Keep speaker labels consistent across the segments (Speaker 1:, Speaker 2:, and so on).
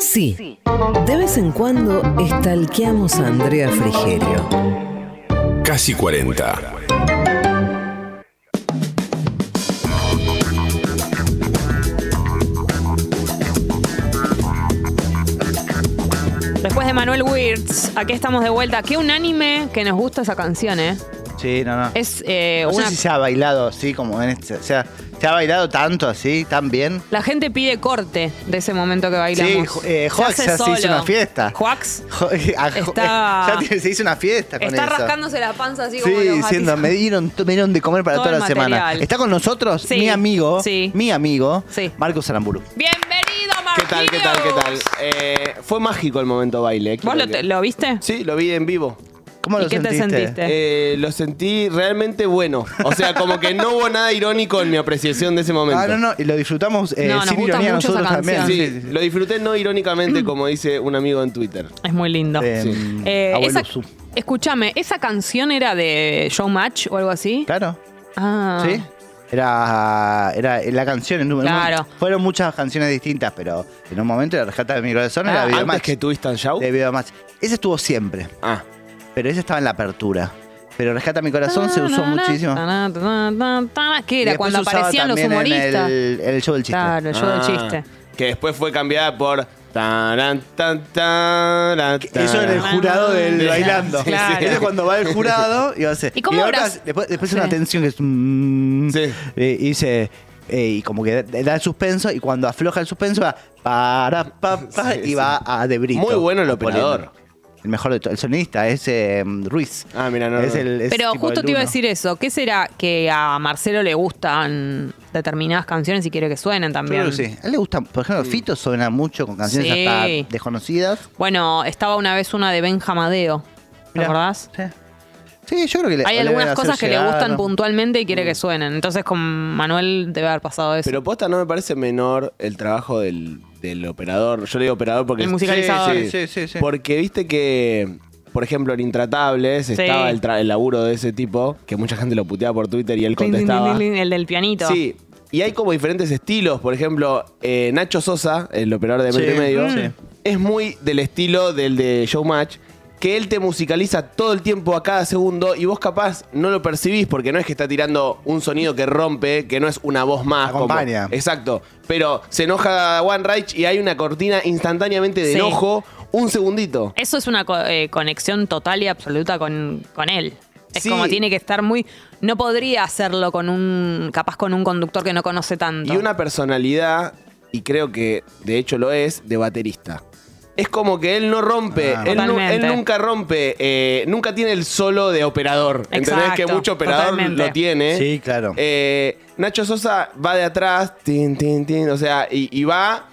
Speaker 1: Sí. De vez en cuando estalqueamos a Andrea Frigerio.
Speaker 2: Casi 40.
Speaker 3: Después de Manuel Wirtz, aquí estamos de vuelta. Qué unánime que nos gusta esa canción, ¿eh?
Speaker 4: Sí, no, no.
Speaker 3: Es eh,
Speaker 4: no
Speaker 3: una...
Speaker 4: sé si se ha bailado así como en este. O sea, se ha bailado tanto así, tan bien.
Speaker 3: La gente pide corte de ese momento que bailamos.
Speaker 4: Sí, eh, Joax
Speaker 3: hace
Speaker 4: se hizo
Speaker 3: solo.
Speaker 4: una fiesta.
Speaker 3: Joax
Speaker 4: Jo- a- jo-
Speaker 3: Está-
Speaker 4: ya tiene- se hizo una fiesta con
Speaker 3: está
Speaker 4: eso.
Speaker 3: rascándose la panza así
Speaker 4: Sí,
Speaker 3: como los
Speaker 4: diciendo,
Speaker 3: gatitos.
Speaker 4: me dieron, me dieron de comer para
Speaker 3: Todo
Speaker 4: toda
Speaker 3: el
Speaker 4: la semana.
Speaker 3: material.
Speaker 4: Está con nosotros
Speaker 3: Sí,
Speaker 4: mi amigo,
Speaker 3: sí.
Speaker 4: mi amigo,
Speaker 3: Sí.
Speaker 4: Marcos Aramburu.
Speaker 3: Bienvenido,
Speaker 5: ¿Qué
Speaker 3: Marquillos.
Speaker 5: tal, qué tal, qué tal? Eh, fue mágico el momento baile. eh,
Speaker 3: ¿Vos
Speaker 5: quiero
Speaker 3: lo,
Speaker 5: que-
Speaker 3: te- lo viste?
Speaker 5: Sí, lo vi en vivo.
Speaker 4: ¿Cómo
Speaker 3: ¿Y
Speaker 4: lo
Speaker 3: qué te
Speaker 4: sentiste?
Speaker 3: sentiste?
Speaker 5: Eh, lo sentí realmente bueno. O sea, como que no hubo nada irónico en mi apreciación de ese momento.
Speaker 4: Ah, no, no, y lo disfrutamos eh,
Speaker 3: No, nos
Speaker 4: sin
Speaker 3: gusta
Speaker 4: ironía
Speaker 3: mucho esa
Speaker 4: nosotros
Speaker 3: canción.
Speaker 4: también.
Speaker 5: Sí, lo disfruté no irónicamente,
Speaker 4: Mm.
Speaker 5: como dice un amigo en Twitter.
Speaker 3: Es muy lindo.
Speaker 4: Eh,
Speaker 5: Sí.
Speaker 3: Eh,
Speaker 4: Abuelo
Speaker 3: esa-
Speaker 4: Su.
Speaker 3: escúchame, ¿esa canción era de Showmatch o algo así?
Speaker 4: Claro.
Speaker 3: Ah.
Speaker 4: Sí. Era, era la canción en un en un-
Speaker 3: Claro.
Speaker 4: Fueron muchas canciones distintas, pero en un momento la rescata de mi corazón
Speaker 3: Ah,
Speaker 4: era
Speaker 5: ¿Antes
Speaker 4: Videomatch.
Speaker 5: que tuviste al show?
Speaker 4: De Videomatch. Esa estuvo siempre,
Speaker 5: Ah,
Speaker 4: pero esa estaba en la apertura. Pero Rescata mi corazón se usó muchísimo.
Speaker 3: ¿Qué
Speaker 4: Y
Speaker 3: era?
Speaker 4: después
Speaker 3: Cuando
Speaker 4: se usaba
Speaker 3: aparecían los
Speaker 4: también en
Speaker 3: humoristas.
Speaker 4: el, el show del chiste.
Speaker 3: Claro, el show del
Speaker 5: ah,
Speaker 3: chiste.
Speaker 5: Que después fue cambiada por... taran, tan, taran,
Speaker 4: Eso en el
Speaker 5: taran.
Speaker 4: jurado del
Speaker 5: Sí,
Speaker 4: bailando.
Speaker 5: sí,
Speaker 3: Claro.
Speaker 4: Ese es cuando va el jurado y va a hacer.
Speaker 3: ¿Y cómo
Speaker 4: ahora,
Speaker 3: habrás-
Speaker 4: después, después
Speaker 3: Sí.
Speaker 4: una tensión que es. mm,
Speaker 5: Sí.
Speaker 4: eh, y dice. eh, y como que da, da el suspenso y cuando afloja el suspenso va para pa, pa,
Speaker 5: Sí,
Speaker 4: y
Speaker 5: sí.
Speaker 4: va a Debrito.
Speaker 5: Muy bueno el operador.
Speaker 4: El mejor de todo, el sonista es eh, Ruiz.
Speaker 5: Ah, mira, no,
Speaker 4: Es
Speaker 5: no.
Speaker 4: el- es
Speaker 3: Pero
Speaker 4: tipo
Speaker 3: justo
Speaker 4: el
Speaker 3: te iba a
Speaker 4: uno.
Speaker 3: decir eso. ¿Qué será que a Marcelo le gustan determinadas canciones y quiere que suenen
Speaker 4: Yo
Speaker 3: también?
Speaker 4: creo que sí. A él le gusta, por ejemplo,
Speaker 5: Mm.
Speaker 4: Fito suena mucho con canciones
Speaker 3: Sí.
Speaker 4: hasta desconocidas.
Speaker 3: Bueno, estaba una vez una de Benjamadeo. ¿Te
Speaker 4: Mirá,
Speaker 3: acordás?
Speaker 4: Sí. Sí, yo creo que le
Speaker 3: Hay
Speaker 4: le deben
Speaker 3: algunas
Speaker 4: hacer
Speaker 3: cosas que le
Speaker 4: llegar, Mm.
Speaker 3: gustan
Speaker 4: ¿no?
Speaker 3: puntualmente y quiere que suenen. Entonces con Manuel debe haber pasado eso.
Speaker 5: Pero posta no me parece menor el trabajo del, del operador. Yo le digo operador porque...
Speaker 3: El musicalizador.
Speaker 4: Sí, sí, sí, sí.
Speaker 5: Porque viste que, por ejemplo, en Intratables estaba el, tra- el laburo de ese tipo, que mucha gente lo puteaba por Twitter y él
Speaker 3: Tin, tin, tin,
Speaker 5: contestaba.
Speaker 3: tin, el del pianito.
Speaker 5: Sí, y hay como diferentes estilos. Por ejemplo, eh, Nacho Sosa, el operador de
Speaker 4: Sí,
Speaker 5: Metro y Medio,
Speaker 4: sí.
Speaker 5: es muy del estilo del de Showmatch, que él te musicaliza todo el tiempo a cada segundo y vos capaz no lo percibís porque no es que está tirando un sonido que rompe, que no es una voz más. como-
Speaker 4: Acompaña.
Speaker 5: exacto. Pero se enoja One Reich y hay una cortina instantáneamente de
Speaker 3: Sí.
Speaker 5: enojo, un segundito.
Speaker 3: Eso es una co- eh, conexión total y absoluta con, con él. Es
Speaker 5: Sí.
Speaker 3: como tiene que estar muy. No podría hacerlo con un. capaz con un conductor que no conoce tanto.
Speaker 5: Y una personalidad, y creo que de hecho lo es, de baterista. Es como que él no rompe,
Speaker 4: Ah.
Speaker 5: él, nu-
Speaker 3: Totalmente.
Speaker 5: él nunca rompe, eh, nunca tiene el solo de operador. ¿Entendés?
Speaker 3: Exacto,
Speaker 5: Que mucho operador
Speaker 3: totalmente.
Speaker 5: lo tiene.
Speaker 4: Sí, claro.
Speaker 5: Eh, Nacho Sosa va de atrás, tin, tin, tin, o sea, y, y va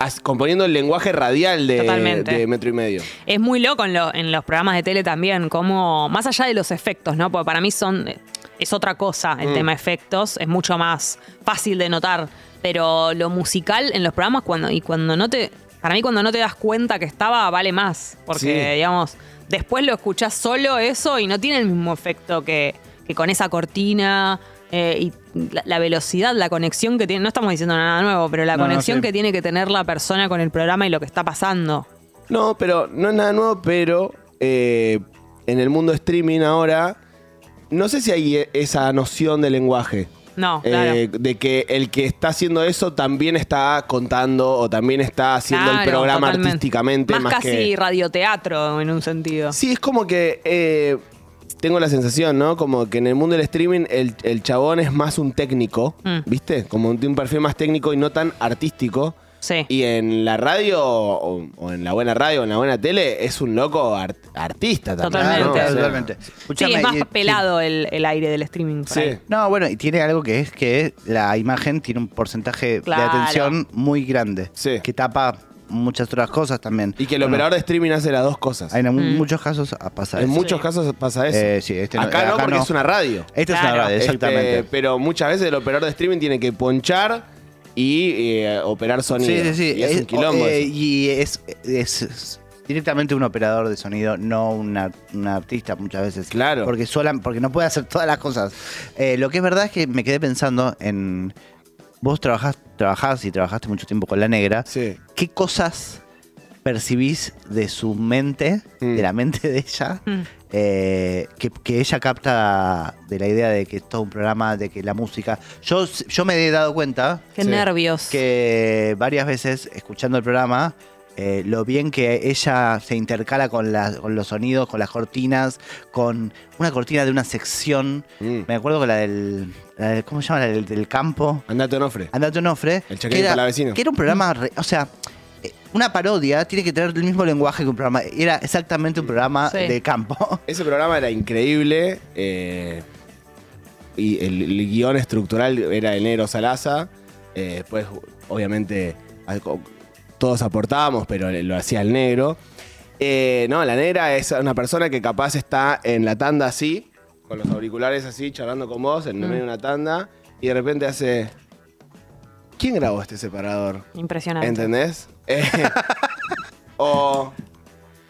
Speaker 5: as- componiendo el lenguaje radial de,
Speaker 3: Totalmente.
Speaker 5: de metro y medio.
Speaker 3: Es muy loco en, lo- en los programas de tele también, como más allá de los efectos, ¿no? Porque para mí son eh, es otra cosa
Speaker 4: Mm.
Speaker 3: el tema efectos, es mucho más fácil de notar, pero lo musical en los programas cuando y cuando no te para mí cuando no te das cuenta que estaba vale más, porque
Speaker 5: Sí.
Speaker 3: digamos, después lo escuchás solo eso y no tiene el mismo efecto que, que con esa cortina eh, y la, la velocidad, la conexión que tiene, no estamos diciendo nada nuevo, pero la
Speaker 4: No, no,
Speaker 3: conexión
Speaker 4: sí.
Speaker 3: que tiene que tener la persona con el programa y lo que está pasando.
Speaker 5: No, pero no es nada nuevo, pero eh, en el mundo streaming ahora, no sé si hay e- esa noción de lenguaje.
Speaker 3: No, claro.
Speaker 5: Eh, de que el que está haciendo eso también está contando o también está haciendo el
Speaker 3: Claro,
Speaker 5: programa
Speaker 3: totalmente.
Speaker 5: artísticamente.
Speaker 3: Más,
Speaker 5: Más,
Speaker 3: casi
Speaker 5: que-
Speaker 3: radioteatro en un sentido.
Speaker 5: Sí, es como que eh, tengo la sensación, ¿no? Como que en el mundo del streaming el, el chabón es más un técnico,
Speaker 3: Mm.
Speaker 5: ¿viste? Como un, un perfil más técnico y no tan artístico.
Speaker 3: Sí.
Speaker 5: Y en la radio, o, o en la buena radio, o en la buena tele, es un loco art- artista también.
Speaker 4: Claro,
Speaker 3: Totalmente.
Speaker 5: ¿no? O sea,
Speaker 4: claro, totalmente.
Speaker 3: Sí,
Speaker 4: Escuchame,
Speaker 3: es más
Speaker 4: y-
Speaker 3: pelado el, el aire del streaming. por
Speaker 5: Sí.
Speaker 3: ahí.
Speaker 4: No, bueno, y tiene algo que es que la imagen tiene un porcentaje
Speaker 3: Claro.
Speaker 4: de atención muy grande.
Speaker 5: Sí.
Speaker 4: Que tapa muchas otras cosas también.
Speaker 5: Y que el
Speaker 4: Bueno,
Speaker 5: operador de streaming hace las dos cosas.
Speaker 4: En mu-
Speaker 3: Mm.
Speaker 4: muchos casos a pasar.
Speaker 5: En
Speaker 4: eso.
Speaker 5: muchos casos pasa eso.
Speaker 4: Eh, sí, este no-
Speaker 5: acá, no,
Speaker 4: acá
Speaker 5: porque
Speaker 4: no.
Speaker 5: es una radio.
Speaker 4: Esta es
Speaker 3: Claro.
Speaker 4: una radio, exactamente.
Speaker 5: Este, pero muchas veces el operador de streaming tiene que ponchar y eh, operar sonido.
Speaker 4: sí, sí, sí.
Speaker 5: Y es, un quilombo.
Speaker 4: eh,
Speaker 5: eso.
Speaker 4: y es, es- es directamente un operador de sonido, no una- un artista muchas veces.
Speaker 5: Claro.
Speaker 4: Porque, sola, porque no puede hacer todas las cosas. Eh, lo que es verdad es que me quedé pensando en. Vos trabajás, trabajás y trabajaste mucho tiempo con la negra.
Speaker 5: Sí.
Speaker 4: ¿Qué cosas percibís de su mente,
Speaker 5: Mm.
Speaker 4: de la mente de ella,
Speaker 3: Mm.
Speaker 4: eh, que, que ella capta de la idea de que es todo un programa, de que la música. Yo, yo me he dado cuenta
Speaker 3: Qué
Speaker 5: Sí.
Speaker 3: nervios.
Speaker 4: que varias veces, escuchando el programa, eh, lo bien que ella se intercala con, las- con los sonidos, con las cortinas, con una cortina de una sección.
Speaker 5: Mm.
Speaker 4: Me acuerdo que la del. la del- ¿Cómo se llama? La del, del campo.
Speaker 5: Andate, Onofre.
Speaker 4: Andate Onofre.
Speaker 5: El
Speaker 4: que
Speaker 5: chaqueño
Speaker 4: era-
Speaker 5: para vecino.
Speaker 4: Que era un programa. re- o sea, eh, una parodia tiene que tener el mismo lenguaje que un programa. Era exactamente un programa
Speaker 3: Sí.
Speaker 4: de campo.
Speaker 5: Ese programa era increíble. eh, y el, el guión estructural era el negro Salaza. eh, después, obviamente, algo- todos aportábamos, pero lo hacía el negro. Eh, no, la negra es una persona que capaz está en la tanda así, con los auriculares así, charlando con vos, en el medio de una tanda, y de repente hace. ¿Quién grabó este separador?
Speaker 3: Impresionante.
Speaker 5: ¿Entendés? Eh, o.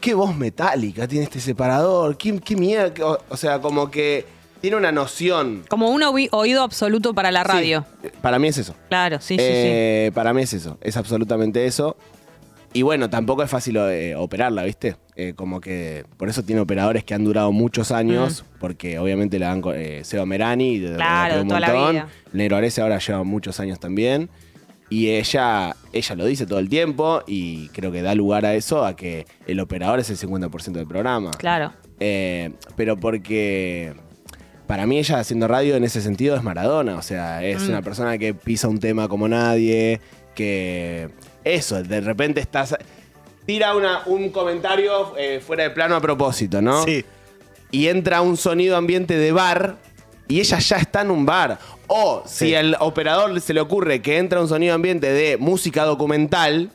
Speaker 5: ¿Qué voz metálica tiene este separador? ¿Qué, qué mierda? qué- O, o sea, como que tiene una noción.
Speaker 3: Como un ovi- oído absoluto para la radio.
Speaker 5: Sí, eh, para mí es eso.
Speaker 3: Claro, sí, sí,
Speaker 5: Eh, Para mí es eso. Es absolutamente eso. Y bueno, tampoco es fácil eh, operarla, ¿viste? Eh, como que. Por eso tiene operadores que han durado muchos años, porque obviamente la dan con eh, Seba Merani. de-
Speaker 3: Mm. Claro,
Speaker 5: de
Speaker 3: de toda la vida.
Speaker 5: Negro Arese ahora lleva muchos años también. Y ella, ella lo dice todo el tiempo y creo que da lugar a eso, a que el operador es el 50% del programa.
Speaker 3: sí. Claro.
Speaker 5: Eh, pero porque para mí ella haciendo radio en ese sentido es Maradona. O sea, es una persona que pisa un tema como nadie, que eso, de repente estás... Tira una- un comentario eh, fuera de plano a propósito, ¿no? Y entra un sonido ambiente de bar y ella ya está en un bar. O si
Speaker 4: Sí.
Speaker 5: al operador se le ocurre que entra un sonido ambiente de música documental,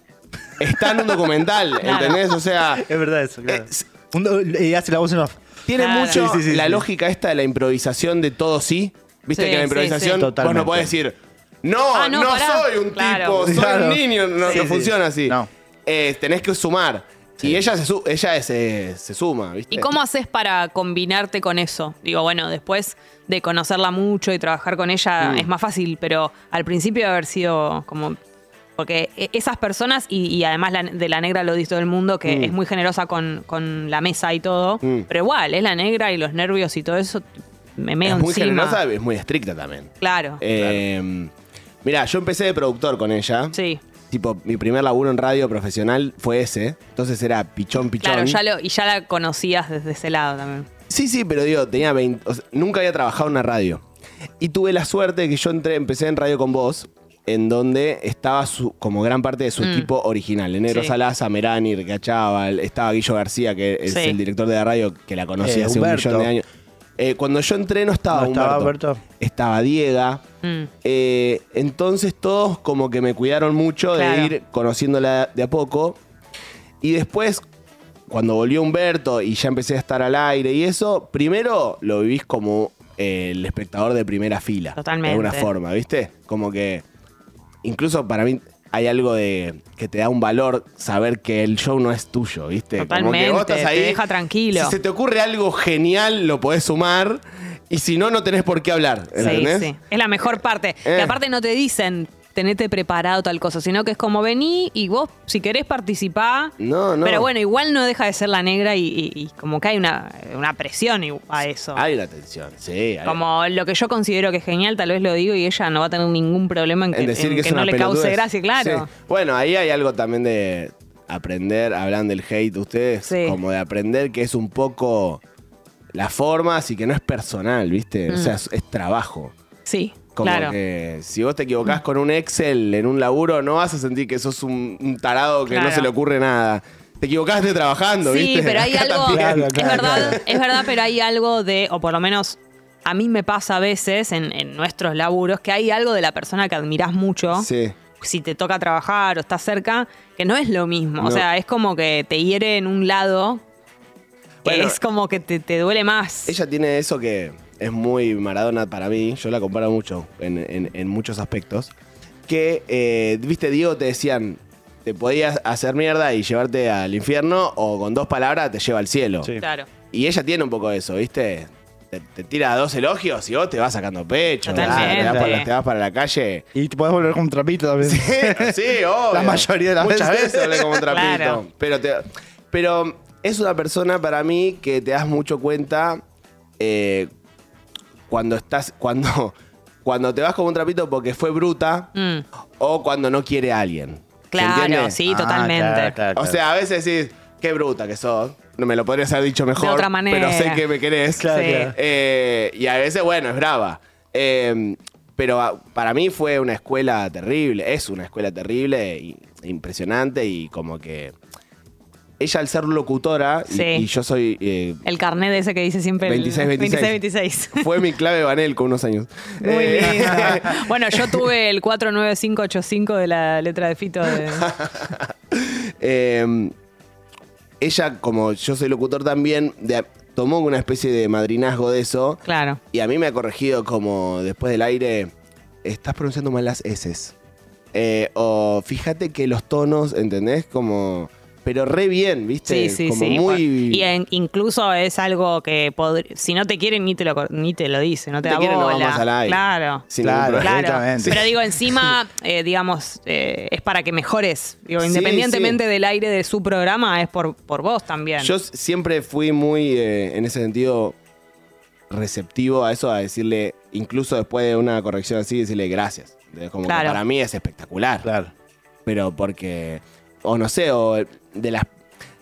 Speaker 5: está en un documental,
Speaker 3: Claro.
Speaker 5: ¿entendés? O sea,
Speaker 4: Es verdad eso, claro.
Speaker 5: Eh, s-
Speaker 4: Un- y hace la voz en off.
Speaker 5: tiene
Speaker 3: Claro.
Speaker 5: mucho
Speaker 4: Sí, sí, sí,
Speaker 5: la
Speaker 4: sí.
Speaker 5: lógica esta de la improvisación de todo sí. Viste
Speaker 3: Sí,
Speaker 5: que la
Speaker 3: sí,
Speaker 5: improvisación
Speaker 3: sí.
Speaker 5: vos no
Speaker 4: Totalmente.
Speaker 5: podés decir, no,
Speaker 3: Ah,
Speaker 5: no,
Speaker 3: no, pará".
Speaker 5: soy un
Speaker 3: Claro.
Speaker 5: tipo, soy
Speaker 4: Claro.
Speaker 5: un niño, no,
Speaker 4: Sí,
Speaker 5: no
Speaker 4: sí.
Speaker 5: funciona así.
Speaker 4: No.
Speaker 5: Eh, tenés que sumar.
Speaker 4: Sí.
Speaker 5: Y ella se, su- ella se, se suma, ¿viste?
Speaker 3: ¿Y cómo haces para combinarte con eso? Digo, bueno, después de conocerla mucho y trabajar con ella
Speaker 5: Mm.
Speaker 3: es más fácil, pero al principio haber sido como... Porque e- esas personas, y, y además la- de la negra lo dice todo el mundo, que es muy generosa con, con la mesa y todo,
Speaker 5: Mm.
Speaker 3: pero igual, es la negra y los nervios y todo eso, me meo
Speaker 5: es muy
Speaker 3: encima.
Speaker 5: generosa, es muy estricta también.
Speaker 3: Claro,
Speaker 5: Eh, Mirá, yo empecé de productor con ella.
Speaker 3: sí.
Speaker 5: Tipo, mi primer laburo en radio profesional fue ese. Entonces era pichón, pichón.
Speaker 3: Claro, ya lo, y ya la conocías desde ese lado también.
Speaker 5: Sí, sí, pero digo, tenía 20. o sea, nunca había trabajado en una radio. Y tuve la suerte de que yo entré, empecé en Radio con Vos, en donde estaba su, como gran parte de su equipo original. Enero
Speaker 3: Mm. Sí.
Speaker 5: Salaza, Merani, Ricachaval, estaba Guillo García, que es
Speaker 3: Sí.
Speaker 5: el director de la radio, que la conocí
Speaker 4: Eh,
Speaker 5: hace
Speaker 4: Humberto.
Speaker 5: un millón de años. Eh, cuando yo entré no estaba
Speaker 4: No estaba
Speaker 5: Humberto.
Speaker 4: Humberto.
Speaker 5: Estaba Diega.
Speaker 3: Mm.
Speaker 5: Eh, entonces todos como que me cuidaron mucho
Speaker 3: Claro.
Speaker 5: de ir conociéndola de a poco. Y después, cuando volvió Humberto y ya empecé a estar al aire y eso, primero lo vivís como eh, el espectador de primera fila.
Speaker 3: Totalmente.
Speaker 5: De alguna forma, ¿viste? Como que incluso para mí hay algo de que te da un valor saber que el show no es tuyo, ¿viste?
Speaker 3: Totalmente,
Speaker 5: Como que vos estás
Speaker 3: te
Speaker 5: ahí,
Speaker 3: deja tranquilo.
Speaker 5: Si se te ocurre algo genial, lo podés sumar. Y si no, no tenés por qué hablar.
Speaker 3: Sí,
Speaker 5: ¿entendés?
Speaker 3: sí. Es la mejor parte.
Speaker 5: Eh.
Speaker 3: Y aparte no te dicen tenete preparado tal cosa, sino que es como vení y vos, si querés, participá.
Speaker 5: No, no.
Speaker 3: Pero bueno, igual no deja de ser la negra y, y- y como que hay una, una presión i- a eso.
Speaker 5: Hay una tensión, sí. hay-
Speaker 3: Como lo que yo considero que es genial, tal vez lo digo y ella no va a tener ningún problema en que,
Speaker 5: en decir
Speaker 3: en
Speaker 5: que,
Speaker 3: que
Speaker 5: es
Speaker 3: no
Speaker 5: una
Speaker 3: le cause
Speaker 5: pelotudez.
Speaker 3: gracia, claro.
Speaker 5: Sí. Bueno, ahí hay algo también de aprender, hablan del hate ustedes,
Speaker 3: Sí.
Speaker 5: como de aprender que es un poco las formas y que no es personal, ¿viste? O sea, es, es trabajo.
Speaker 3: Sí,
Speaker 5: Como
Speaker 3: Mm. claro.
Speaker 5: que si vos te equivocás con un Excel en un laburo, no vas a sentir que sos un, un tarado que no
Speaker 3: Claro.
Speaker 5: se le ocurre nada. Te equivocaste trabajando,
Speaker 3: sí,
Speaker 5: ¿viste?
Speaker 3: pero hay
Speaker 5: Acá
Speaker 3: algo.
Speaker 5: también.
Speaker 4: Claro,
Speaker 3: es
Speaker 4: claro,
Speaker 3: verdad, es verdad, pero hay algo de, o por lo menos a mí me pasa a veces en, en nuestros laburos, que hay algo de la persona que admirás mucho.
Speaker 5: Sí.
Speaker 3: Si te toca trabajar o estás cerca, que no es lo mismo.
Speaker 5: No.
Speaker 3: O sea, es como que te hiere en un lado. Que
Speaker 5: Bueno.
Speaker 3: es como que te, te duele más.
Speaker 5: Ella tiene eso que es muy Maradona para mí, yo la comparo mucho en, en- en muchos aspectos, que, eh, viste, Diego, te decían, te podías hacer mierda y llevarte al infierno o con dos palabras te lleva al cielo.
Speaker 4: Sí.
Speaker 3: Claro.
Speaker 5: Y ella tiene un poco eso, viste, te, te tira dos elogios y vos te vas sacando pecho.
Speaker 3: Totalmente.
Speaker 5: Te vas para la- te vas para la calle.
Speaker 4: Y te podés volver con un trapito también.
Speaker 5: sí, obvio.
Speaker 4: La mayoría de las
Speaker 5: Muchas
Speaker 4: veces.
Speaker 5: veces hablé como un trapito.
Speaker 3: Claro.
Speaker 5: Pero, te- pero es una persona para mí que te das mucho cuenta eh, cuando estás. Cuando, cuando te vas como un trapito porque fue bruta
Speaker 3: Mm.
Speaker 5: o cuando no quiere a alguien. ¿Se
Speaker 3: Claro,
Speaker 5: entiende?
Speaker 3: sí,
Speaker 4: Ah,
Speaker 3: totalmente.
Speaker 4: claro, claro,
Speaker 5: O
Speaker 4: claro.
Speaker 5: sea, a veces decís, qué bruta que sos. No me lo podrías haber dicho mejor.
Speaker 3: otra manera.
Speaker 5: Pero sé que me querés.
Speaker 3: Claro, Sí. claro.
Speaker 5: Eh, y a veces, bueno, es brava. Eh, pero a- para mí fue una escuela terrible. Es una escuela terrible, i- impresionante y como que. Ella al ser locutora, y-
Speaker 3: Sí.
Speaker 5: y, yo soy eh,
Speaker 3: El carnet de ese que dice siempre. el-
Speaker 5: 26-26.
Speaker 3: 26-26.
Speaker 5: Fue mi clave Vanel con unos años.
Speaker 3: Muy
Speaker 5: Eh,
Speaker 3: lindo. bueno, yo tuve el 49585 de la letra de Fito. de-
Speaker 5: Eh, ella, como yo soy locutor también, de- tomó una especie de madrinazgo de eso.
Speaker 3: Claro.
Speaker 5: Y a mí me ha corregido como después del aire, estás pronunciando mal las S. Eh, o fíjate que los tonos, ¿entendés? Como... Pero re bien, ¿viste?
Speaker 3: Sí, sí,
Speaker 5: como
Speaker 3: sí.
Speaker 5: muy...
Speaker 3: Y en- incluso es algo que podr- si no te quieren ni te lo, cor- ni te lo dice, no te,
Speaker 5: Te
Speaker 3: da
Speaker 5: quieren, no
Speaker 3: bola.
Speaker 5: vamos al aire.
Speaker 3: Claro.
Speaker 5: sin ningún
Speaker 4: Claro,
Speaker 5: problema.
Speaker 3: Claro,
Speaker 4: Directamente.
Speaker 3: pero digo, encima, eh, digamos, eh, es para que mejores. Digo,
Speaker 5: Sí,
Speaker 3: independientemente
Speaker 5: sí.
Speaker 3: del aire de su programa, es por, por vos también.
Speaker 5: Yo s- siempre fui muy, eh, en ese sentido, receptivo a eso, a decirle, incluso después de una corrección así, decirle gracias. Es Como que
Speaker 3: Claro.
Speaker 5: para mí es espectacular.
Speaker 4: Claro.
Speaker 5: Pero porque, o no sé, o de las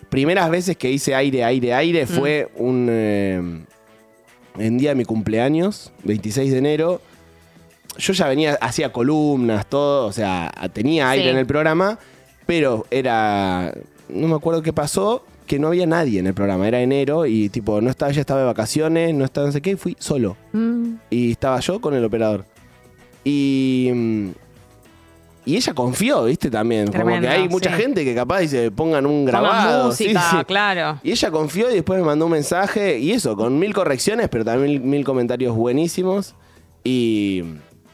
Speaker 5: primeras veces que hice aire, aire, aire, fue un... eh, en día de mi cumpleaños, 26 de enero, yo ya venía, hacía columnas, todo, o sea, tenía aire
Speaker 3: Sí.
Speaker 5: en el programa, pero era, no me acuerdo qué pasó, que no había nadie en el programa, era enero y tipo, no estaba, ya estaba de vacaciones, no estaba, no sé qué, y fui solo.
Speaker 3: Mm.
Speaker 5: Y estaba yo con el operador. Y. mm, Y ella confió, viste, también. como que
Speaker 3: Tremendo,
Speaker 5: hay mucha
Speaker 3: sí.
Speaker 5: gente que capaz dice, pongan
Speaker 3: Pongan
Speaker 5: un grabado. sí,
Speaker 3: música,
Speaker 5: sí.
Speaker 3: claro.
Speaker 5: Y ella confió y después me mandó un mensaje. Y eso, con mil correcciones, pero también mil comentarios buenísimos. Y.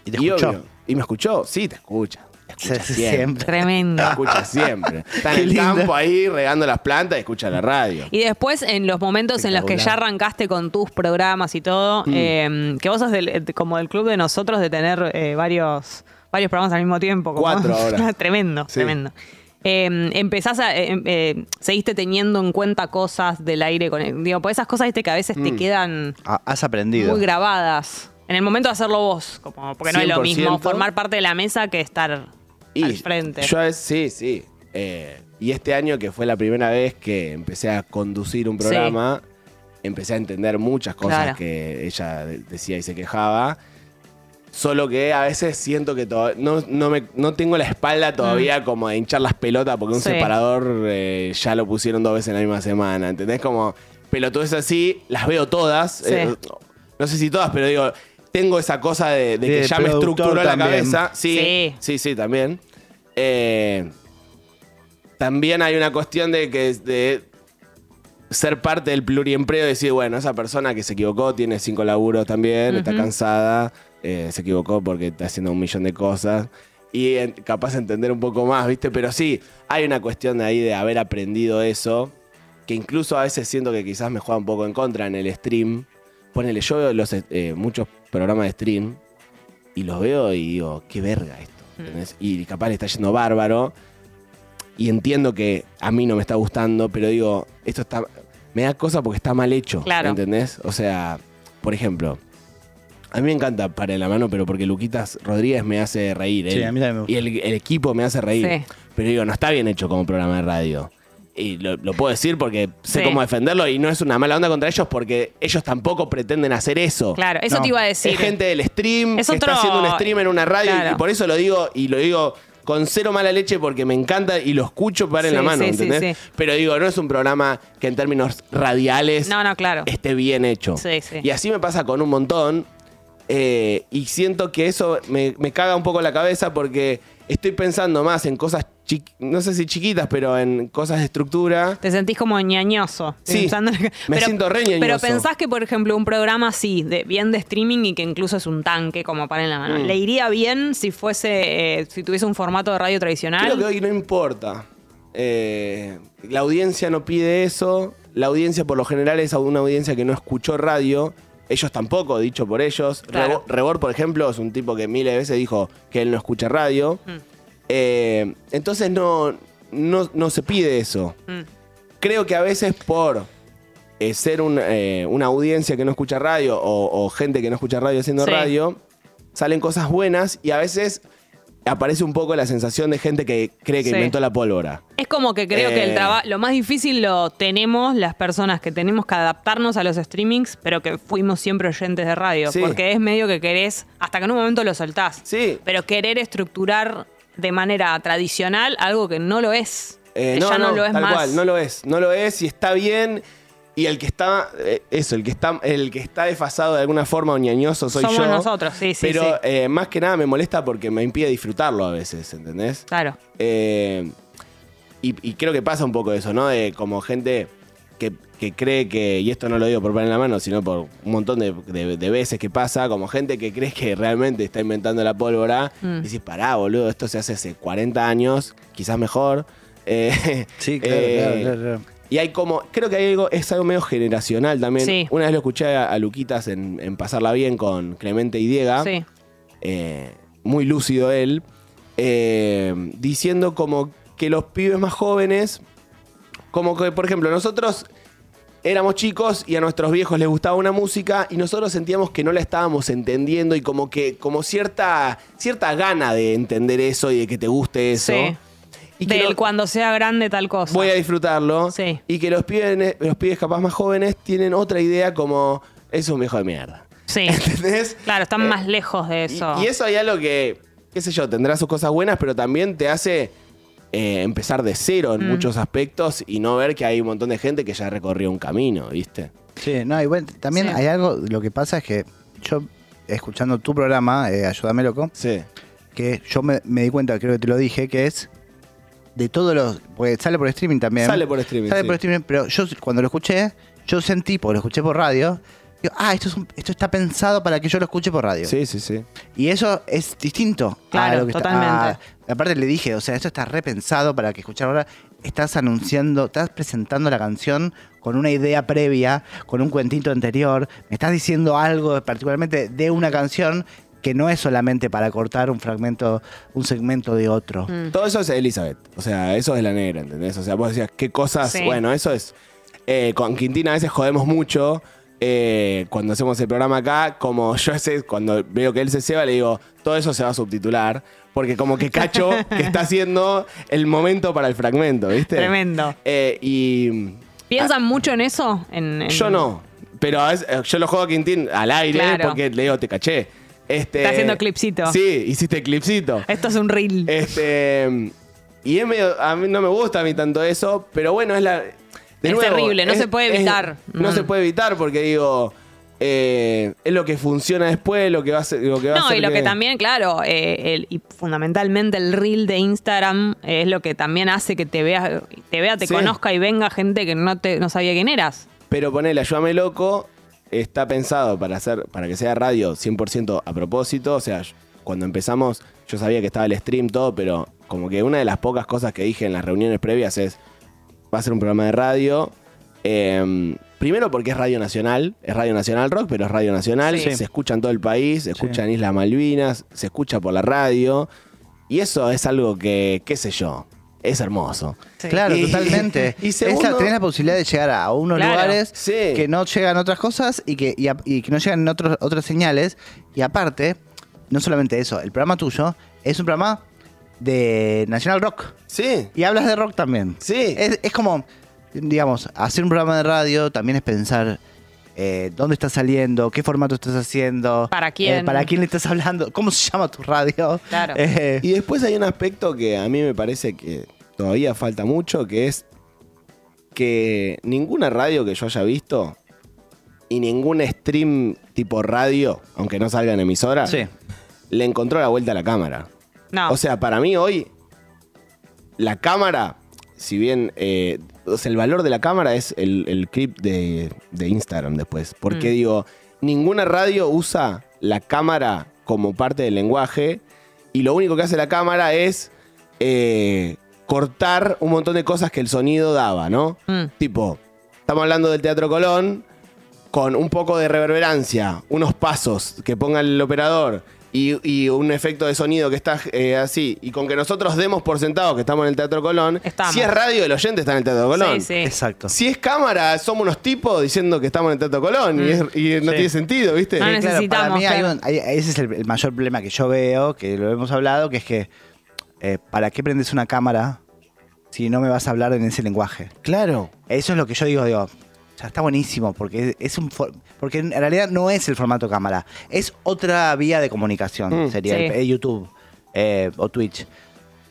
Speaker 4: Y te escuchó.
Speaker 5: y me escuchó. Sí, te escucha. Te escucha
Speaker 4: Sí,
Speaker 5: siempre.
Speaker 4: siempre.
Speaker 5: Te
Speaker 3: Tremendo.
Speaker 5: escucha siempre. Está en
Speaker 4: Qué
Speaker 5: el
Speaker 4: lindo.
Speaker 5: campo ahí regando las plantas y escucha la radio.
Speaker 3: Y después, en los momentos en los que ya arrancaste con tus programas y todo,
Speaker 5: Mm.
Speaker 3: eh, que vos sos del- de- como del club de nosotros de tener eh, varios, varios programas al mismo tiempo. como-
Speaker 5: Cuatro ahora.
Speaker 3: tremendo,
Speaker 5: Sí.
Speaker 3: tremendo. Eh, empezás a. eh, eh, seguiste teniendo en cuenta cosas del aire. Con, digo, por esas cosas viste, que a veces
Speaker 5: Mm.
Speaker 3: te quedan
Speaker 4: Ah, Has aprendido.
Speaker 3: muy grabadas. En el momento de hacerlo vos, como, porque no es lo mismo
Speaker 5: 100%.
Speaker 3: formar parte de la mesa que estar al frente.
Speaker 5: Yo a veces, sí, sí. Eh, y este año, que fue la primera vez que empecé a conducir un programa, empecé a entender muchas cosas
Speaker 3: Claro.
Speaker 5: que ella de- decía y se quejaba. Solo que a veces siento que toda- no, no, me- no tengo la espalda todavía como de hinchar las pelotas porque un
Speaker 3: Mm. Sí.
Speaker 5: separador eh, ya lo pusieron dos veces en la misma semana. ¿Entendés? Como pelotudes así, las veo todas.
Speaker 3: Sí.
Speaker 5: eh, no sé si todas, pero digo, tengo esa cosa de, de
Speaker 4: Sí,
Speaker 5: que
Speaker 4: de
Speaker 5: ya me
Speaker 4: productor
Speaker 5: estructuró la
Speaker 4: también.
Speaker 5: cabeza. Sí,
Speaker 3: Sí.
Speaker 5: sí, sí, también. Eh, también hay una cuestión de que de ser parte del pluriempleo y decir, bueno, esa persona que se equivocó tiene cinco laburos también, está cansada, eh, se equivocó porque está haciendo un millón de cosas. Y en- capaz de entender un poco más, ¿viste? Pero sí, hay una cuestión de ahí de haber aprendido eso, que incluso a veces siento que quizás me juega un poco en contra en el stream. Ponele, yo veo los, eh, muchos programas de stream y los veo y digo, qué verga esto. ¿entendés? Y capaz le está yendo bárbaro. Y entiendo que a mí no me está gustando, pero digo, esto está. Me da cosa porque está mal hecho.
Speaker 3: Claro.
Speaker 5: ¿Entendés? O sea, por ejemplo, a mí me encanta para la mano, pero porque Luquitas Rodríguez me hace reír.
Speaker 4: Sí,
Speaker 5: él-
Speaker 4: a mí también me gusta.
Speaker 5: Y el, el equipo me hace reír.
Speaker 3: Sí.
Speaker 5: Pero digo, no está bien hecho como programa de radio. Y lo, lo puedo decir porque sé
Speaker 3: Sí.
Speaker 5: cómo defenderlo y no es una mala onda contra ellos porque ellos tampoco pretenden hacer eso.
Speaker 3: Claro, eso
Speaker 4: No.
Speaker 3: te iba a decir.
Speaker 5: Es gente del stream,
Speaker 3: Es
Speaker 5: que
Speaker 3: otro-
Speaker 5: está haciendo un stream en una radio
Speaker 3: Claro.
Speaker 5: y por eso lo digo y lo digo con cero mala leche porque me encanta y lo escucho para en
Speaker 3: Sí,
Speaker 5: la mano,
Speaker 3: sí, sí,
Speaker 5: ¿entendés?
Speaker 3: sí.
Speaker 5: Pero digo, no es un programa que en términos radiales
Speaker 3: No, no, claro.
Speaker 5: esté bien hecho.
Speaker 3: Sí, sí.
Speaker 5: Y así me pasa con un montón. eh, y siento que eso me, me caga un poco la cabeza porque estoy pensando más en cosas, chi- no sé si chiquitas, pero en cosas de estructura.
Speaker 3: Te sentís como ñañoso.
Speaker 5: Sí,
Speaker 3: Pensando en-
Speaker 5: me siento re ñañoso.
Speaker 3: Pero pensás que, por ejemplo, un programa así, de, bien de streaming y que incluso es un tanque como para en la
Speaker 5: Mm.
Speaker 3: mano, ¿le iría bien si fuese, eh, si tuviese un formato de radio tradicional?
Speaker 5: Creo que hoy no importa. Eh, la audiencia no pide eso. La audiencia por lo general es una audiencia que no escuchó radio Ellos tampoco, dicho por ellos.
Speaker 3: Claro.
Speaker 5: Rebo- Rebor, por ejemplo, es un tipo que miles de veces dijo que él no escucha radio.
Speaker 3: Mm.
Speaker 5: Eh, entonces no, no, no se pide eso.
Speaker 3: Mm.
Speaker 5: Creo que a veces por eh, ser un, eh, una audiencia que no escucha radio o, o gente que no escucha radio haciendo
Speaker 3: Sí.
Speaker 5: radio, salen cosas buenas y a veces aparece un poco la sensación de gente que cree que
Speaker 3: Sí.
Speaker 5: inventó la pólvora.
Speaker 3: Es como que creo que el
Speaker 5: Eh.
Speaker 3: trabajo, lo más difícil lo tenemos las personas que tenemos que adaptarnos a los streamings, pero que fuimos siempre oyentes de radio,
Speaker 5: Sí.
Speaker 3: porque es medio que querés, hasta que en un momento lo soltás,
Speaker 5: Sí.
Speaker 3: pero querer estructurar de manera tradicional algo que no lo es,
Speaker 5: Eh,
Speaker 3: que ya no, lo es
Speaker 5: tal
Speaker 3: más.
Speaker 5: cual, no lo es, no lo es y está bien. Y el que está, eh, eso, el que está, el que está desfasado de alguna forma o ñañoso soy
Speaker 3: Somos
Speaker 5: yo.
Speaker 3: nosotros, sí, sí,
Speaker 5: Pero
Speaker 3: sí.
Speaker 5: eh, más que nada me molesta porque me impide disfrutarlo a veces, ¿entendés?
Speaker 3: Claro.
Speaker 5: Eh, y, y creo que pasa un poco eso, ¿no? De como gente que, que cree que, y esto no lo digo por poner en la mano, sino por un montón de, de- de veces que pasa, como gente que cree que realmente está inventando la pólvora.
Speaker 3: Mm.
Speaker 5: Y decís, pará, boludo, esto se hace hace 40 años, quizás mejor. Eh,
Speaker 4: Sí, claro,
Speaker 5: eh,
Speaker 4: claro, claro, claro.
Speaker 5: Y hay como, creo que hay algo, es algo medio generacional también.
Speaker 3: Sí.
Speaker 5: Una vez lo escuché a, a Luquitas en, en Pasarla Bien con Clemente y Diega
Speaker 3: Sí.
Speaker 5: eh, muy lúcido él, eh, diciendo como que los pibes más jóvenes, como que, por ejemplo, nosotros éramos chicos y a nuestros viejos les gustaba una música y nosotros sentíamos que no la estábamos entendiendo y como que, como cierta, cierta gana de entender eso y de que te guste eso.
Speaker 3: Sí.
Speaker 5: Y que
Speaker 3: Del
Speaker 5: lo-
Speaker 3: cuando sea grande tal cosa.
Speaker 5: voy a disfrutarlo.
Speaker 3: Sí.
Speaker 5: Y que los pibes, los pibes capaz más jóvenes tienen otra idea como, es un viejo de mierda.
Speaker 3: Sí.
Speaker 5: ¿Entendés?
Speaker 3: Claro, están
Speaker 5: Eh,
Speaker 3: más lejos de
Speaker 5: y-
Speaker 3: eso.
Speaker 5: Y, eso hay algo que, qué sé yo, tendrá sus cosas buenas, pero también te hace eh, empezar de cero en muchos aspectos y no ver que hay un montón de gente que ya recorrió un camino, ¿viste?
Speaker 4: Sí, no, igual también
Speaker 3: Sí.
Speaker 4: hay algo, lo que pasa es que yo, escuchando tu programa, eh, Ayúdame Loco,
Speaker 5: Sí.
Speaker 4: que yo me, me di cuenta, creo que te lo dije, que es de todos los. Porque sale por streaming también.
Speaker 5: Sale por streaming,
Speaker 4: Sale
Speaker 5: sí.
Speaker 4: por streaming, pero yo cuando lo escuché, yo sentí, porque lo escuché por radio, digo, ah, esto, es un- esto está pensado para que yo lo escuche por radio.
Speaker 5: Sí, sí, sí.
Speaker 4: Y eso es distinto.
Speaker 3: Claro,
Speaker 4: a lo que está-
Speaker 3: totalmente.
Speaker 4: a- aparte le dije, o sea, esto está repensado para que escuchar ahora. Estás anunciando, estás presentando la canción con una idea previa, con un cuentito anterior. Me estás diciendo algo particularmente de una canción que no es solamente para cortar un fragmento, un segmento de otro.
Speaker 3: Mm.
Speaker 5: Todo eso es Elizabeth. O sea, eso es la negra, ¿entendés? O sea, vos decías, qué cosas.
Speaker 3: Sí.
Speaker 5: Bueno, eso es. eh, con Quintina a veces jodemos mucho. eh, cuando hacemos el programa acá, como yo ese, cuando veo que él se ceba, le digo, todo eso se va a subtitular. Porque como que cacho que está haciendo el momento para el fragmento, ¿viste?
Speaker 3: Tremendo.
Speaker 5: Eh, y.
Speaker 3: ¿Piensan mucho en eso? En- en-
Speaker 5: Yo no. Pero a veces, eh, yo lo juego a Quintín al aire
Speaker 3: Claro.
Speaker 5: porque le digo, te caché. Este,
Speaker 3: Está haciendo clipcito.
Speaker 5: Sí, hiciste clipsito.
Speaker 3: Esto es un reel.
Speaker 5: Eh, Este. Y es medio- a mí no me gusta a mí tanto eso, pero bueno, es la. de
Speaker 3: Es terrible, no se puede evitar.
Speaker 5: no
Speaker 3: Mm.
Speaker 5: se puede evitar porque digo. eh, es lo que funciona después, lo que va a ser. Lo que va a
Speaker 3: No,
Speaker 5: hacer
Speaker 3: y lo que también, claro, eh, el- y fundamentalmente el reel de Instagram es lo que también hace que te veas, te vea, te
Speaker 5: Sí.
Speaker 3: conozca y venga gente que no te no sabía quién eras.
Speaker 5: Pero ponele, ayúdame loco, está pensado para hacer, para que sea radio 100% a propósito. O sea, yo- cuando empezamos, yo sabía que estaba el stream, todo, pero como que una de las pocas cosas que dije en las reuniones previas es: va a ser un programa de radio. eh, primero porque es radio nacional, es radio nacional rock, pero es radio nacional.
Speaker 3: Sí.
Speaker 5: Se escucha en todo el país, se escucha en Islas Malvinas, se escucha por la radio. Y eso es algo que, qué sé yo, es hermoso.
Speaker 4: Claro,
Speaker 5: Y-
Speaker 4: totalmente.
Speaker 5: y
Speaker 4: Esa
Speaker 5: segundo-
Speaker 4: tenés la posibilidad de llegar a unos
Speaker 3: Claro.
Speaker 4: lugares
Speaker 5: Sí.
Speaker 4: que no llegan otras cosas y que, y a- y que no llegan en otros, otras señales. Y aparte, no solamente eso, el programa tuyo es un programa de National Rock.
Speaker 5: Sí.
Speaker 4: Y hablas de rock también.
Speaker 5: Sí.
Speaker 4: Es, es como, digamos, hacer un programa de radio también es pensar eh, dónde estás saliendo, qué formato estás haciendo.
Speaker 3: Para quién.
Speaker 4: eh, para quién le estás hablando, cómo se llama tu radio.
Speaker 3: Claro.
Speaker 4: Eh,
Speaker 5: Y después hay un aspecto que a mí me parece que todavía falta mucho, que es que ninguna radio que yo haya visto y ningún stream tipo radio, aunque no salga en emisora,
Speaker 4: sí.
Speaker 3: Eh,
Speaker 5: le encontró la vuelta a la cámara.
Speaker 3: No.
Speaker 5: O sea, para mí hoy, la cámara, si bien. eh, o sea, el valor de la cámara es el, el clip de, de Instagram después.
Speaker 3: Mm.
Speaker 5: Porque digo, ninguna radio usa la cámara como parte del lenguaje. Y lo único que hace la cámara es. eh, cortar un montón de cosas que el sonido daba, ¿no?
Speaker 3: Mm.
Speaker 5: Tipo, estamos hablando del Teatro Colón. con un poco de reverberancia, unos pasos que ponga el operador y, y un efecto de sonido que está eh, así, y con que nosotros demos por sentado que estamos en el Teatro Colón,
Speaker 3: Estamos.
Speaker 5: si es radio, el oyente está en el Teatro Colón.
Speaker 3: Sí, sí.
Speaker 4: Exacto.
Speaker 5: Si es cámara, somos unos tipos diciendo que estamos en el Teatro Colón y, es- y no
Speaker 4: Sí.
Speaker 5: tiene sentido, ¿viste?
Speaker 3: Mm. No
Speaker 4: Sí, claro, para
Speaker 3: necesitamos,
Speaker 4: mí hay
Speaker 3: claro.
Speaker 4: un- hay- ese es el, el mayor problema que yo veo, que lo hemos hablado, que es que eh, ¿para qué prendes una cámara si no me vas a hablar en ese lenguaje?
Speaker 5: Claro.
Speaker 4: Eso es lo que yo digo, digo, ya está buenísimo, porque es, es un for- porque en realidad no es el formato cámara, es otra vía de comunicación,
Speaker 5: Mm.
Speaker 4: sería
Speaker 3: Sí.
Speaker 4: el- eh, YouTube eh, o Twitch.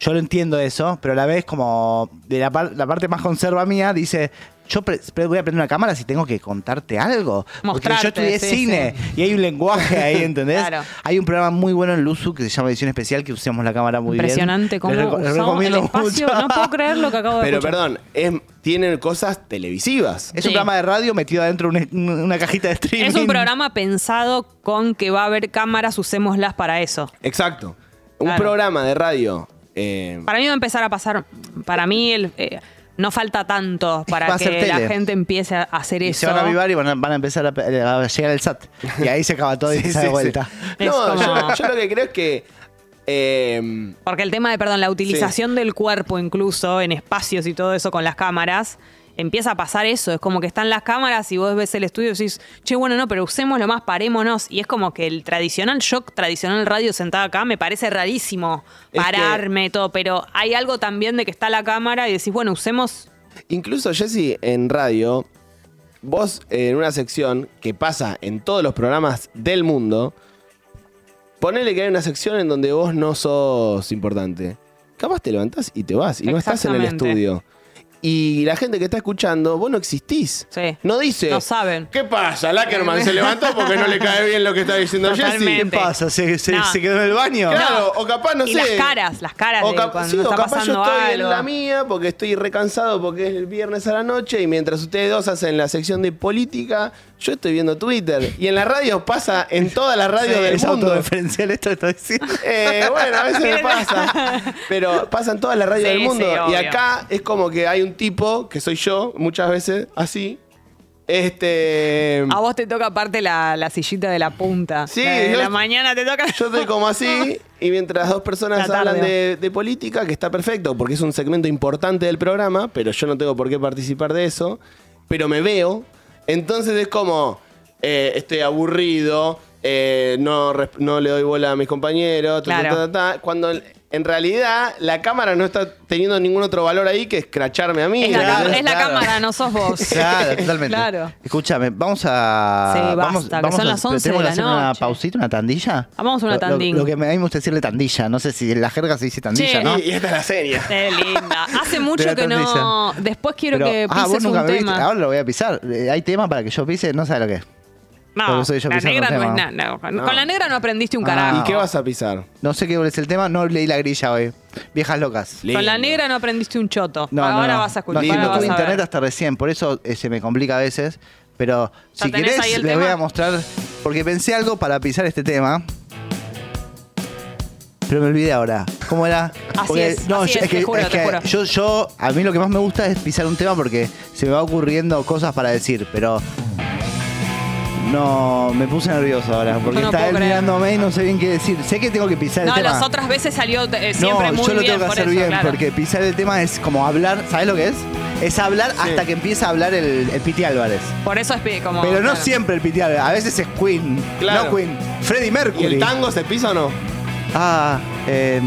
Speaker 4: Yo lo entiendo eso, pero a la vez como de la, par- la parte más conserva mía dice, yo pre- pre- voy a prender una cámara si tengo que contarte algo. Porque
Speaker 3: Mostrarte,
Speaker 4: yo estudié
Speaker 3: sí,
Speaker 4: cine y hay un lenguaje ahí, ¿entendés?
Speaker 3: Claro.
Speaker 4: Hay un programa muy bueno en Luzu que se llama Edición Especial que usamos la cámara muy
Speaker 3: Impresionante
Speaker 4: bien.
Speaker 3: cómo
Speaker 4: Les reco- les
Speaker 3: usamos el
Speaker 4: recomiendo
Speaker 3: espacio.
Speaker 4: mucho.
Speaker 3: No puedo creer lo que acabo de
Speaker 5: Pero
Speaker 3: escuchar.
Speaker 5: perdón, es, tienen cosas televisivas.
Speaker 4: Es
Speaker 3: Sí.
Speaker 4: un programa de radio metido adentro de una, una cajita de streaming.
Speaker 3: Es un programa pensado con que va a haber cámaras, usémoslas para eso.
Speaker 5: Exacto. Un
Speaker 3: Claro.
Speaker 5: programa de radio. eh,
Speaker 3: Para mí va a empezar a pasar. Para mí el, eh, no falta tanto
Speaker 4: Va
Speaker 3: para
Speaker 4: a
Speaker 3: que
Speaker 4: ser
Speaker 3: la
Speaker 4: tele.
Speaker 3: gente empiece a hacer
Speaker 4: Y
Speaker 3: eso.
Speaker 4: se van a avivar y van a, van a empezar a, a llegar al SAT. Y ahí se acaba todo y se da
Speaker 5: sí, sí.
Speaker 4: vuelta.
Speaker 3: Es
Speaker 5: No,
Speaker 3: como-
Speaker 5: yo, yo lo que creo es que. eh,
Speaker 3: Porque el tema de, perdón, la utilización del cuerpo incluso en espacios y todo eso con las cámaras, empieza a pasar eso. Es como que están las cámaras y vos ves el estudio y decís, che, bueno, no, pero usémoslo más, parémonos. Y es como que el tradicional shock, tradicional radio sentada acá, me parece rarísimo
Speaker 5: Es que-
Speaker 3: pararme, todo. Pero hay algo también de que está la cámara y decís, bueno, usemos...
Speaker 5: Incluso, Jesse, en radio, vos eh, en una sección que pasa en todos los programas del mundo, ponele que hay una sección en donde vos no sos importante. Capaz te levantás y te vas y no estás en el
Speaker 3: Exactamente.
Speaker 5: estudio. Y la gente que está escuchando, vos no existís.
Speaker 3: Sí.
Speaker 5: No dice.
Speaker 3: No saben.
Speaker 5: ¿Qué pasa? Lackerman se levantó porque no le cae bien lo que está diciendo
Speaker 3: Totalmente.
Speaker 5: Jesse.
Speaker 4: ¿Qué pasa? ¿Se, se-
Speaker 3: No.
Speaker 4: se quedó en el baño?
Speaker 5: Claro, o capaz no
Speaker 3: y
Speaker 5: sé.
Speaker 3: las caras, las caras
Speaker 5: O
Speaker 3: de
Speaker 5: cap-
Speaker 3: cuando
Speaker 5: sí, o
Speaker 3: está
Speaker 5: capaz yo
Speaker 3: pasando
Speaker 5: estoy en
Speaker 3: algo.
Speaker 5: la mía porque estoy recansado porque es el viernes a la noche y mientras ustedes dos hacen la sección de política, yo estoy viendo Twitter. Y en la radio pasa, en todas las radios del
Speaker 4: Es
Speaker 5: mundo.
Speaker 4: autoreferencial esto que estoy diciendo.
Speaker 5: Eh, bueno, a veces me pasa. Pero pasa en todas las radios
Speaker 3: Sí,
Speaker 5: del mundo.
Speaker 3: sí,
Speaker 5: y
Speaker 3: obvio.
Speaker 5: acá es como que hay un tipo, que soy yo, muchas veces, así. Este.
Speaker 3: A vos te toca aparte la, la sillita de la punta.
Speaker 5: Sí,
Speaker 3: La de
Speaker 5: yo-
Speaker 3: la mañana te toca...
Speaker 5: Yo estoy como así y mientras dos personas
Speaker 3: La tarde.
Speaker 5: hablan de, de política, que está perfecto porque es un segmento importante del programa, pero yo no tengo por qué participar de eso, pero me veo, entonces es como, eh, estoy aburrido, eh, no, resp- no le doy bola a mis compañeros, ta, ta,
Speaker 3: Claro.
Speaker 5: ta, ta, ta, cuando en- en realidad la cámara no está teniendo ningún otro valor ahí que escracharme a mí.
Speaker 3: Es la,
Speaker 4: Claro,
Speaker 3: es la
Speaker 4: claro.
Speaker 3: cámara, no sos vos.
Speaker 4: Claro, totalmente.
Speaker 3: Claro.
Speaker 4: Escúchame, vamos a.
Speaker 3: Sí, basta,
Speaker 4: vamos,
Speaker 3: que son las 11
Speaker 4: ¿Tenemos
Speaker 3: de
Speaker 4: que
Speaker 3: la
Speaker 4: hacer una
Speaker 3: noche. Ah,
Speaker 4: pausita, una tandilla?
Speaker 3: Vamos a una
Speaker 4: Lo- lo-
Speaker 3: tandín.
Speaker 4: Lo, que me, a mí me gusta decirle tandilla. No sé si en la jerga se dice tandilla,
Speaker 3: Che.
Speaker 4: ¿no?
Speaker 5: Y, y esta es la seña.
Speaker 3: Qué linda. Hace
Speaker 4: De
Speaker 3: mucho
Speaker 4: la
Speaker 3: que no.
Speaker 4: tortilla.
Speaker 3: Después quiero
Speaker 4: Pero-
Speaker 3: que pises
Speaker 4: ah, vos nunca
Speaker 3: un
Speaker 4: me viste.
Speaker 3: tema.
Speaker 4: Ahora lo voy a pisar. Eh, Hay tema para que yo pise, no sabe lo que es.
Speaker 3: no,
Speaker 4: porque soy yo
Speaker 3: la
Speaker 4: pisando
Speaker 3: negra no
Speaker 4: un
Speaker 3: es
Speaker 4: tema.
Speaker 3: nada. no, con-
Speaker 5: No.
Speaker 3: Con la negra no aprendiste un
Speaker 4: Ah.
Speaker 3: carajo.
Speaker 5: ¿Y qué vas a pisar?
Speaker 4: No sé qué es el tema, no leí la grilla hoy. Viejas locas.
Speaker 3: Con la
Speaker 5: Lindo.
Speaker 3: negra no aprendiste un choto.
Speaker 4: No, no,
Speaker 3: ahora
Speaker 4: no.
Speaker 3: vas a escuchar.
Speaker 4: No,
Speaker 3: ahora
Speaker 4: no
Speaker 3: vas
Speaker 4: tuve
Speaker 3: a ver.
Speaker 4: internet hasta recién, por eso eh, se me complica a veces. Pero
Speaker 3: ¿Ya
Speaker 4: si
Speaker 3: tenés
Speaker 4: querés,
Speaker 3: ahí
Speaker 4: les
Speaker 3: el tema?
Speaker 4: voy a mostrar. Porque pensé algo para pisar este tema. Pero me olvidé ahora. ¿Cómo era?
Speaker 3: Así
Speaker 4: Porque-
Speaker 3: es, así es, te juro, te juro.
Speaker 4: Yo, yo, a mí lo que más me gusta es pisar un tema porque se me va ocurriendo cosas para decir, pero. No, me puse nervioso ahora porque
Speaker 3: Yo no
Speaker 4: está
Speaker 3: puedo
Speaker 4: él
Speaker 3: creer.
Speaker 4: mirándome y no sé bien qué decir. Sé que tengo que pisar
Speaker 3: No,
Speaker 4: el tema.
Speaker 3: las otras veces salió eh, siempre
Speaker 4: no,
Speaker 3: muy
Speaker 4: yo lo
Speaker 3: bien.
Speaker 4: tengo que
Speaker 3: por
Speaker 4: hacer
Speaker 3: eso,
Speaker 4: bien,
Speaker 3: claro.
Speaker 4: porque pisar el tema es como hablar, ¿sabes lo que es? Es hablar hasta que empieza a hablar el, el Piti Álvarez.
Speaker 3: Por eso es pe- como.
Speaker 4: Pero no
Speaker 3: claro.
Speaker 4: siempre el Piti Álvarez, a veces es Queen.
Speaker 5: Claro.
Speaker 4: No Queen, Freddie
Speaker 5: ¿Y
Speaker 4: Mercury.
Speaker 5: el tango se pisa o no?
Speaker 4: Ah, eh,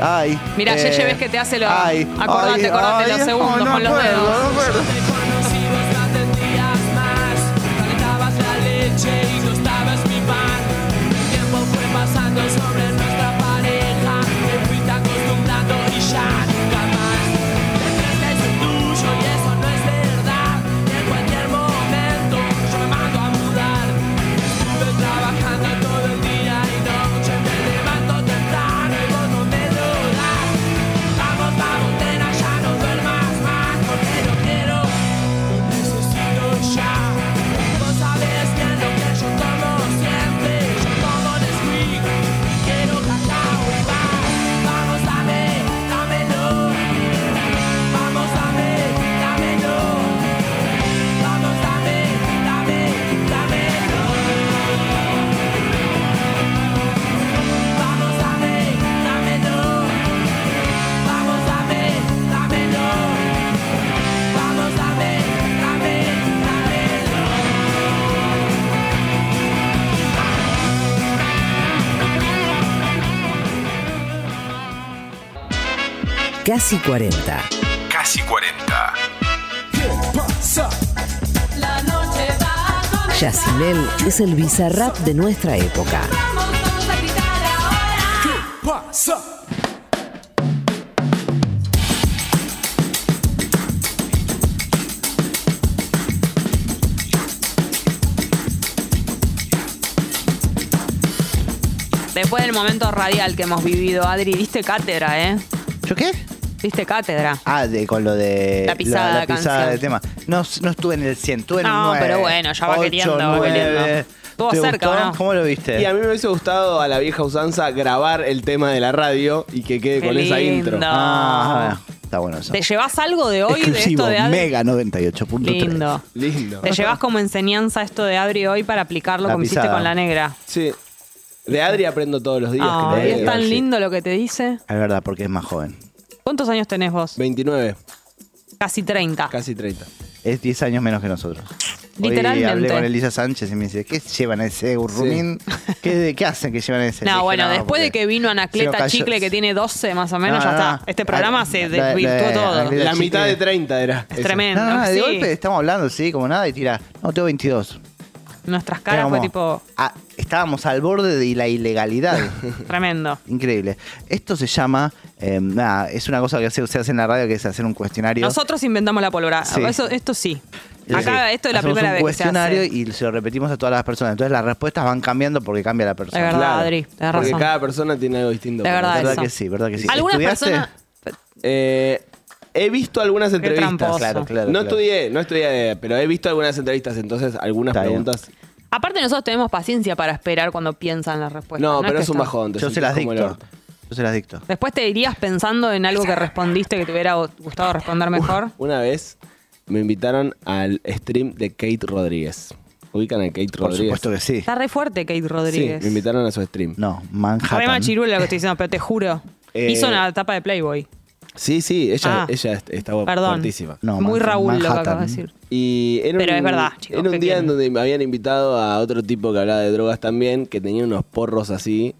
Speaker 4: ay.
Speaker 3: Mirá,
Speaker 4: eh,
Speaker 3: Yeye, ves que te hace lo-
Speaker 4: Ay,
Speaker 3: Acordate,
Speaker 4: ay,
Speaker 3: acordate los
Speaker 4: ay,
Speaker 3: segundos
Speaker 4: no
Speaker 3: con los
Speaker 4: acuerdo,
Speaker 3: dedos.
Speaker 4: no acuerdo.
Speaker 6: Vamos, vamos, nena, ya no duermas más, porque no
Speaker 1: Casi 40.
Speaker 2: Casi 40.
Speaker 1: Yacinel es el bizarrap de nuestra época.
Speaker 3: Después del momento radial que hemos vivido, Adri, diste cátedra, ¿eh?
Speaker 4: ¿Yo qué?
Speaker 3: Diste cátedra.
Speaker 4: Ah, de, con lo de
Speaker 3: La pisada
Speaker 4: la,
Speaker 3: de
Speaker 4: pisada
Speaker 3: canción.
Speaker 4: del tema. No, no estuve en el 100, estuve en el
Speaker 3: No,
Speaker 4: 9.
Speaker 3: pero bueno, ya va queriendo, va queriendo. Estuvo
Speaker 4: ¿Te
Speaker 3: cerca,
Speaker 4: gustó?
Speaker 3: ¿o no?
Speaker 4: ¿Cómo lo viste?
Speaker 5: Y a mí me hubiese gustado a la vieja usanza grabar el tema de la radio y que quede
Speaker 3: Qué
Speaker 5: con esa
Speaker 3: lindo.
Speaker 5: intro.
Speaker 4: Ah, está bueno eso.
Speaker 3: ¿Te llevas algo de hoy
Speaker 4: Exclusivo,
Speaker 3: de esto de Adri?
Speaker 4: Mega 98.3.
Speaker 3: Lindo.
Speaker 5: Lindo.
Speaker 3: Te llevas como enseñanza esto de Adri hoy para aplicarlo
Speaker 4: La
Speaker 3: como hiciste
Speaker 4: pisada.
Speaker 3: con la negra.
Speaker 5: Sí. De Adri aprendo todos los días.
Speaker 3: Ay,
Speaker 5: creo.
Speaker 3: es tan lindo lo que te dice.
Speaker 4: Es verdad, porque es más joven.
Speaker 3: ¿Cuántos años tenés vos?
Speaker 5: 29,
Speaker 3: Casi 30.
Speaker 5: casi 30.
Speaker 4: Es 10 años menos que nosotros. Hoy hablé
Speaker 3: Literalmente.
Speaker 4: con Elisa Sánchez y me dice, ¿qué llevan ese gurrumín? ¿Qué, de- qué hacen que llevan ese? Le
Speaker 3: No,
Speaker 4: dije,
Speaker 3: bueno,
Speaker 4: "No,
Speaker 3: después de
Speaker 4: porque
Speaker 3: que vino
Speaker 4: se nos
Speaker 3: Anacleta
Speaker 4: cayó".
Speaker 3: Chicle, que tiene 12 más o menos,
Speaker 4: No,
Speaker 3: ya
Speaker 4: no,
Speaker 3: está.
Speaker 4: no.
Speaker 3: Este programa
Speaker 4: Ah,
Speaker 3: se
Speaker 4: la- la-
Speaker 3: desvirtuó todo.
Speaker 4: la-
Speaker 5: La
Speaker 4: Así
Speaker 5: mitad
Speaker 4: que-
Speaker 5: de 30 era.
Speaker 3: Es
Speaker 5: eso.
Speaker 3: tremendo.
Speaker 4: No, no, no, de
Speaker 3: sí.
Speaker 4: golpe estamos hablando, sí, como nada, y tira, no, tengo 22.
Speaker 3: Nuestras
Speaker 4: Era
Speaker 3: caras
Speaker 4: como,
Speaker 3: fue tipo
Speaker 4: ah, estábamos al borde de la ilegalidad.
Speaker 3: tremendo.
Speaker 4: Increíble. Esto se llama, eh, nada, es una cosa que se, se hace en la radio, que es hacer un cuestionario.
Speaker 3: Nosotros inventamos la pólvora.
Speaker 4: Sí.
Speaker 3: Eso, esto sí.
Speaker 4: Es
Speaker 3: Acá
Speaker 4: decir,
Speaker 3: esto es la
Speaker 4: hacemos
Speaker 3: primera vez
Speaker 4: un
Speaker 3: que se
Speaker 4: cuestionario
Speaker 3: hace.
Speaker 4: y se lo repetimos a todas las personas. Entonces las respuestas van cambiando porque cambia la persona.
Speaker 3: Es verdad, Adri, tenés
Speaker 5: Porque
Speaker 3: razón.
Speaker 5: cada persona tiene algo distinto.
Speaker 3: De
Speaker 5: para
Speaker 3: verdad,
Speaker 5: hacer.
Speaker 4: ¿Verdad
Speaker 3: eso.
Speaker 4: que sí? ¿Verdad que sí?
Speaker 3: Algunas
Speaker 4: ¿Estudiaste?
Speaker 3: personas.
Speaker 5: Eh, he visto algunas
Speaker 3: tramposo.
Speaker 5: entrevistas.
Speaker 4: Claro, claro.
Speaker 5: no
Speaker 4: claro.
Speaker 5: estudié, no estudié, eh, pero he visto algunas entrevistas, entonces algunas
Speaker 4: Está bien.
Speaker 5: preguntas.
Speaker 3: Aparte, nosotros tenemos paciencia para esperar cuando piensan las respuestas.
Speaker 5: No, pero
Speaker 3: que
Speaker 5: es un
Speaker 3: están-
Speaker 5: bajón. te
Speaker 4: Yo se
Speaker 5: sentís
Speaker 4: las
Speaker 5: como el
Speaker 4: dicto.
Speaker 5: orto.
Speaker 4: Yo se las dicto.
Speaker 3: Después te irías pensando en algo que respondiste que te hubiera gustado responder mejor.
Speaker 5: Una vez me invitaron al stream de Kate Rodríguez. ¿Ubican a Kate
Speaker 4: Por
Speaker 5: Rodríguez?
Speaker 4: supuesto que sí.
Speaker 3: Está re fuerte Kate
Speaker 5: Sí,
Speaker 3: Rodríguez.
Speaker 5: me invitaron a su stream.
Speaker 4: No,
Speaker 3: Re
Speaker 4: Manhattan.
Speaker 3: machirula lo que estoy diciendo, pero te juro.
Speaker 5: Eh,
Speaker 3: Hizo una tapa de Playboy.
Speaker 5: Sí, sí, ella,
Speaker 3: Ah.
Speaker 5: ella est- está
Speaker 3: Perdón.
Speaker 5: oh, fuertísima.
Speaker 4: No,
Speaker 3: Muy
Speaker 4: Manhattan,
Speaker 3: Raúl lo que acabas
Speaker 4: Manhattan.
Speaker 3: de decir.
Speaker 5: Y era
Speaker 3: Pero
Speaker 5: un,
Speaker 3: es verdad, chicos,
Speaker 5: Era
Speaker 3: ¿qué
Speaker 5: un día
Speaker 3: quieren?
Speaker 5: en donde me habían invitado a otro tipo que hablaba de drogas también, que tenía unos porros así,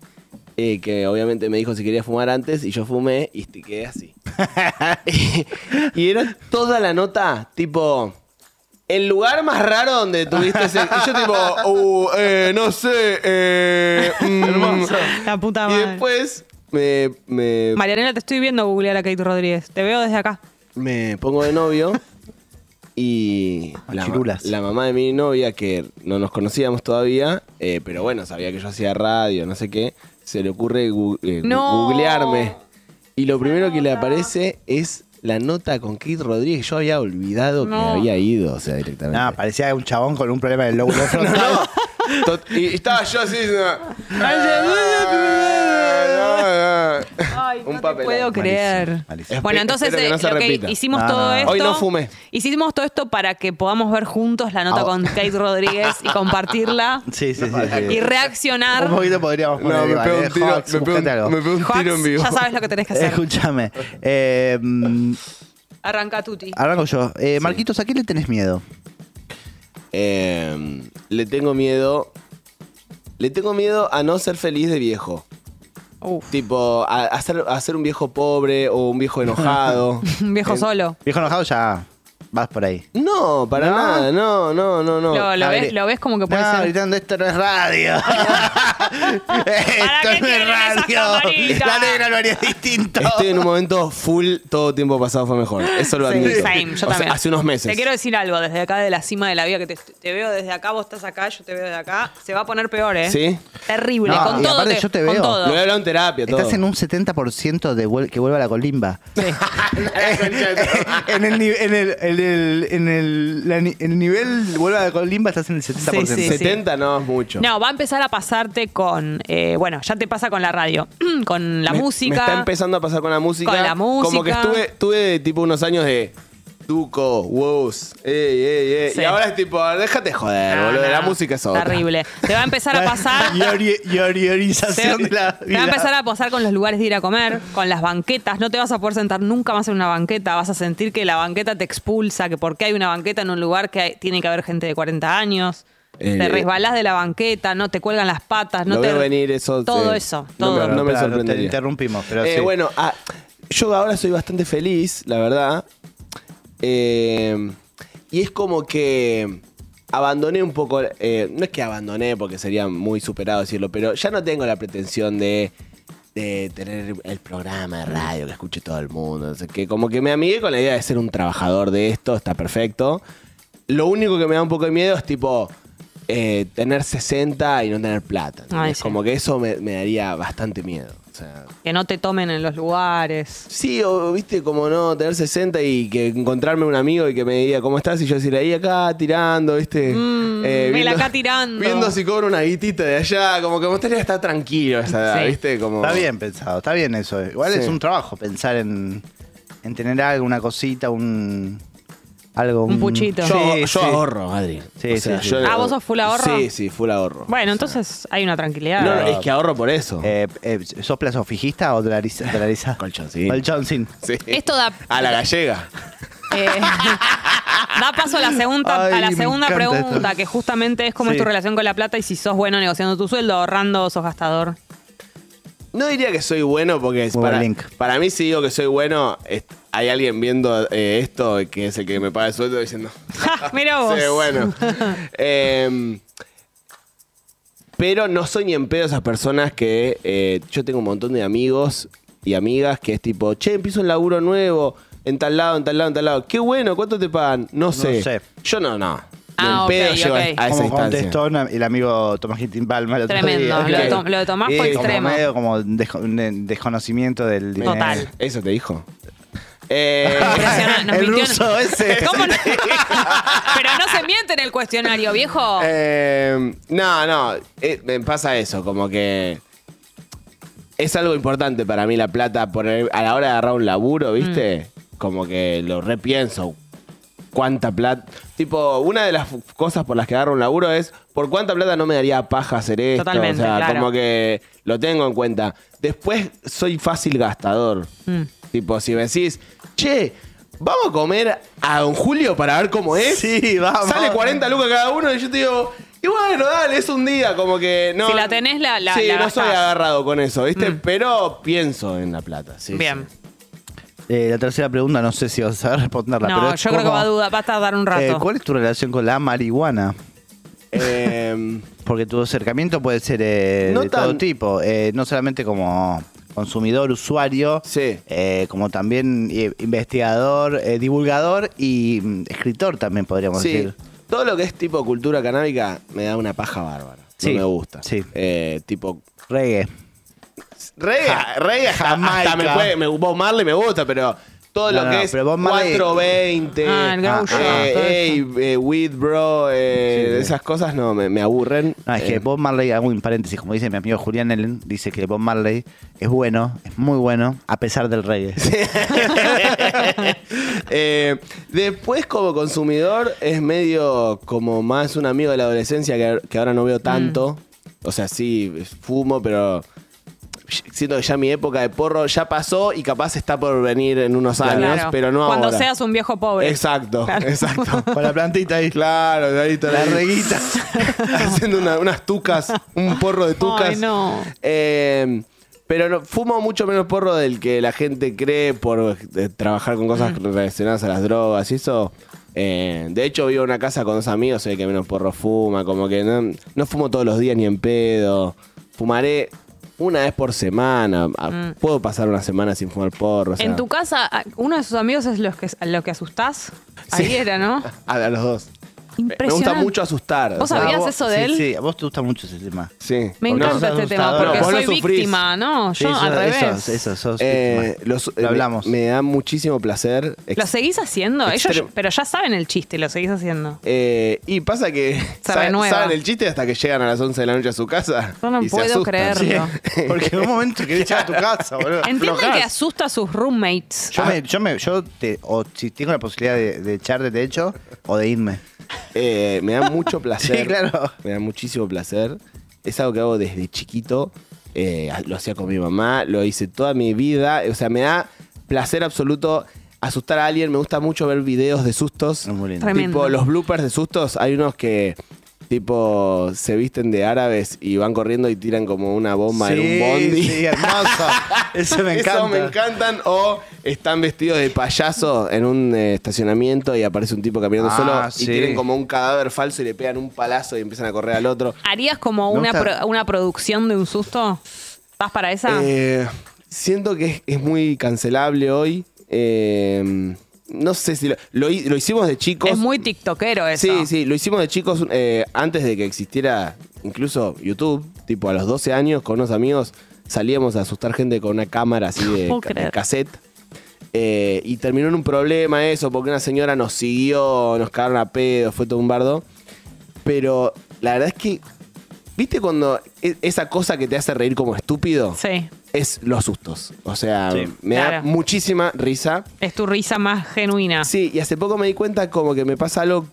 Speaker 5: eh, que obviamente me dijo si quería fumar antes, y yo fumé y te quedé así. y, y era toda la nota, tipo. El lugar más raro donde tuviste ese. Y yo, tipo, "Uh, eh, no sé. Eh, mm".
Speaker 3: La puta
Speaker 5: Y
Speaker 3: madre.
Speaker 5: después me, me,
Speaker 3: Marianela, te estoy viendo googlear a Kate Rodríguez. Te veo desde acá.
Speaker 5: me pongo de novio y la, ma-
Speaker 4: Machirulas.
Speaker 5: la mamá de mi novia, que no nos conocíamos todavía, eh, pero bueno, sabía que yo hacía radio, no sé qué, se le ocurre gu- eh, gu-
Speaker 3: No.
Speaker 5: googlearme. Y lo primero que le aparece es la nota con Kate Rodríguez. Yo había olvidado
Speaker 3: No.
Speaker 5: que había ido, o sea, directamente.
Speaker 4: No, parecía un chabón con un problema del lóbulo frontal.
Speaker 5: Tot- y estaba yo así diciendo, "Ah, no, no".
Speaker 3: Ay,
Speaker 5: Un
Speaker 3: no te
Speaker 5: papelón.
Speaker 3: puedo creer.
Speaker 4: malísimo.
Speaker 3: Bueno,
Speaker 5: Espe-
Speaker 3: entonces
Speaker 5: espero que no
Speaker 3: eh,
Speaker 5: se
Speaker 3: lo que
Speaker 5: repita.
Speaker 3: hicimos
Speaker 4: No,
Speaker 3: todo
Speaker 4: no, no.
Speaker 3: esto.
Speaker 5: Hoy no fumé.
Speaker 3: Hicimos todo esto para que podamos ver juntos la nota
Speaker 4: Ah,
Speaker 3: con Kate Rodríguez y compartirla
Speaker 4: Sí, sí, sí. sí.
Speaker 5: Eh,
Speaker 3: y reaccionar.
Speaker 4: Un poquito podríamos poner.
Speaker 5: No, me
Speaker 4: igual,
Speaker 5: pego
Speaker 4: eh,
Speaker 5: un tiro,
Speaker 4: Hawks,
Speaker 5: me pego
Speaker 4: buscate algo.
Speaker 5: un, me pego un
Speaker 3: Joax,
Speaker 5: tiro en vivo.
Speaker 3: ya sabes lo que tenés que hacer.
Speaker 4: Escúchame. Eh, mm,
Speaker 3: Arranca Tuti.
Speaker 5: Ah,
Speaker 4: arranco yo. Eh, Marquitos, ¿a qué le tenés miedo?
Speaker 5: Eh, le tengo miedo. Le tengo miedo a no ser feliz de viejo.
Speaker 3: Uf,
Speaker 5: Tipo, a, a ser, a ser un viejo pobre o un viejo enojado.
Speaker 3: un viejo
Speaker 5: Eh,
Speaker 3: solo.
Speaker 4: Viejo enojado ya vas por ahí.
Speaker 5: No, para
Speaker 4: ¿No?
Speaker 5: nada. No, no, no, no.
Speaker 3: Lo, lo
Speaker 4: a
Speaker 3: ves,
Speaker 4: ver,
Speaker 3: lo ves como que puede
Speaker 4: no,
Speaker 3: ser.
Speaker 4: gritando, esto no es radio. esto
Speaker 3: qué
Speaker 4: no es
Speaker 3: quieren esas
Speaker 4: radio.
Speaker 3: camaritas?
Speaker 4: La negra lo haría distinto.
Speaker 5: Estoy en un momento full, todo tiempo pasado fue mejor. Eso lo admito.
Speaker 3: Same, yo
Speaker 5: O sea,
Speaker 3: también.
Speaker 5: hace unos meses.
Speaker 3: Te quiero decir algo desde acá de la cima de la vida que te, te veo desde acá, vos estás acá, yo te veo desde acá. Se va a poner peor, ¿eh?
Speaker 5: Sí.
Speaker 3: Terrible,
Speaker 4: No,
Speaker 3: con
Speaker 4: y
Speaker 3: todo.
Speaker 4: aparte yo te veo.
Speaker 3: Con todo.
Speaker 5: Lo he hablado en terapia, todo.
Speaker 4: Estás en un 70% de vuel- que vuelva la colimba. en el, ni- en el, en el, en el, la ni- el nivel vuelva la colimba estás en el
Speaker 3: Sí,
Speaker 4: 70%.
Speaker 3: sí.
Speaker 5: 70 no es mucho.
Speaker 3: No, va a empezar a pasarte con. eh, bueno, ya te pasa con la radio, con la
Speaker 5: Me-
Speaker 3: música.
Speaker 5: Me está empezando a pasar con la música.
Speaker 3: Con la música.
Speaker 5: Como que estuve, tuve tipo unos años de. Tuco, wows, ey, ey, ey.
Speaker 3: Sí.
Speaker 5: Y ahora es tipo, déjate joder,
Speaker 3: No,
Speaker 5: boludo.
Speaker 3: no,
Speaker 5: La música es otra.
Speaker 3: Terrible. Te va a empezar a pasar.
Speaker 4: Y, ori- y
Speaker 3: Te,
Speaker 4: oriorización de la
Speaker 3: te va a empezar a pasar con los lugares de ir a comer, con las banquetas. No te vas a poder sentar nunca más en una banqueta. Vas a sentir que la banqueta te expulsa, que por qué hay una banqueta en un lugar que hay- tiene que haber gente de 40 años.
Speaker 5: Eh,
Speaker 3: te resbalás de la banqueta, no te cuelgan las patas. No
Speaker 5: lo
Speaker 3: te,
Speaker 5: veo venir eso.
Speaker 3: Todo
Speaker 5: eh,
Speaker 3: eso.
Speaker 5: no me-
Speaker 3: Todo.
Speaker 5: no me
Speaker 4: Claro,
Speaker 5: sorprendería.
Speaker 4: Te interrumpimos, pero
Speaker 5: Eh,
Speaker 4: sí.
Speaker 5: Bueno, ah, yo ahora soy bastante feliz, la verdad. Eh, y es como que abandoné un poco, eh, no es que abandoné porque sería muy superado decirlo, pero ya no tengo la pretensión de, de tener el programa de radio que escuche todo el mundo. no sé qué. como que me amigué con la idea de ser un trabajador de esto, está perfecto. Lo único que me da un poco de miedo es tipo eh, tener 60 y no tener plata. ¿entendés?
Speaker 3: Ay, sí.
Speaker 5: Como que eso me, me daría bastante miedo. O sea,
Speaker 3: Que no te tomen en los lugares.
Speaker 5: Sí, o viste, como no, tener 60 y que encontrarme un amigo y que me diga, ¿cómo estás? Y yo decirle, ahí acá tirando, viste. eh,
Speaker 3: Mm, me la acá tirando.
Speaker 5: Viendo si cobro una guitita de allá, como que me gustaría estar tranquilo a esa edad,
Speaker 3: Sí.
Speaker 5: viste. Como...
Speaker 4: Está bien pensado, está bien eso. Igual
Speaker 5: Sí.
Speaker 4: es un trabajo pensar en, en tener algo, una cosita, un. Algo.
Speaker 3: Un puchito.
Speaker 5: Yo,
Speaker 4: Sí,
Speaker 5: yo
Speaker 4: sí.
Speaker 5: ahorro, Adri.
Speaker 4: Sí, sí, sí.
Speaker 3: Ah, ¿vos sos full ahorro?
Speaker 5: Sí, sí, full ahorro.
Speaker 3: Bueno, entonces hay una tranquilidad.
Speaker 5: No, no, es que ahorro por eso.
Speaker 4: Eh, eh, ¿Sos plazo fijista o dolariza? dolariza?
Speaker 5: Colchoncín.
Speaker 4: Colchoncín.
Speaker 5: Sí.
Speaker 3: Eh, Esto da-
Speaker 5: A la gallega.
Speaker 3: Eh, da paso a la segunda, a
Speaker 4: Ay,
Speaker 3: la
Speaker 4: me
Speaker 3: segunda
Speaker 4: encanta
Speaker 3: pregunta,
Speaker 4: esto.
Speaker 3: que justamente es cómo
Speaker 4: Sí.
Speaker 3: es tu relación con la plata y si sos bueno negociando tu sueldo, ahorrando, sos gastador.
Speaker 5: No diría que soy bueno porque es
Speaker 4: Muy buen
Speaker 5: para,
Speaker 4: link.
Speaker 5: para mí si digo que soy bueno, es- hay alguien viendo eh, esto que es el que me paga el sueldo diciendo,
Speaker 3: Ja, Mira vos.
Speaker 5: Sí, bueno. Em, pero no soy ni en pedo esas personas que. eh, yo tengo un montón de amigos y amigas que es tipo, che, empiezo un laburo nuevo en tal lado, en tal lado, en tal lado. Qué bueno, ¿cuánto te pagan? No sé.
Speaker 4: sé.
Speaker 5: Yo no, no. Ni
Speaker 3: Ah,
Speaker 5: en
Speaker 3: ok,
Speaker 5: pedo llego a-
Speaker 3: ok.
Speaker 5: a,
Speaker 4: Como
Speaker 5: esa instancia.
Speaker 4: contestó una- el amigo Tomás Quintín Palma el otro
Speaker 3: Tremendo,
Speaker 4: día.
Speaker 3: lo de
Speaker 5: Ok.
Speaker 3: Tom- lo de Tomás fue
Speaker 5: Eh,
Speaker 4: Como
Speaker 3: extremo.
Speaker 4: medio como desco- de- desconocimiento del dinero.
Speaker 3: Total.
Speaker 5: Eso te dijo. Eh,
Speaker 3: Impresionante, nos
Speaker 4: El
Speaker 3: mintió-
Speaker 4: ruso ese.
Speaker 3: ¿Cómo no? Pero no se miente en el cuestionario, viejo.
Speaker 5: Eh, no, no, eh, me pasa eso, como que es algo importante para mí la plata poner, a la hora de agarrar un laburo, ¿viste?
Speaker 3: Mm.
Speaker 5: Como que lo repienso. ¿Cuánta plata? Tipo, una de las f- cosas por las que agarro un laburo es por cuánta plata no me daría paja hacer esto.
Speaker 3: Totalmente,
Speaker 5: o sea,
Speaker 3: claro.
Speaker 5: como que lo tengo en cuenta. Después soy fácil gastador.
Speaker 3: Mm.
Speaker 5: Tipo, si me decís, che, vamos a comer a Don Julio para ver cómo es.
Speaker 4: Sí, vamos.
Speaker 5: ¿eh? Sale 40 lucas cada uno y yo te digo, y bueno, dale, es un día, como que no.
Speaker 3: Si la tenés, la- la-
Speaker 5: Sí,
Speaker 3: la
Speaker 5: no soy
Speaker 3: gastás. Mm.
Speaker 5: agarrado con eso, ¿viste? Pero pienso en la plata, sí.
Speaker 3: Bien.
Speaker 5: sí.
Speaker 4: Eh, la tercera pregunta, no sé si vas a saber responderla.
Speaker 3: No,
Speaker 4: pero
Speaker 3: yo
Speaker 4: es
Speaker 3: creo que
Speaker 4: como,
Speaker 3: va a, duda, va a tardar un rato.
Speaker 4: eh, ¿Cuál es tu relación con la marihuana?
Speaker 5: Eh,
Speaker 4: Porque tu acercamiento puede ser eh,
Speaker 5: No
Speaker 4: de
Speaker 5: tan-
Speaker 4: todo tipo, eh, no solamente como consumidor, usuario,
Speaker 5: Sí.
Speaker 4: eh, como también eh, investigador, eh, divulgador y mm, escritor también podríamos
Speaker 5: sí.
Speaker 4: decir.
Speaker 5: Todo lo que es tipo cultura canábica me da una paja bárbara.
Speaker 4: Sí,
Speaker 5: No me gusta.
Speaker 4: sí.
Speaker 5: Eh, tipo.
Speaker 4: Reggae.
Speaker 5: Reggae, reggae hasta,
Speaker 4: Jamaica.
Speaker 5: hasta me puede. Me, Bob Marley me gusta, pero todo
Speaker 4: No,
Speaker 5: lo
Speaker 4: no,
Speaker 5: que es
Speaker 4: pero Bob Marley-
Speaker 5: 420.
Speaker 3: Ah, el gaucho,
Speaker 5: eh,
Speaker 3: todo eso.
Speaker 5: ey, eh, Weed Bro. eh, Esas cosas no me, me aburren.
Speaker 4: No, es
Speaker 5: Eh,
Speaker 4: que Bob Marley, hago un paréntesis, como dice mi amigo Julián Ellen, dice que Bob Marley es bueno, es muy bueno, a pesar del reggae.
Speaker 5: Eh, después, como consumidor, es medio como más un amigo de la adolescencia que, que ahora no veo tanto.
Speaker 3: Mm.
Speaker 5: O sea, sí, fumo, pero siento que ya mi época de porro ya pasó y capaz está por venir en unos años,
Speaker 3: Claro.
Speaker 5: pero no
Speaker 3: Cuando
Speaker 5: ahora.
Speaker 3: seas un viejo pobre.
Speaker 5: Exacto,
Speaker 3: Claro.
Speaker 5: exacto.
Speaker 4: Con la plantita ahí.
Speaker 5: Claro, de ahí está
Speaker 4: La
Speaker 5: ahí.
Speaker 4: reguita.
Speaker 5: Haciendo una- unas tucas, un porro de tucas.
Speaker 3: Ay, no.
Speaker 5: Eh, pero no- fumo mucho menos porro del que la gente cree por eh, trabajar con cosas
Speaker 4: Mm.
Speaker 5: relacionadas a las drogas y eso. Eh, de hecho, vivo en una casa con dos amigos, soy el que menos porro fuma, como que no, no fumo todos los días ni en pedo. Fumaré una vez por semana. Ah,
Speaker 4: Mm.
Speaker 5: Puedo pasar una semana sin fumar porro. o sea.
Speaker 3: En tu casa, a- uno de sus amigos es los que, a lo que asustás. Ahí
Speaker 5: Sí.
Speaker 3: era, ¿no?
Speaker 5: A, a los dos.
Speaker 3: Impresionante.
Speaker 5: Me gusta mucho asustar.
Speaker 3: ¿Vos
Speaker 5: o sea,
Speaker 3: sabías
Speaker 4: vos-
Speaker 3: eso de
Speaker 4: sí,
Speaker 3: él?
Speaker 4: Sí, a vos te gusta mucho ese tema.
Speaker 5: Sí.
Speaker 3: Me
Speaker 5: No,
Speaker 3: encanta
Speaker 4: sos
Speaker 3: este tema
Speaker 4: asustador.
Speaker 3: porque
Speaker 5: No, vos
Speaker 3: soy
Speaker 5: no sufrís.
Speaker 3: víctima, ¿no? Yo
Speaker 4: Sí, eso-
Speaker 3: al revés.
Speaker 4: Eso, eso, sos
Speaker 5: Eh,
Speaker 4: víctima.
Speaker 5: los,
Speaker 4: Lo hablamos.
Speaker 5: Me, me da muchísimo placer. Ex-
Speaker 3: ¿Lo seguís haciendo? Ellos-
Speaker 5: Extremo.
Speaker 3: pero ya saben el chiste, lo seguís haciendo.
Speaker 5: Eh, y pasa que sa-
Speaker 3: renueva.
Speaker 5: saben el chiste hasta que llegan a las 11 de la noche a su casa.
Speaker 3: Yo no
Speaker 5: y se
Speaker 3: puedo
Speaker 5: asustan.
Speaker 3: creerlo.
Speaker 4: Porque en un momento querés echar a tu casa, boludo.
Speaker 3: Entienden
Speaker 4: Aflojás.
Speaker 3: que asusta a sus roommates.
Speaker 4: Yo, me, yo, me, yo te, o si tengo la posibilidad de, de echarte, te echo, o de irme.
Speaker 5: Eh, me da mucho placer.
Speaker 4: Sí, claro.
Speaker 5: Me da muchísimo placer. Es algo que hago desde chiquito. Eh, lo hacía con mi mamá, lo hice toda mi vida. O sea, me da placer absoluto asustar a alguien. Me gusta mucho ver videos de sustos.
Speaker 4: Es muy lindo.
Speaker 3: Tremendo.
Speaker 5: Tipo, los bloopers de sustos, hay unos que. tipo se visten de árabes y van corriendo y tiran como una bomba en un bondi.
Speaker 4: Sí, hermoso. Eso me encanta.
Speaker 5: Eso me encantan. O están vestidos de payaso en un eh, estacionamiento y aparece un tipo caminando
Speaker 4: Ah,
Speaker 5: solo
Speaker 4: sí.
Speaker 5: y tienen como un cadáver falso y le pegan un palazo y empiezan a correr al otro.
Speaker 3: ¿Harías como
Speaker 4: Me
Speaker 3: una,
Speaker 4: gusta.
Speaker 3: pro- una producción de un susto? ¿Vas para esa?
Speaker 5: Eh, siento que es, es muy cancelable hoy. Eh, no sé si lo, lo hi- lo hicimos de chicos.
Speaker 3: es muy tiktokero eso.
Speaker 5: Sí, sí, lo hicimos de chicos eh, antes de que existiera incluso YouTube, tipo a los 12 años con unos amigos salíamos a asustar gente con una cámara así de,
Speaker 3: puedo
Speaker 5: ca- de
Speaker 3: creer.
Speaker 5: cassette. Eh, y terminó en un problema eso, porque una señora nos siguió, nos cagaron a pedo, fue todo un bardo. Pero la verdad es que, ¿viste cuando e- esa cosa que te hace reír como estúpido?
Speaker 3: Sí.
Speaker 5: Es los sustos. O sea,
Speaker 4: Sí.
Speaker 5: me da
Speaker 3: Claro.
Speaker 5: muchísima risa.
Speaker 3: Es tu risa más genuina.
Speaker 5: Sí, y hace poco me di cuenta como que me pasa algo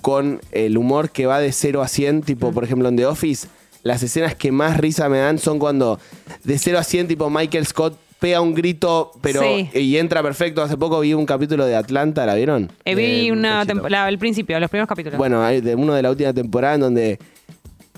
Speaker 5: con el humor que va de 0 a 100,
Speaker 3: Mm.
Speaker 5: tipo, por ejemplo, en The Office, las escenas que más risa me dan son cuando de 0 a 100, tipo, Michael Scott pega un grito, pero
Speaker 3: Sí.
Speaker 5: y entra perfecto. Hace poco vi un capítulo de Atlanta, ¿la vieron?
Speaker 3: Eh, vi
Speaker 5: De un
Speaker 3: una
Speaker 5: cachito.
Speaker 3: temporada, el principio, los primeros capítulos.
Speaker 5: Bueno, hay de uno de la última temporada en donde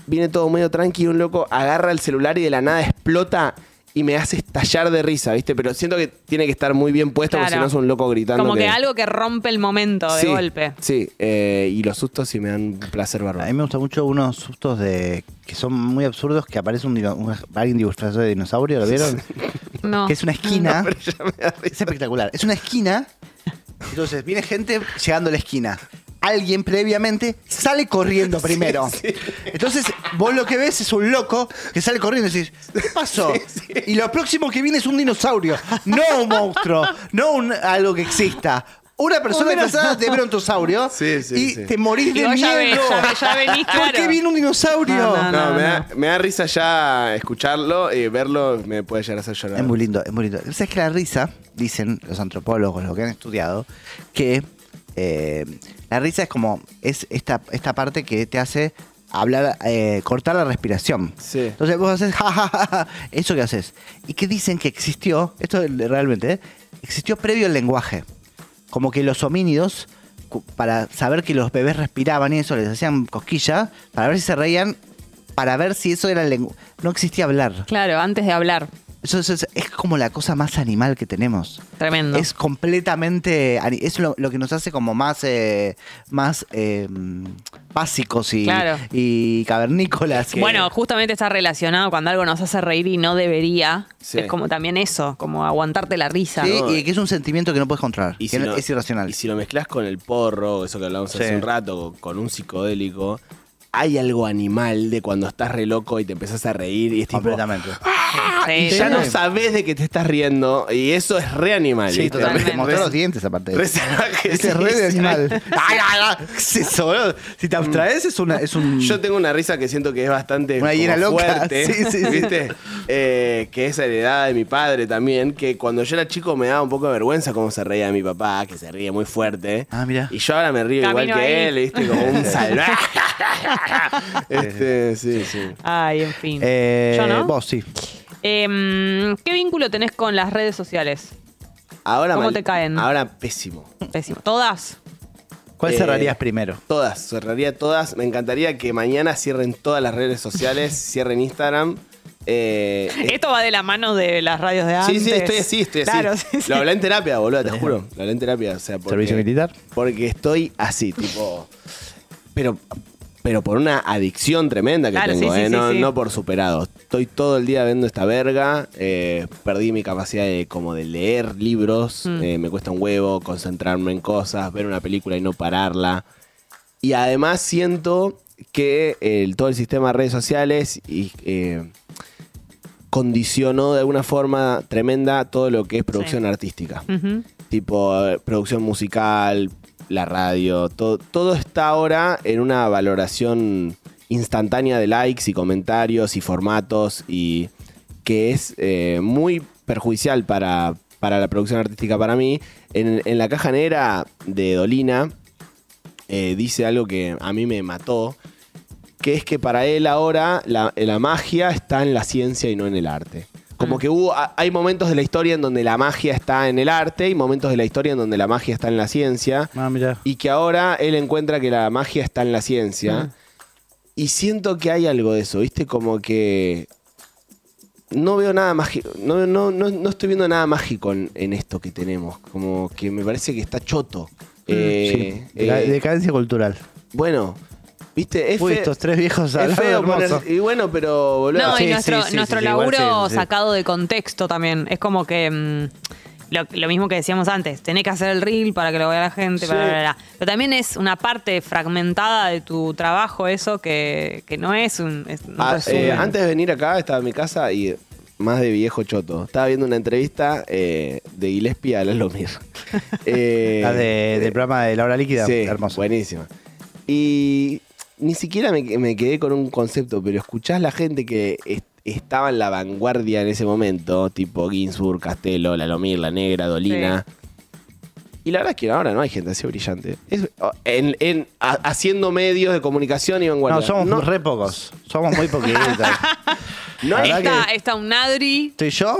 Speaker 5: viene todo medio tranqui y un loco agarra el celular y de la nada explota y me hace estallar de risa, ¿viste? Pero siento que tiene que estar muy bien puesto porque
Speaker 3: Claro.
Speaker 5: si no es un loco gritando.
Speaker 3: como que, algo que rompe el momento de
Speaker 5: Sí,
Speaker 3: golpe.
Speaker 5: Sí, eh, y los sustos sí me dan un placer
Speaker 4: A
Speaker 5: bárbaro.
Speaker 4: mí me gustan mucho unos sustos de que son muy absurdos, que aparece un, dino- un- alguien disfrazado de dinosaurio, ¿lo vieron?
Speaker 3: No.
Speaker 4: Que es una esquina.
Speaker 5: Ya me da risa.
Speaker 4: Es espectacular. Es una esquina. Entonces, viene gente llegando a la esquina. Alguien previamente sale corriendo primero. Entonces, vos lo que ves es un loco que sale corriendo y decís, ¿qué pasó? Y lo próximo que viene es un dinosaurio, no un monstruo, no un- algo que exista. Una persona disfrazada de brontosaurio
Speaker 5: Sí, sí,
Speaker 4: y
Speaker 5: sí.
Speaker 4: te morís
Speaker 3: Y
Speaker 4: de
Speaker 3: vos ya
Speaker 4: miedo.
Speaker 3: ves, ya ves, ya venís,
Speaker 4: ¿Por qué
Speaker 3: claro.
Speaker 4: viene un dinosaurio?
Speaker 3: No, no,
Speaker 5: No, me, Da, me da risa ya escucharlo y verlo me puede llegar a hacer llorar.
Speaker 4: Es muy lindo, es muy lindo. ¿Sabes que la risa, dicen los antropólogos, los que han estudiado, que eh, la risa es como, es esta, esta parte que te hace hablar, eh, cortar la respiración.
Speaker 5: Sí.
Speaker 4: Entonces vos haces, ja, ja, ja, ja, eso que haces. Y que dicen que existió, esto es realmente, ¿eh? existió previo al lenguaje. Como que los homínidos, cu- para saber que los bebés respiraban y eso, les hacían cosquillas, para ver si se reían, para ver si eso era lenguaje. No existía hablar.
Speaker 3: Claro, antes de hablar.
Speaker 4: Eso, eso- eso- es como la cosa más animal que tenemos.
Speaker 3: Tremendo.
Speaker 4: Es completamente. ani- Es lo, lo que nos hace como más. eh, más eh, básicos y,
Speaker 3: Claro.
Speaker 4: y cavernícolas. que-
Speaker 3: Bueno, justamente está relacionado cuando algo nos hace reír y no debería.
Speaker 5: Sí.
Speaker 3: Es como también eso, como aguantarte la risa.
Speaker 4: Sí,
Speaker 5: no,
Speaker 4: y que es un sentimiento que no puedes controlar.
Speaker 5: Y
Speaker 4: que
Speaker 5: si
Speaker 4: no-
Speaker 5: lo-
Speaker 4: es irracional.
Speaker 5: Y si lo mezclas con el porro, eso que hablamos
Speaker 4: Sí.
Speaker 5: hace un rato, con un psicodélico, hay algo animal de cuando estás re loco y te empezás a reír y es tipo...
Speaker 4: completamente.
Speaker 3: Sí,
Speaker 5: Y ya
Speaker 3: sí.
Speaker 5: no sabes de que te estás riendo y eso es re animal.
Speaker 4: sí,
Speaker 5: ¿viste?
Speaker 4: totalmente.
Speaker 3: totalmente.
Speaker 4: Mostró los dientes aparte.
Speaker 5: Re salvaje,
Speaker 4: Ese es
Speaker 5: sí,
Speaker 4: re de
Speaker 5: sí.
Speaker 4: animal. Ay, ay, ay. ¿Qué es eso, boludo? Si te abstraes, es, una, es un.
Speaker 5: Yo tengo una risa que siento que es bastante
Speaker 4: Mm. Una hiena
Speaker 5: como
Speaker 4: loca.
Speaker 5: fuerte,
Speaker 4: Sí, sí, sí.
Speaker 5: ¿viste? Eh, que es heredada de mi padre también, que cuando yo era chico me daba un poco de vergüenza cómo se reía mi papá, que se ríe muy fuerte.
Speaker 4: Ah, mirá.
Speaker 5: Y yo ahora me río
Speaker 3: Camino
Speaker 5: igual que
Speaker 3: ahí.
Speaker 5: él, ¿viste? Como un salvaje. este, sí, sí.
Speaker 3: Ay, en fin.
Speaker 4: Eh,
Speaker 3: Yo no.
Speaker 4: Vos sí.
Speaker 3: Em, ¿Qué vínculo tenés con las redes sociales?
Speaker 5: Ahora
Speaker 3: ¿Cómo te caen?
Speaker 5: Ahora pésimo.
Speaker 3: Pésimo. Todas.
Speaker 4: ¿Cuál
Speaker 5: Eh,
Speaker 4: cerrarías primero?
Speaker 5: Todas, cerraría todas. Me encantaría que mañana cierren todas las redes sociales, cierren Instagram. Eh,
Speaker 3: Esto va de la mano de las radios de antes.
Speaker 5: Sí, sí, estoy así, estoy así.
Speaker 3: Claro, sí, sí.
Speaker 5: Lo hablé en terapia, boludo, te juro. Lo hablé en terapia. O sea, porque,
Speaker 4: ¿Servicio militar?
Speaker 5: Porque estoy así, tipo. Pero, pero por una adicción tremenda que
Speaker 3: Claro,
Speaker 5: tengo,
Speaker 3: sí, sí,
Speaker 5: eh,
Speaker 3: sí,
Speaker 5: no,
Speaker 3: sí.
Speaker 5: no por superado. Estoy todo el día viendo esta verga. eh, perdí mi capacidad de como de leer libros.
Speaker 3: Hmm.
Speaker 5: eh, me cuesta un huevo concentrarme en cosas, ver una película y no pararla. Y además siento que el- todo el sistema de redes sociales y, eh, condicionó de alguna forma tremenda todo lo que es producción
Speaker 3: Hmm.
Speaker 5: artística.
Speaker 3: Ujú.
Speaker 5: Tipo eh, producción musical, la radio, todo, todo está ahora en una valoración instantánea de likes y comentarios y formatos y que es eh, muy perjudicial para, para la producción artística para mí. En, en la caja negra de Dolina eh, dice algo que a mí me mató, que es que para él ahora la, la magia está en la ciencia y no en el arte. Como que hubo, a- hay momentos de la historia en donde la magia está en el arte y momentos de la historia en donde la magia está en la ciencia.
Speaker 4: Ah, mira.
Speaker 5: Y que ahora él encuentra que la magia está en la ciencia. Y siento que hay algo de eso, ¿viste? Como que. No veo nada mágico. No, no, no, no estoy viendo nada mágico en, en esto que tenemos. Como que me parece que está choto. Eh,
Speaker 4: Mm, Sí, deca-
Speaker 5: eh,
Speaker 4: decadencia cultural.
Speaker 5: bueno, ¿viste? Es
Speaker 4: Uy,
Speaker 5: fe-
Speaker 4: estos tres viejos
Speaker 5: es
Speaker 4: hablaron
Speaker 5: feo
Speaker 4: hermoso.
Speaker 5: poner- Y bueno, pero, boludo.
Speaker 3: No,
Speaker 4: Sí,
Speaker 3: y nuestro,
Speaker 4: sí, sí,
Speaker 3: nuestro
Speaker 4: sí, sí, igual
Speaker 3: laburo
Speaker 4: sí, sí.
Speaker 3: sacado de contexto también. Es como que. mm, lo, lo mismo que decíamos antes, tenés que hacer el reel para que lo vea la gente,
Speaker 5: Sí.
Speaker 3: bla, bla, bla. pero también es una parte fragmentada de tu trabajo eso que, que no es un... es- no
Speaker 5: Ah,
Speaker 3: resume.
Speaker 5: eh, antes de venir acá estaba en mi casa y más de viejo choto. Estaba viendo una entrevista eh, de Gillespie a Lalomir. Eh,
Speaker 4: La de- del programa de La Hora Líquida.
Speaker 5: sí,
Speaker 4: hermoso.
Speaker 5: buenísima. Y ni siquiera me, me quedé con un concepto, pero escuchás la gente que est- estaba en la vanguardia en ese momento, tipo Ginsburg, Castelo, Lalomir, La Negra, Dolina. Y la verdad es que ahora no hay gente así brillante. Es- en- en- ha- haciendo medios de comunicación y vanguardia.
Speaker 4: no, somos
Speaker 5: no,
Speaker 4: re pocos. Somos muy poquitos.
Speaker 5: no hay-
Speaker 4: la verdad
Speaker 3: está,
Speaker 4: que-
Speaker 3: está un Nadri
Speaker 4: ¿Estoy yo?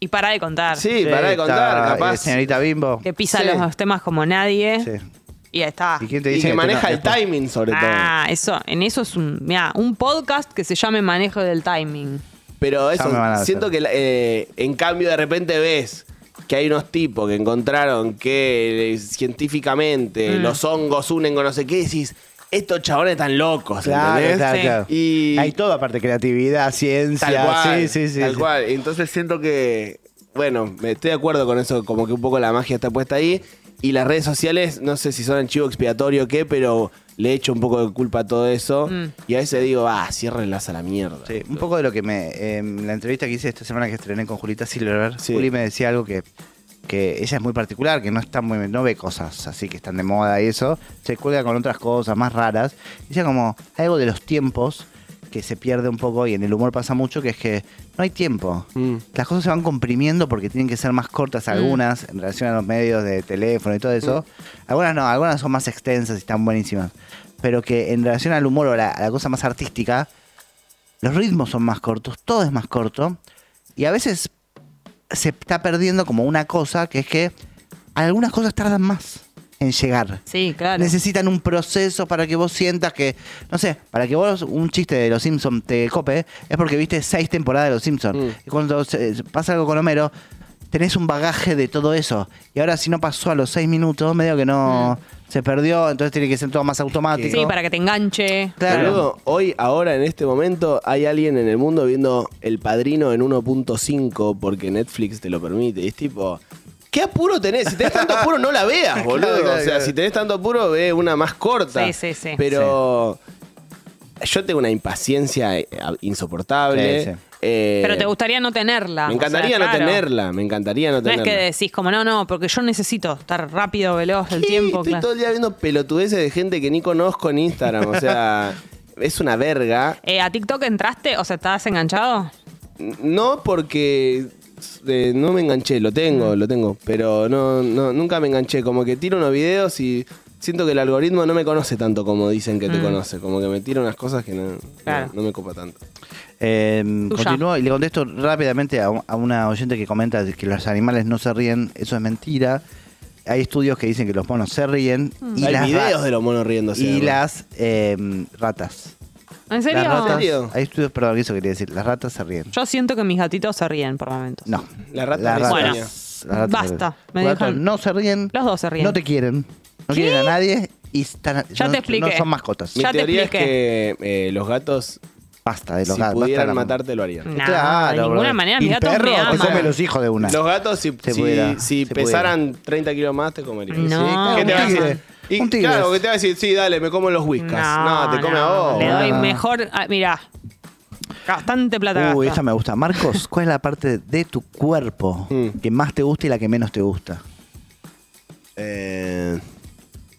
Speaker 3: y para de contar.
Speaker 5: Sí, pará de
Speaker 4: está,
Speaker 5: contar,
Speaker 4: eh,
Speaker 5: capaz.
Speaker 4: Señorita Bimbo.
Speaker 3: Que pisa
Speaker 5: Sí.
Speaker 3: los temas como nadie.
Speaker 4: Sí.
Speaker 3: Y ahí está.
Speaker 4: ¿Y quién te
Speaker 5: Y
Speaker 4: dice
Speaker 5: que
Speaker 4: tú
Speaker 5: maneja
Speaker 4: no?
Speaker 5: el timing, sobre
Speaker 3: Ah, eso, en eso es un, mirá, un podcast que se llame Manejo del Timing.
Speaker 5: todo. Pero eso,
Speaker 4: me van a hacer.
Speaker 5: siento que eh, en cambio de repente ves que hay unos tipos que encontraron que eh, científicamente los hongos unen con no sé qué y decís, estos chabones están locos,
Speaker 4: Claro,
Speaker 5: ¿entendés?
Speaker 4: claro,
Speaker 3: Sí.
Speaker 4: claro.
Speaker 5: Y-
Speaker 4: Hay todo aparte creatividad, ciencia.
Speaker 5: Tal
Speaker 4: sí,
Speaker 5: cual,
Speaker 4: sí, sí.
Speaker 5: tal
Speaker 4: sí.
Speaker 5: cual. Entonces siento que, bueno, me- estoy de acuerdo con eso, como que un poco la magia está puesta ahí. Y las redes sociales, no sé si son el chivo expiatorio o qué, pero le echo un poco de culpa a todo eso. Y a veces digo, ah, ciérrenlas a la mierda.
Speaker 4: Sí, un poco de lo que me. eh, en la entrevista que hice esta semana que estrené con Julita Silver,
Speaker 5: Sí.
Speaker 4: Juli me decía algo que, que ella es muy particular, que no está muy, no ve cosas así que están de moda y eso. Se cuelga con otras cosas más raras. Dice como hay algo de los tiempos que se pierde un poco y en el humor pasa mucho, que es que no hay tiempo.
Speaker 5: Mm.
Speaker 4: Las cosas se van comprimiendo porque tienen que ser más cortas algunas en relación a los medios de teléfono y todo eso.
Speaker 5: Mm.
Speaker 4: Algunas no, algunas son más extensas y están buenísimas. Pero que en relación al humor o la- a la cosa más artística, los ritmos son más cortos, todo es más corto. Y a veces se está perdiendo como una cosa, que es que algunas cosas tardan más en llegar.
Speaker 3: Sí, claro.
Speaker 4: Necesitan un proceso para que vos sientas que, no sé, para que vos un chiste de Los Simpsons te cope, es porque viste seis temporadas de Los Simpsons.
Speaker 5: Mm.
Speaker 4: Y cuando se- pasa algo con Homero, tenés un bagaje de todo eso. Y ahora si no pasó a los seis minutos, medio que no se perdió, entonces tiene que ser todo más automático.
Speaker 3: Mm. sí, para que te enganche.
Speaker 5: Eh,
Speaker 4: Claro.
Speaker 5: Boludo, hoy, ahora, en este momento, hay alguien en el mundo viendo El Padrino en 1.5 porque Netflix te lo permite. Y es tipo, ¿qué apuro tenés? Si tenés tanto apuro, no la veas, boludo.
Speaker 4: Claro, claro,
Speaker 5: o sea,
Speaker 4: claro.
Speaker 5: si tenés tanto apuro, ve una más corta.
Speaker 3: Sí, sí, sí.
Speaker 5: Pero yo tengo una impaciencia eh, insoportable.
Speaker 4: Sí, sí.
Speaker 5: Eh,
Speaker 3: Pero te gustaría no tenerla.
Speaker 5: Me
Speaker 3: o sea,
Speaker 5: encantaría no
Speaker 3: claro.
Speaker 5: tenerla, me encantaría no
Speaker 3: No es
Speaker 5: tenerla.
Speaker 3: que decís como, no, no, porque yo necesito estar rápido, veloz, el
Speaker 5: Sí,
Speaker 3: tiempo.
Speaker 5: Estoy
Speaker 3: claro.
Speaker 5: todo el día viendo pelotudeces de gente que ni conozco en Instagram. O sea, es una verga.
Speaker 3: Eh, ¿A TikTok entraste? O sea, ¿estás enganchado?
Speaker 5: No porque eh, no me enganché, lo tengo,
Speaker 4: Mm.
Speaker 5: lo tengo, pero no, no, nunca me enganché, como que tiro unos videos y siento que el algoritmo no me conoce tanto como dicen
Speaker 4: Mm.
Speaker 5: que te conoce, como que me tira unas cosas que no,
Speaker 3: Claro.
Speaker 5: no, no me copa tanto.
Speaker 4: Eh,
Speaker 3: Tuya.
Speaker 4: continúo y le contesto rápidamente a, un- a una oyente que comenta que los animales no se ríen. Eso es mentira. Hay estudios que dicen que los monos se ríen.
Speaker 3: Mm.
Speaker 4: Y
Speaker 5: Hay
Speaker 4: las
Speaker 5: videos
Speaker 4: ra-
Speaker 5: de los monos riéndose.
Speaker 4: Y
Speaker 5: además.
Speaker 4: las eh, ratas.
Speaker 3: ¿En serio?
Speaker 4: Las ratas.
Speaker 5: ¿En serio?
Speaker 4: Hay estudios, perdón, eso quería decir. Las ratas se ríen.
Speaker 3: Yo siento que mis gatitos se ríen por momentos.
Speaker 4: No.
Speaker 5: Las ratas
Speaker 4: las
Speaker 5: me
Speaker 4: ratas,
Speaker 3: Bueno,
Speaker 4: las ratas
Speaker 3: basta,
Speaker 4: se ríen.
Speaker 3: me
Speaker 4: Los gatos
Speaker 3: dejan-
Speaker 4: no se ríen.
Speaker 3: Los dos se ríen.
Speaker 4: No te quieren. No quieren a nadie. Y están,
Speaker 3: Ya
Speaker 4: no,
Speaker 3: te expliqué.
Speaker 4: no son mascotas.
Speaker 5: Mi
Speaker 3: Ya te
Speaker 5: teoría es que
Speaker 3: expliqué.
Speaker 5: eh, los gatos,
Speaker 4: Basta de los
Speaker 5: si
Speaker 4: gatos. basta
Speaker 5: pudieran
Speaker 4: de la- Mm.
Speaker 5: matarte, lo harían.
Speaker 3: No,
Speaker 4: Claro,
Speaker 3: de ninguna
Speaker 4: boludo.
Speaker 3: manera, mis
Speaker 4: Y
Speaker 3: gatos me
Speaker 4: perro,
Speaker 3: aman.
Speaker 4: Te come los hijos de una.
Speaker 5: Los gatos, si,
Speaker 4: Se
Speaker 5: si-
Speaker 4: pudiera,
Speaker 5: si
Speaker 4: se
Speaker 5: pesaran 30 kilos más, te
Speaker 3: No,
Speaker 5: comerían. Sí, claro. ¿Qué te va a
Speaker 3: un tigre.
Speaker 5: decir? Y
Speaker 4: Un tigre.
Speaker 5: claro, que te va a decir, sí, dale, me como los whiskas. No, te come a
Speaker 3: no,
Speaker 5: vos.
Speaker 3: Le doy
Speaker 4: Ah.
Speaker 3: mejor. ah, mirá. Bastante plata.
Speaker 4: Uy,
Speaker 3: gasta.
Speaker 4: esta me gusta. Marcos, ¿cuál es la parte de tu cuerpo
Speaker 5: Mm.
Speaker 4: que más te gusta y la que menos te gusta?
Speaker 5: Eh,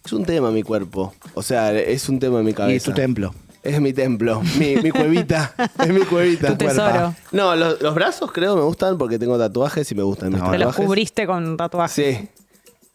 Speaker 5: es un tema mi cuerpo. O sea, es un tema en mi cabeza.
Speaker 4: Y tu templo.
Speaker 5: Es mi templo, mi, mi cuevita. es mi cuevita.
Speaker 3: Tu tesoro.
Speaker 5: No, los, los brazos creo me gustan porque tengo tatuajes y me gustan mis
Speaker 4: No,
Speaker 3: Te los
Speaker 5: tatuajes.
Speaker 3: cubriste con tatuajes.
Speaker 5: Sí.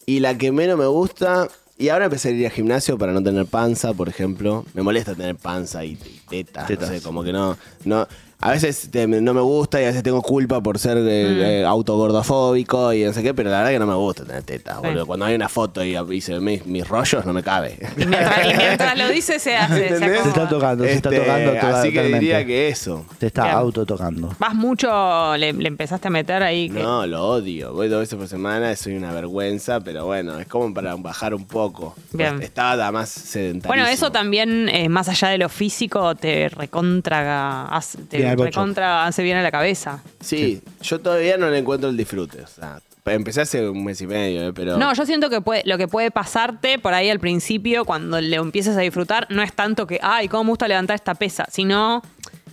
Speaker 5: Y la que menos me gusta. Y ahora empecé a ir al gimnasio para no tener panza, por ejemplo. Me molesta tener panza y, y tetas. no
Speaker 4: Tetas.
Speaker 5: sé, como que no. no a veces te- no me gusta y a veces tengo culpa por ser eh, eh, autogordofóbico y no sé qué, pero la verdad que no me gusta tener tetas,
Speaker 3: Sí.
Speaker 5: boludo. Cuando hay una foto y, y se ven mis, mis rollos, no me cabe.
Speaker 3: Y mientras, y mientras lo dice, se hace. se
Speaker 5: ¿Entendés?
Speaker 3: acomoda.
Speaker 4: Se está tocando, se está
Speaker 5: Este,
Speaker 4: tocando toda-
Speaker 5: así que
Speaker 4: totalmente.
Speaker 5: diría que eso.
Speaker 4: Te está
Speaker 3: Bien.
Speaker 4: auto tocando.
Speaker 3: Vas mucho, le, le empezaste a meter ahí. que-
Speaker 5: No, lo odio. Voy dos veces por semana, soy una vergüenza, pero bueno, es como para bajar un poco. Pues,
Speaker 3: Bien.
Speaker 5: Estaba más sedentario.
Speaker 3: Bueno, eso también, eh, más allá de lo físico, te recontra, hace, te
Speaker 4: Bien al bocho.
Speaker 3: recontra hace bien a la cabeza.
Speaker 5: Sí, yo todavía no le encuentro el disfrute. o sea, empecé hace un mes y medio, eh, pero.
Speaker 3: No, yo siento que puede- lo que puede pasarte por ahí al principio, cuando lo empieces a disfrutar, no es tanto que, ay, cómo me gusta levantar esta pesa, sino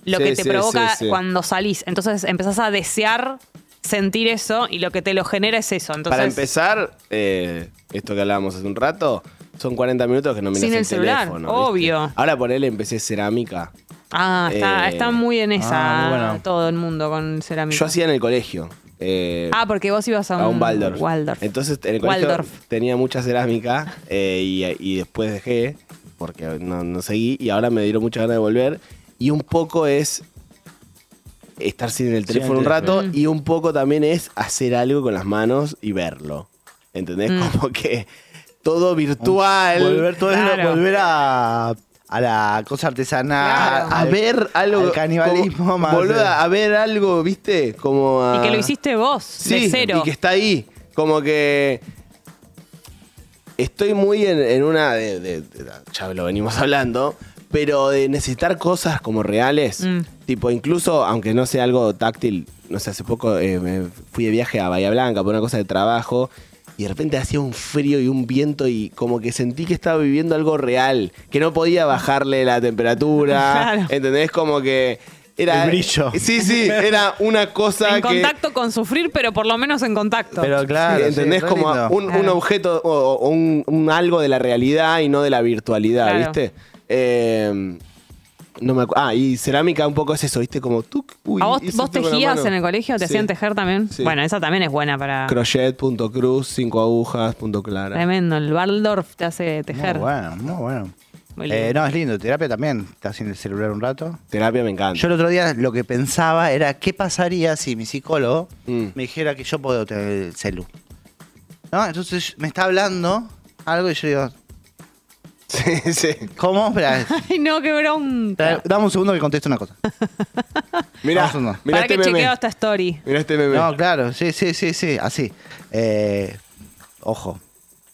Speaker 3: lo
Speaker 5: Sí,
Speaker 3: que te
Speaker 5: sí,
Speaker 3: provoca
Speaker 5: sí, sí.
Speaker 3: cuando salís. Entonces empezás a desear sentir eso y lo que te lo genera es eso. Entonces,
Speaker 5: Para empezar, eh, esto que hablábamos hace un rato, son 40 minutos que no miras
Speaker 3: Sin el celular,
Speaker 5: teléfono,
Speaker 3: obvio.
Speaker 5: ¿viste? Ahora por él empecé cerámica.
Speaker 3: ah, está,
Speaker 5: eh,
Speaker 3: está muy en esa
Speaker 4: ah, muy bueno.
Speaker 3: todo el mundo con cerámica.
Speaker 5: Yo hacía en el colegio. eh,
Speaker 3: ah, porque vos ibas a un,
Speaker 5: a un Waldorf.
Speaker 3: Waldorf.
Speaker 5: Entonces en el colegio
Speaker 3: Waldorf.
Speaker 5: tenía mucha cerámica eh, y, y después dejé porque no, no seguí y ahora me dieron mucha ganas de volver. Y un poco es estar sin el teléfono un rato y un poco también es hacer algo con las manos y verlo. ¿Entendés?
Speaker 3: Mm.
Speaker 5: Como que todo virtual.
Speaker 4: Volver, todo eso,
Speaker 3: Claro.
Speaker 4: volver a, a la cosa artesanal.
Speaker 3: Claro.
Speaker 5: a
Speaker 4: al-
Speaker 5: ver algo.
Speaker 4: al canibalismo
Speaker 5: como-
Speaker 4: más. eh.
Speaker 5: Boluda, a ver algo, ¿viste? Como a-
Speaker 3: y que lo hiciste vos, de cero.
Speaker 5: y que está ahí. Como que. Estoy muy en, en una. De, de- de- ya lo venimos hablando. Pero de necesitar cosas como reales.
Speaker 3: Mm.
Speaker 5: Tipo, incluso, aunque no sea algo táctil. No sé, hace poco eh, me fui de viaje a Bahía Blanca por una cosa de trabajo. Y de repente hacía un frío y un viento y como que sentí que estaba viviendo algo real. Que no podía bajarle la temperatura.
Speaker 3: Claro.
Speaker 5: ¿Entendés? Como que era...
Speaker 4: El brillo.
Speaker 5: Sí, sí, era una cosa
Speaker 3: en
Speaker 5: que...
Speaker 3: contacto con sufrir, pero por lo menos en contacto.
Speaker 4: Pero claro,
Speaker 5: Sí,
Speaker 4: sí,
Speaker 5: ¿Entendés?
Speaker 4: re
Speaker 5: como
Speaker 4: lindo.
Speaker 5: un, un
Speaker 3: Claro.
Speaker 5: objeto o, o un, un algo de la realidad y no de la virtualidad,
Speaker 3: Claro.
Speaker 5: ¿viste? Eh, no me acu- Ah, y cerámica un poco es eso, ¿viste? Como tú. uy,
Speaker 3: ¿A vos,
Speaker 5: hice
Speaker 3: vos
Speaker 5: esto con la
Speaker 3: tejías
Speaker 5: mano.
Speaker 3: en el colegio? ¿Te
Speaker 5: Sí.
Speaker 3: hacían tejer también?
Speaker 5: Sí.
Speaker 3: Bueno, esa también es buena para...
Speaker 5: Crochet, punto cruz, cinco agujas, punto clara.
Speaker 3: Tremendo, el Waldorf te hace tejer.
Speaker 4: Muy bueno, muy bueno.
Speaker 3: Muy
Speaker 4: Eh,
Speaker 3: lindo.
Speaker 4: no, es lindo. Terapia también. Estás sin el celular un rato.
Speaker 5: Terapia me encanta.
Speaker 4: Yo el otro día lo que pensaba era qué pasaría si mi psicólogo
Speaker 5: Mm.
Speaker 4: me dijera que yo puedo tener el celu. ¿No? Entonces me está hablando algo y yo digo,
Speaker 5: sí, sí.
Speaker 4: ¿cómo? Esperá,
Speaker 3: Ay, no, qué bronca.
Speaker 4: esperá, dame un segundo que contesto una cosa.
Speaker 5: Mirá,
Speaker 4: Vamos uno.
Speaker 5: mirá
Speaker 3: ¿Para
Speaker 5: este
Speaker 3: qué
Speaker 5: meme.
Speaker 3: chequeo esta story?
Speaker 5: Mirá este meme.
Speaker 4: No, claro, sí, sí, sí, sí, así. Eh, ojo,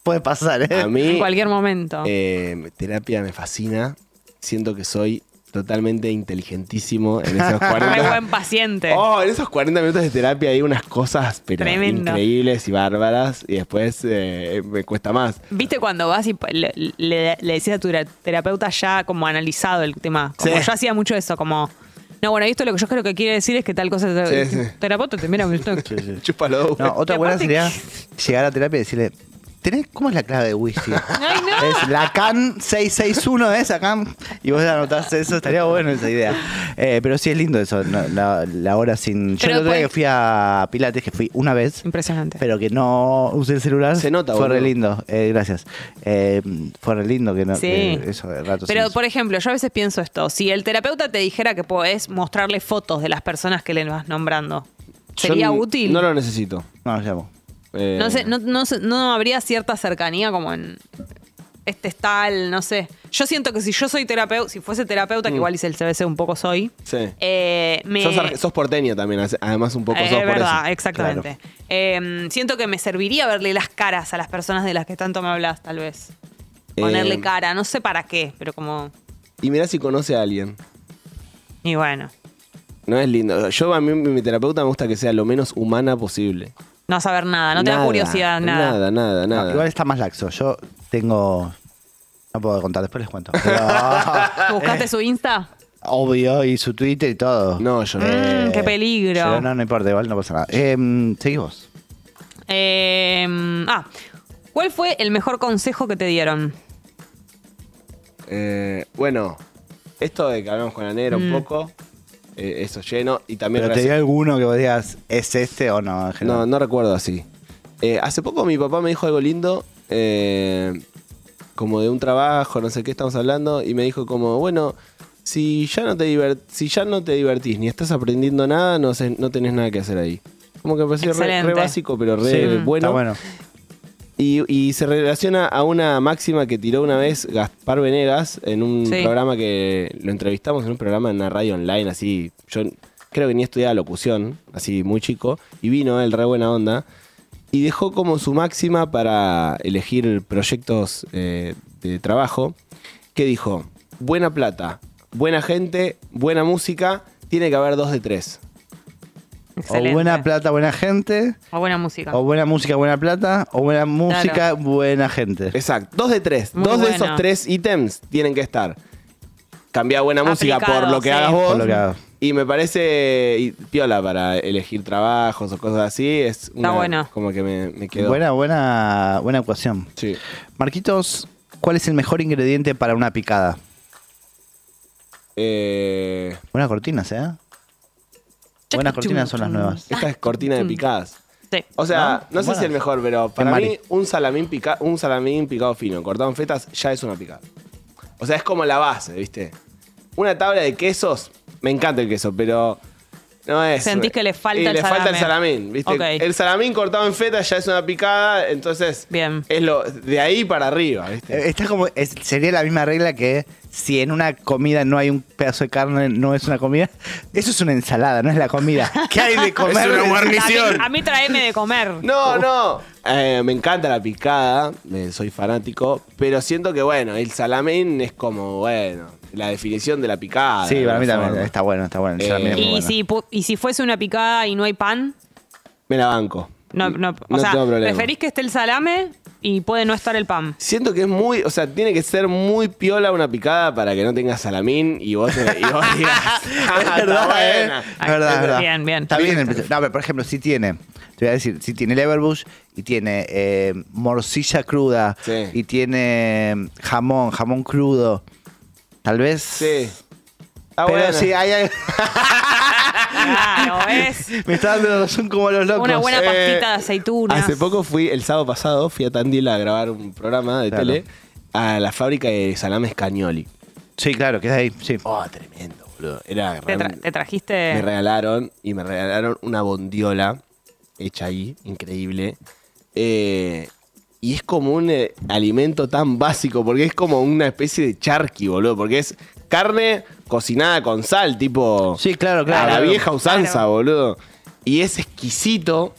Speaker 4: puede pasar, ¿eh?
Speaker 5: A mí.
Speaker 3: En cualquier momento.
Speaker 5: Eh, terapia me fascina. Siento que soy totalmente inteligentísimo en esos 40.
Speaker 3: Muy buen paciente.
Speaker 5: Oh, en esos 40 minutos de terapia hay unas cosas pero
Speaker 3: Tremendo.
Speaker 5: increíbles y bárbaras y después eh, me cuesta más.
Speaker 3: ¿Viste cuando vas y pa- le, le- le decís a tu tera- terapeuta ya como analizado el tema? Como
Speaker 5: Sí.
Speaker 3: yo hacía mucho eso, como... No, bueno, y esto lo que yo creo que quiere decir es que tal cosa...
Speaker 5: Sí, sí.
Speaker 3: Terapeuta te mira...
Speaker 5: Chúpalo.
Speaker 4: No, otra
Speaker 3: Y
Speaker 4: buena
Speaker 3: aparte
Speaker 4: sería llegar a terapia y decirle, ¿tenés, ¿cómo es la clave de Wi-Fi?
Speaker 3: Ay, no.
Speaker 4: Es la CAN 661, ¿es? Acá. ¿eh? Y vos anotás eso, estaría bueno esa idea. Eh, pero sí es lindo eso, no, la, la hora sin. Yo
Speaker 3: Pero pues-
Speaker 4: el otro día
Speaker 3: puede-
Speaker 4: que fui a Pilates, que fui una vez,
Speaker 3: Impresionante.
Speaker 4: pero que no usé el celular.
Speaker 5: Se nota,
Speaker 4: Fue re
Speaker 5: boludo.
Speaker 4: lindo, eh, gracias. Eh, fue re lindo que no.
Speaker 3: Sí.
Speaker 4: que eso, de rato
Speaker 3: Pero,
Speaker 4: sin-
Speaker 3: por ejemplo, yo a veces pienso esto. Si el terapeuta te dijera que podés mostrarle fotos de las personas que le vas nombrando,
Speaker 5: Yo
Speaker 3: ¿sería
Speaker 5: n-
Speaker 3: útil?
Speaker 5: No lo necesito.
Speaker 4: No, llamo.
Speaker 5: Eh,
Speaker 3: No sé, no, no sé- no habría cierta cercanía como en... Este es tal, no sé. Yo siento que si yo soy terapeuta, si fuese
Speaker 5: Mm.
Speaker 3: terapeuta, que igual hice el CBC un poco soy,
Speaker 5: Sí.
Speaker 3: eh, me...
Speaker 5: Sos, ar- sos porteña también, as- además un poco
Speaker 3: Eh,
Speaker 5: sos
Speaker 3: es
Speaker 5: por
Speaker 3: verdad,
Speaker 5: eso.
Speaker 3: exactamente. Eh, siento que me serviría verle las caras a las personas de las que tanto me hablas, tal vez.
Speaker 5: Eh,
Speaker 3: Ponerle cara, no sé para qué, pero como...
Speaker 5: Y mirá si conoce a alguien.
Speaker 3: Y bueno,
Speaker 5: No es lindo. Yo a mí mi mi terapeuta me gusta que sea lo menos humana posible.
Speaker 3: no saber nada, no te da
Speaker 5: Nada,
Speaker 3: curiosidad, nada.
Speaker 5: Nada, nada,
Speaker 4: No,
Speaker 5: nada.
Speaker 4: igual está más laxo. Yo tengo. No puedo contar, después les cuento. Pero-
Speaker 5: Eh.
Speaker 3: ¿Buscaste su Insta?
Speaker 4: obvio, y su Twitter y todo.
Speaker 5: No, yo no.
Speaker 3: Mm, qué peligro.
Speaker 4: Pero no, no importa, igual no pasa nada. Eh, seguí vos.
Speaker 3: Eh, ah, ¿cuál fue el mejor consejo que te dieron?
Speaker 5: Eh, bueno, esto de que hablamos con la negra
Speaker 3: Mm.
Speaker 5: un poco, eh, eso lleno. Y también
Speaker 4: Pero te
Speaker 5: gracias-
Speaker 4: dio alguno que vos digas, ¿es este o no? en
Speaker 5: No,
Speaker 4: general?
Speaker 5: no recuerdo así. Eh, hace poco mi papá me dijo algo lindo, eh, como de un trabajo, no sé qué estamos hablando, y me dijo como, bueno, si ya no te diver- si ya no te divertís ni estás aprendiendo nada, no, sé- no tenés nada que hacer ahí. Como que me pareció re,
Speaker 3: Excelente.
Speaker 5: re básico, pero re
Speaker 3: Mm,
Speaker 4: Sí,
Speaker 5: eh, bueno.
Speaker 4: Está bueno.
Speaker 5: Y, y se relaciona a una máxima que tiró una vez Gaspar Venegas en un
Speaker 3: Sí.
Speaker 5: programa que lo entrevistamos en un programa en la radio online, así. Yo creo que ni estudiaba locución, así muy chico. Y vino él, re buena onda. Y dejó como su máxima para elegir proyectos eh, de trabajo. Que dijo: buena plata, buena gente, buena música, tiene que haber dos de tres.
Speaker 3: Excelente.
Speaker 4: O buena plata, buena gente.
Speaker 3: O buena música.
Speaker 4: O buena música, buena plata. O buena música, buena gente.
Speaker 5: Exacto, dos de tres.
Speaker 3: Muy
Speaker 5: dos de
Speaker 3: bueno.
Speaker 5: esos tres ítems tienen que estar. Cambiar buena música
Speaker 3: Aplicado,
Speaker 5: por lo que
Speaker 3: sí.
Speaker 5: hagas vos.
Speaker 4: Por lo que hago.
Speaker 5: Y me parece y- piola para elegir trabajos o cosas así. Es una,
Speaker 3: bueno.
Speaker 5: Como que me, me quedó.
Speaker 4: Buena, buena, buena ecuación.
Speaker 5: Sí.
Speaker 4: Marquitos, ¿cuál es el mejor ingrediente para una picada?
Speaker 5: Eh,
Speaker 4: Buenas cortinas, ¿eh? Buenas cortinas son las nuevas.
Speaker 5: esta es cortina de picadas.
Speaker 3: Ah, Sí.
Speaker 5: O sea, no,
Speaker 4: No,
Speaker 5: sé
Speaker 4: buenas.
Speaker 5: si el mejor, pero para
Speaker 4: Mari.
Speaker 5: mí un salamín, pica- un salamín picado fino, cortado en fetas, ya es una picada. O sea, es como la base, ¿viste? Una tabla de quesos, me encanta el queso, pero no es...
Speaker 3: Sentís que le falta
Speaker 5: Y
Speaker 3: el
Speaker 5: le falta el
Speaker 3: salame.
Speaker 5: salamín, ¿viste?
Speaker 3: Ok.
Speaker 5: El salamín cortado en fetas ya es una picada, entonces
Speaker 3: Bien.
Speaker 5: es lo de ahí para arriba, ¿viste?
Speaker 4: Eh, Está como, es- sería la misma regla que si en una comida no hay un pedazo de carne, no es una comida. Eso es una ensalada, no es la comida. ¿Qué hay de comer?
Speaker 5: Es una guarnición.
Speaker 3: A mí, a mí traeme de comer.
Speaker 5: No, no. Eh, me encanta la picada, eh, soy fanático, pero siento que, bueno, el salamín es como, bueno, la definición de la picada.
Speaker 4: Sí, para mí
Speaker 5: de alguna
Speaker 4: también.
Speaker 5: forma.
Speaker 4: Está bueno, está bueno. el
Speaker 5: Eh,
Speaker 4: salami es muy
Speaker 3: y,
Speaker 4: bueno.
Speaker 3: si, pu- y si fuese una picada y no hay pan,
Speaker 5: Me la banco.
Speaker 3: no, no, o sea,
Speaker 5: Mm, tengo problema.
Speaker 3: preferís que esté el salame y puede no estar el pan.
Speaker 5: Siento que es muy, o sea, tiene que ser muy piola una picada para que no tenga salamín y vos, y vos digas. "Ah,
Speaker 4: Es
Speaker 5: está
Speaker 4: verdad, ¿eh?
Speaker 5: buena".
Speaker 4: Es verdad, es verdad.
Speaker 3: Bien, bien.
Speaker 4: Está bien. el- No, pero por ejemplo, si tiene, te voy a decir, si tiene leverbush y tiene eh, morcilla cruda
Speaker 5: Sí.
Speaker 4: y tiene mm, jamón, jamón crudo, tal vez.
Speaker 5: Sí. Está
Speaker 4: pero
Speaker 5: buena.
Speaker 4: si hay algo-
Speaker 3: Claro, ¿ves?
Speaker 4: Me está dando la razón como los locos.
Speaker 3: Una buena
Speaker 5: Eh,
Speaker 3: pastita de aceitunas.
Speaker 5: Hace poco fui, el sábado pasado, fui a Tandil a grabar un programa de
Speaker 4: Claro.
Speaker 5: tele a la fábrica de salames Cañoli.
Speaker 4: Sí, claro, que es ahí. Sí.
Speaker 5: Oh, tremendo, boludo. Era
Speaker 3: Te, tra-
Speaker 5: realmente-
Speaker 3: te
Speaker 5: Me
Speaker 3: trajiste.
Speaker 5: regalaron y me regalaron una bondiola hecha ahí, increíble. Eh, y es como un eh, alimento tan básico, porque es como una especie de charqui, boludo, porque es carne cocinada con sal, tipo
Speaker 4: Sí, claro, claro.
Speaker 5: a la vieja usanza,
Speaker 3: Claro.
Speaker 5: boludo. Y es exquisito.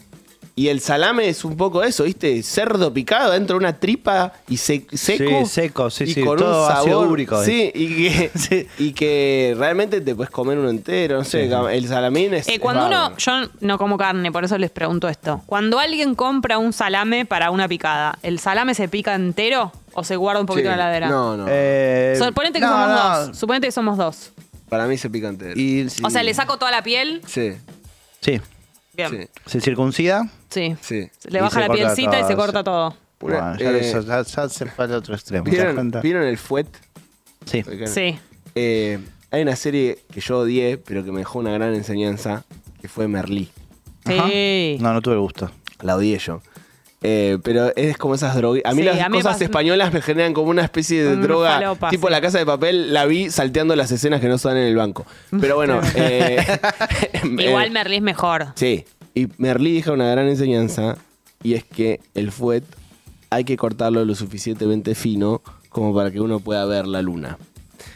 Speaker 5: Y el salame es un poco eso, ¿viste? Cerdo picado dentro de una tripa y se- seco.
Speaker 4: Sí, seco, sí,
Speaker 5: y
Speaker 4: sí,
Speaker 5: Con
Speaker 4: todo
Speaker 5: un
Speaker 4: ácido
Speaker 5: sabor.
Speaker 4: úrico, eh.
Speaker 5: Sí, y que,
Speaker 4: Sí.
Speaker 5: y que realmente te puedes comer uno entero. No sé, el salamín es.
Speaker 3: Eh,
Speaker 5: es
Speaker 3: cuando uno.
Speaker 5: bárbaro.
Speaker 3: Yo no como carne, por eso les pregunto esto. Cuando alguien compra un salame para una picada, ¿el salame se pica entero o se guarda un poquito
Speaker 5: Sí.
Speaker 3: en la heladera?
Speaker 5: No, no.
Speaker 4: Eh,
Speaker 3: Suponete que
Speaker 4: no,
Speaker 3: somos
Speaker 4: no.
Speaker 3: dos. Suponete que somos dos.
Speaker 5: Para mí se pica entero.
Speaker 4: Y, sí.
Speaker 3: O sea, le saco toda la piel.
Speaker 5: Sí,
Speaker 4: Sí.
Speaker 3: Bien.
Speaker 4: Se circuncida.
Speaker 3: Sí.
Speaker 5: sí, sí.
Speaker 3: Le
Speaker 4: Y
Speaker 3: baja
Speaker 4: se
Speaker 3: la
Speaker 4: corta
Speaker 3: pielcita y
Speaker 4: todo,
Speaker 3: se corta
Speaker 4: sí.
Speaker 3: todo.
Speaker 5: Una-
Speaker 4: Bueno, ya, lo
Speaker 5: eh,
Speaker 4: hizo, ya- ya se fue al otro extremo. ¿te das
Speaker 5: ¿Vieron,
Speaker 4: cuenta?
Speaker 5: ¿vieron el fuet?
Speaker 4: Sí.
Speaker 3: Sí.
Speaker 5: Eh, hay una serie que yo odié, pero que me dejó una gran enseñanza, que fue Merlí.
Speaker 4: Ajá.
Speaker 3: Sí.
Speaker 4: No, no tuve el gusto.
Speaker 5: La odié yo. Eh, pero es como esas drogas. A mí
Speaker 3: Sí,
Speaker 5: las
Speaker 3: a mí me
Speaker 5: cosas
Speaker 3: pasa-
Speaker 5: españolas me generan como una especie de
Speaker 3: Mm,
Speaker 5: droga.
Speaker 3: falopa,
Speaker 5: tipo
Speaker 3: sí.
Speaker 5: la casa de papel, la vi salteando las escenas que no están en el banco. Pero bueno. eh,
Speaker 3: Igual
Speaker 5: eh,
Speaker 3: Merlí es mejor.
Speaker 5: Sí. Y Merlí deja una gran enseñanza. Y es que el fuet hay que cortarlo lo suficientemente fino como para que uno pueda ver la luna.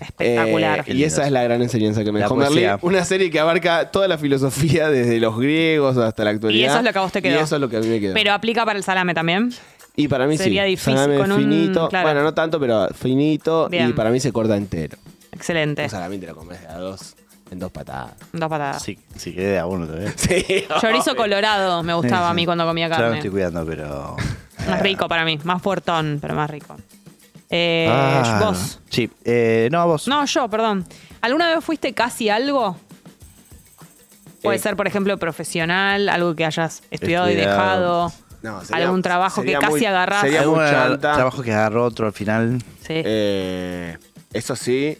Speaker 3: Espectacular.
Speaker 5: Eh, y esa es la gran enseñanza que me
Speaker 4: La
Speaker 5: dejó Merlí.
Speaker 4: poesía.
Speaker 5: Una serie que abarca toda la filosofía desde los griegos hasta la actualidad.
Speaker 3: Y eso es lo que a vos te quedó.
Speaker 5: Y eso es lo que a mí me quedó.
Speaker 3: Pero aplica para el salame también.
Speaker 5: y para mí
Speaker 3: sería
Speaker 5: sí.
Speaker 3: difícil
Speaker 5: Salame
Speaker 3: con un-
Speaker 5: finito.
Speaker 3: claro.
Speaker 5: Bueno, no tanto, pero finito. Y
Speaker 3: Bien.
Speaker 5: para mí se corta entero.
Speaker 3: Excelente.
Speaker 5: Un salami te lo comes de a dos, en dos patadas.
Speaker 3: Dos patadas.
Speaker 4: Sí, sí quedé ¿eh? a uno todavía.
Speaker 5: Sí.
Speaker 3: Chorizo colorado me gustaba a mí cuando comía
Speaker 4: Yo no
Speaker 3: carne.
Speaker 4: estoy cuidando, pero.
Speaker 3: Más rico para mí. Más fuertón, pero más rico. Eh,
Speaker 4: Ah,
Speaker 3: Vos.
Speaker 4: Sí. Eh, no, vos.
Speaker 3: No, yo, perdón. ¿Alguna vez fuiste casi algo? Puede
Speaker 5: Eh.
Speaker 3: ser, por ejemplo, profesional, algo que hayas estudiado, y
Speaker 4: Estudiado.
Speaker 3: dejado.
Speaker 5: No, sería-
Speaker 3: algún trabajo que
Speaker 5: sería
Speaker 3: casi
Speaker 5: muy-
Speaker 3: agarraste.
Speaker 5: sería
Speaker 4: ¿Algún
Speaker 5: muy chanta.
Speaker 4: trabajo que agarró otro al final?
Speaker 3: Sí.
Speaker 5: Eh, eso sí.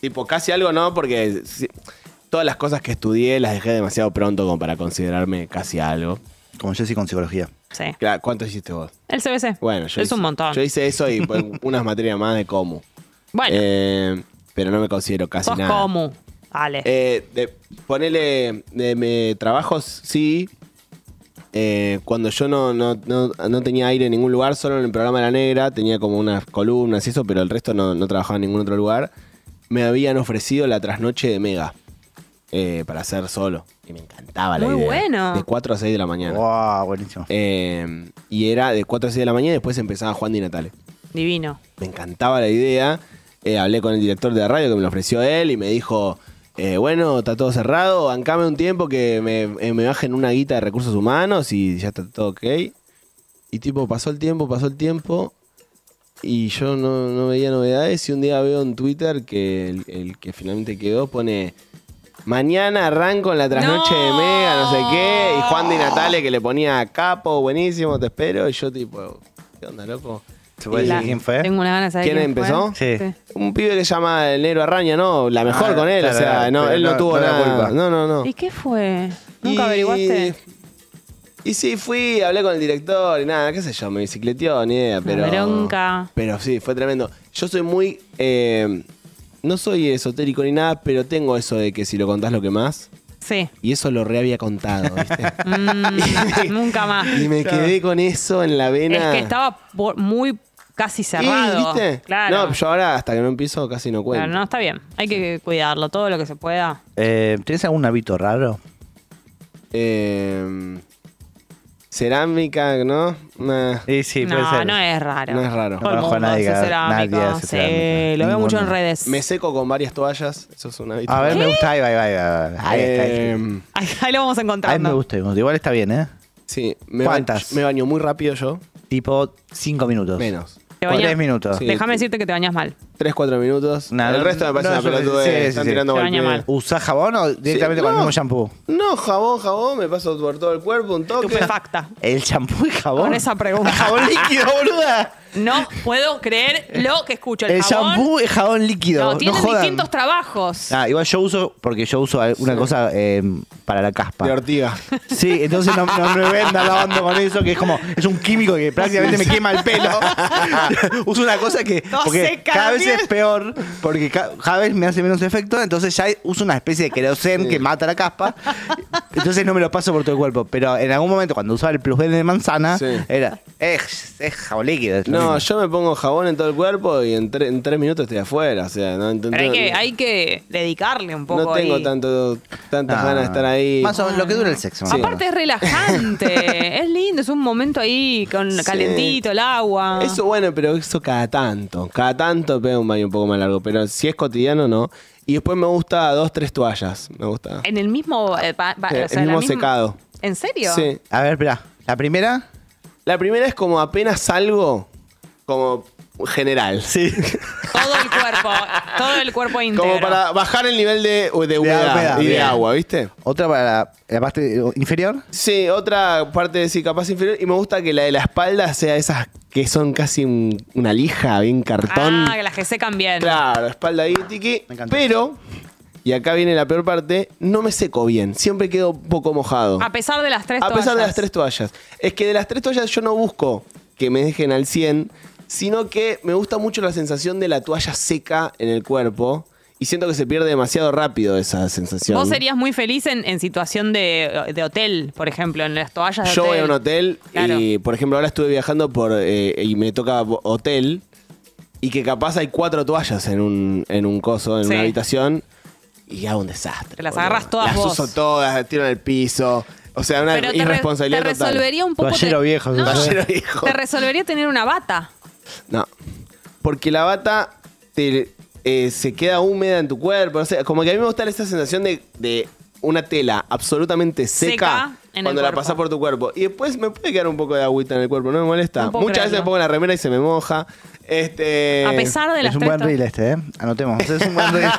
Speaker 5: Tipo, casi algo no, porque si- todas las cosas que estudié las dejé demasiado pronto como para considerarme casi algo.
Speaker 4: Como yo sí con psicología.
Speaker 3: sí.
Speaker 5: Claro, ¿cuánto hiciste vos?
Speaker 3: El CBC.
Speaker 5: Bueno, yo
Speaker 3: Es
Speaker 5: hice-
Speaker 3: un montón.
Speaker 5: Yo hice eso y pues, unas materias más de cómo.
Speaker 3: bueno,
Speaker 5: Eh, pero no me considero casi
Speaker 3: Sos
Speaker 5: nada.
Speaker 3: como. Dale.
Speaker 5: Eh, de- ponele de, me- trabajos, sí. Eh, cuando yo no, no- no- no tenía aire en ningún lugar, solo en el programa La Negra, tenía como unas columnas y eso, pero el resto no, no trabajaba en ningún otro lugar. Me habían ofrecido la trasnoche de Mega eh, para hacer solo. Y me encantaba la
Speaker 3: Muy
Speaker 5: idea.
Speaker 3: bueno.
Speaker 5: De 4 a 6 de la mañana.
Speaker 4: Wow, buenísimo.
Speaker 5: Eh, y era de 4 a 6 de la mañana y después empezaba Juan Di Natale
Speaker 3: Divino.
Speaker 5: me encantaba la idea. Eh, hablé con el director de la radio que me lo ofreció él y me dijo, eh, bueno, está todo cerrado, bancame un tiempo que me, eh, me bajen una guita de recursos humanos y ya está todo ok. Y tipo, pasó el tiempo, pasó el tiempo y yo no, no veía novedades y un día veo en Twitter que el, el que finalmente quedó pone... Mañana arranco en la trasnoche de
Speaker 3: No.
Speaker 5: Mega, no sé qué. Y Juan Di Natale que le ponía capo, buenísimo, te espero. Y yo tipo, ¿qué onda, loco?
Speaker 4: ¿Se puede
Speaker 5: Y-
Speaker 4: decir quién fue?
Speaker 3: Tengo una ganas de saber
Speaker 5: ¿Eh? ¿Quién
Speaker 3: quién,
Speaker 5: empezó?
Speaker 3: fue.
Speaker 4: Sí.
Speaker 5: Un pibe que se llama el negro Arraña, ¿no? La mejor
Speaker 4: Ah,
Speaker 5: con él,
Speaker 4: claro,
Speaker 5: o sea, no,
Speaker 4: pero
Speaker 5: él no,
Speaker 4: no-
Speaker 5: tuvo
Speaker 4: no era
Speaker 5: nada.
Speaker 4: culpa.
Speaker 5: No, no, no.
Speaker 3: ¿Y qué fue? ¿Nunca
Speaker 5: Y-
Speaker 3: averiguaste?
Speaker 5: Y sí, fui, hablé con el director y nada, qué sé yo, me bicicleteó, ni idea,
Speaker 3: Una
Speaker 5: pero.
Speaker 3: bronca.
Speaker 5: Pero sí, fue tremendo. Yo soy muy. eh, no soy esotérico ni nada, pero tengo eso de que si lo contás lo que más.
Speaker 3: Sí.
Speaker 5: Y eso lo re había contado, ¿viste?
Speaker 3: Mm, nunca más.
Speaker 5: y me quedé con eso en la vena.
Speaker 3: Es que estaba por- muy casi cerrado.
Speaker 5: Y, ¿Viste?
Speaker 3: Claro.
Speaker 5: No, yo ahora hasta que no empiezo casi no cuento.
Speaker 3: Pero no, está bien. Hay que cuidarlo todo lo que se pueda.
Speaker 4: Eh, ¿Tienes algún hábito raro?
Speaker 5: Eh, cerámica, ¿no? Nah.
Speaker 4: Sí, sí, puede
Speaker 3: no,
Speaker 4: ser.
Speaker 3: no es raro.
Speaker 5: No es raro.
Speaker 3: Todo el
Speaker 4: No conozco a
Speaker 3: mundo
Speaker 4: nadie
Speaker 3: hace
Speaker 4: que-
Speaker 3: cerámica.
Speaker 4: nadie hace
Speaker 3: Sí,
Speaker 4: cerámica.
Speaker 3: lo veo mucho en
Speaker 4: Ninguno.
Speaker 3: redes.
Speaker 5: Me seco con varias toallas. Eso es un hábito.
Speaker 4: A ver, me gusta. Ahí va, ahí va, ahí va. Ahí está, ahí está.
Speaker 5: Eh,
Speaker 3: Ahí, ahí lo vamos
Speaker 4: Ahí me
Speaker 3: encontrando.
Speaker 4: gusta. Igual está bien, ¿eh?
Speaker 5: sí, me
Speaker 4: ¿Cuántas?
Speaker 5: ba- me baño muy rápido yo.
Speaker 4: Tipo cinco minutos.
Speaker 5: Menos.
Speaker 3: Te bañas-
Speaker 4: Tres minutos.
Speaker 5: Sí.
Speaker 3: Déjame decirte que te bañas mal.
Speaker 5: 3, 4 minutos.
Speaker 4: Nah,
Speaker 5: el
Speaker 4: no-
Speaker 5: resto me parece
Speaker 4: no,
Speaker 5: una
Speaker 4: yo-
Speaker 5: pelotudez.
Speaker 4: sí, sí,
Speaker 5: Están
Speaker 4: sí.
Speaker 5: tirando
Speaker 3: Se baña
Speaker 5: golpe.
Speaker 3: mal.
Speaker 4: ¿Usás jabón o directamente
Speaker 5: Sí,
Speaker 4: con el
Speaker 5: no.
Speaker 4: mismo shampoo?
Speaker 5: No, jabón, jabón. Me paso por todo el cuerpo un toque.
Speaker 3: Estupefacta.
Speaker 4: ¿El shampoo y jabón?
Speaker 3: Con esa pregunta.
Speaker 4: ¿Jabón líquido, boluda?
Speaker 3: No puedo creer lo que escucho. El,
Speaker 4: El
Speaker 3: jabón-
Speaker 4: shampoo es jabón líquido.
Speaker 3: No,
Speaker 4: No,
Speaker 3: tienen
Speaker 4: jodan.
Speaker 3: distintos trabajos.
Speaker 4: Ah, igual yo uso, porque yo uso una cosa eh, para la caspa.
Speaker 5: De ortiga.
Speaker 4: Sí, entonces no, no me venda lavando con eso, que es como, es un químico que prácticamente me quema el pelo. Uso una cosa que
Speaker 3: No
Speaker 4: porque
Speaker 3: seca la
Speaker 4: cada vez
Speaker 3: piel.
Speaker 4: es peor, porque ca- cada vez me hace menos efecto, entonces ya uso una especie de querosén que mata la caspa. Entonces no me lo paso por todo el cuerpo. Pero en algún momento cuando usaba el plus de manzana,
Speaker 5: Sí.
Speaker 4: era, es, es jabón líquido. es lo
Speaker 5: No,
Speaker 4: mismo".
Speaker 5: yo me pongo jabón en todo el cuerpo y en, tre- en 3 minutos estoy afuera. O sea, no
Speaker 3: Pero hay que,
Speaker 5: no-
Speaker 3: hay que dedicarle un poco.
Speaker 5: No tengo
Speaker 3: ahí.
Speaker 5: tanto, tantas
Speaker 4: Ah.
Speaker 5: ganas de estar ahí.
Speaker 4: Más o menos lo que dura el sexo.
Speaker 5: Ah.
Speaker 4: más o menos.
Speaker 3: Aparte es relajante, es lindo, es un momento ahí con
Speaker 5: Sí.
Speaker 3: calentito el agua.
Speaker 5: Eso bueno, pero eso cada tanto. Cada tanto pega un baño un poco más largo. Pero si es cotidiano, no. Y después me gusta dos, tres toallas. Me gusta.
Speaker 3: En el mismo eh, pa- pa-
Speaker 5: Eh,
Speaker 3: o sea,
Speaker 5: el
Speaker 3: la
Speaker 5: mismo
Speaker 3: misma-
Speaker 5: secado.
Speaker 3: ¿En serio?
Speaker 5: Sí.
Speaker 4: A ver, espera. La primera,
Speaker 5: La primera es como apenas salgo, como general. Sí.
Speaker 3: Todo el cuerpo, todo el cuerpo íntegro.
Speaker 5: Como para bajar el nivel de, de humedad
Speaker 4: humedad,
Speaker 5: y de
Speaker 4: bien.
Speaker 5: agua, ¿viste?
Speaker 4: otra para la, la parte inferior.
Speaker 5: Sí, otra parte de sí, capaz inferior. Y me gusta que la de la espalda sea esas que son casi un- una lija, bien cartón.
Speaker 3: Ah, que las que secan bien.
Speaker 5: Claro, espalda ahí, tiki.
Speaker 4: Me encantó.
Speaker 5: Pero, y acá viene la peor parte, no me seco bien. Siempre quedo un poco mojado.
Speaker 3: A pesar de las tres
Speaker 5: A pesar de
Speaker 3: toallas.
Speaker 5: las tres toallas. Es que de las tres toallas yo no busco que me dejen al 100, sino que me gusta mucho la sensación de la toalla seca en el cuerpo. Y siento que se pierde demasiado rápido esa sensación.
Speaker 3: Vos serías muy feliz en, en situación de, de hotel, por ejemplo, en las toallas de
Speaker 5: Yo voy
Speaker 3: hotel.
Speaker 5: a un hotel
Speaker 3: Claro.
Speaker 5: y, por ejemplo, ahora estuve viajando por eh, y me toca bo- hotel y que capaz hay cuatro toallas en un, en un coso, en
Speaker 3: Sí.
Speaker 5: una habitación y hago un desastre.
Speaker 3: Te las
Speaker 5: boludo.
Speaker 3: agarrás todas
Speaker 5: Las
Speaker 3: vos.
Speaker 5: uso todas, las tiro en el piso. O sea, una
Speaker 3: Pero te, re-
Speaker 5: irresponsabilidad
Speaker 3: te
Speaker 5: total.
Speaker 3: resolvería un poco.
Speaker 4: Toallero
Speaker 3: te-
Speaker 4: viejo,
Speaker 3: No,
Speaker 5: Toallero viejo.
Speaker 3: Te resolvería tener una bata.
Speaker 5: No. Porque la bata te, eh, se queda húmeda en tu cuerpo. No sé, como que a mí me gusta esa sensación de, de una tela absolutamente
Speaker 3: Seca
Speaker 5: seca,
Speaker 3: en el
Speaker 5: cuando la
Speaker 3: cuerpo.
Speaker 5: pasas por tu cuerpo. Y después me puede quedar un poco de agüita en el cuerpo, no me molesta.
Speaker 3: No puedo
Speaker 5: Muchas veces
Speaker 3: creerlo.
Speaker 5: me pongo la remera y se me moja. Este,
Speaker 3: a pesar de las
Speaker 4: Es un
Speaker 3: tres
Speaker 4: buen
Speaker 3: toallas.
Speaker 4: reel este, ¿eh? Anotemos. Es un buen reel.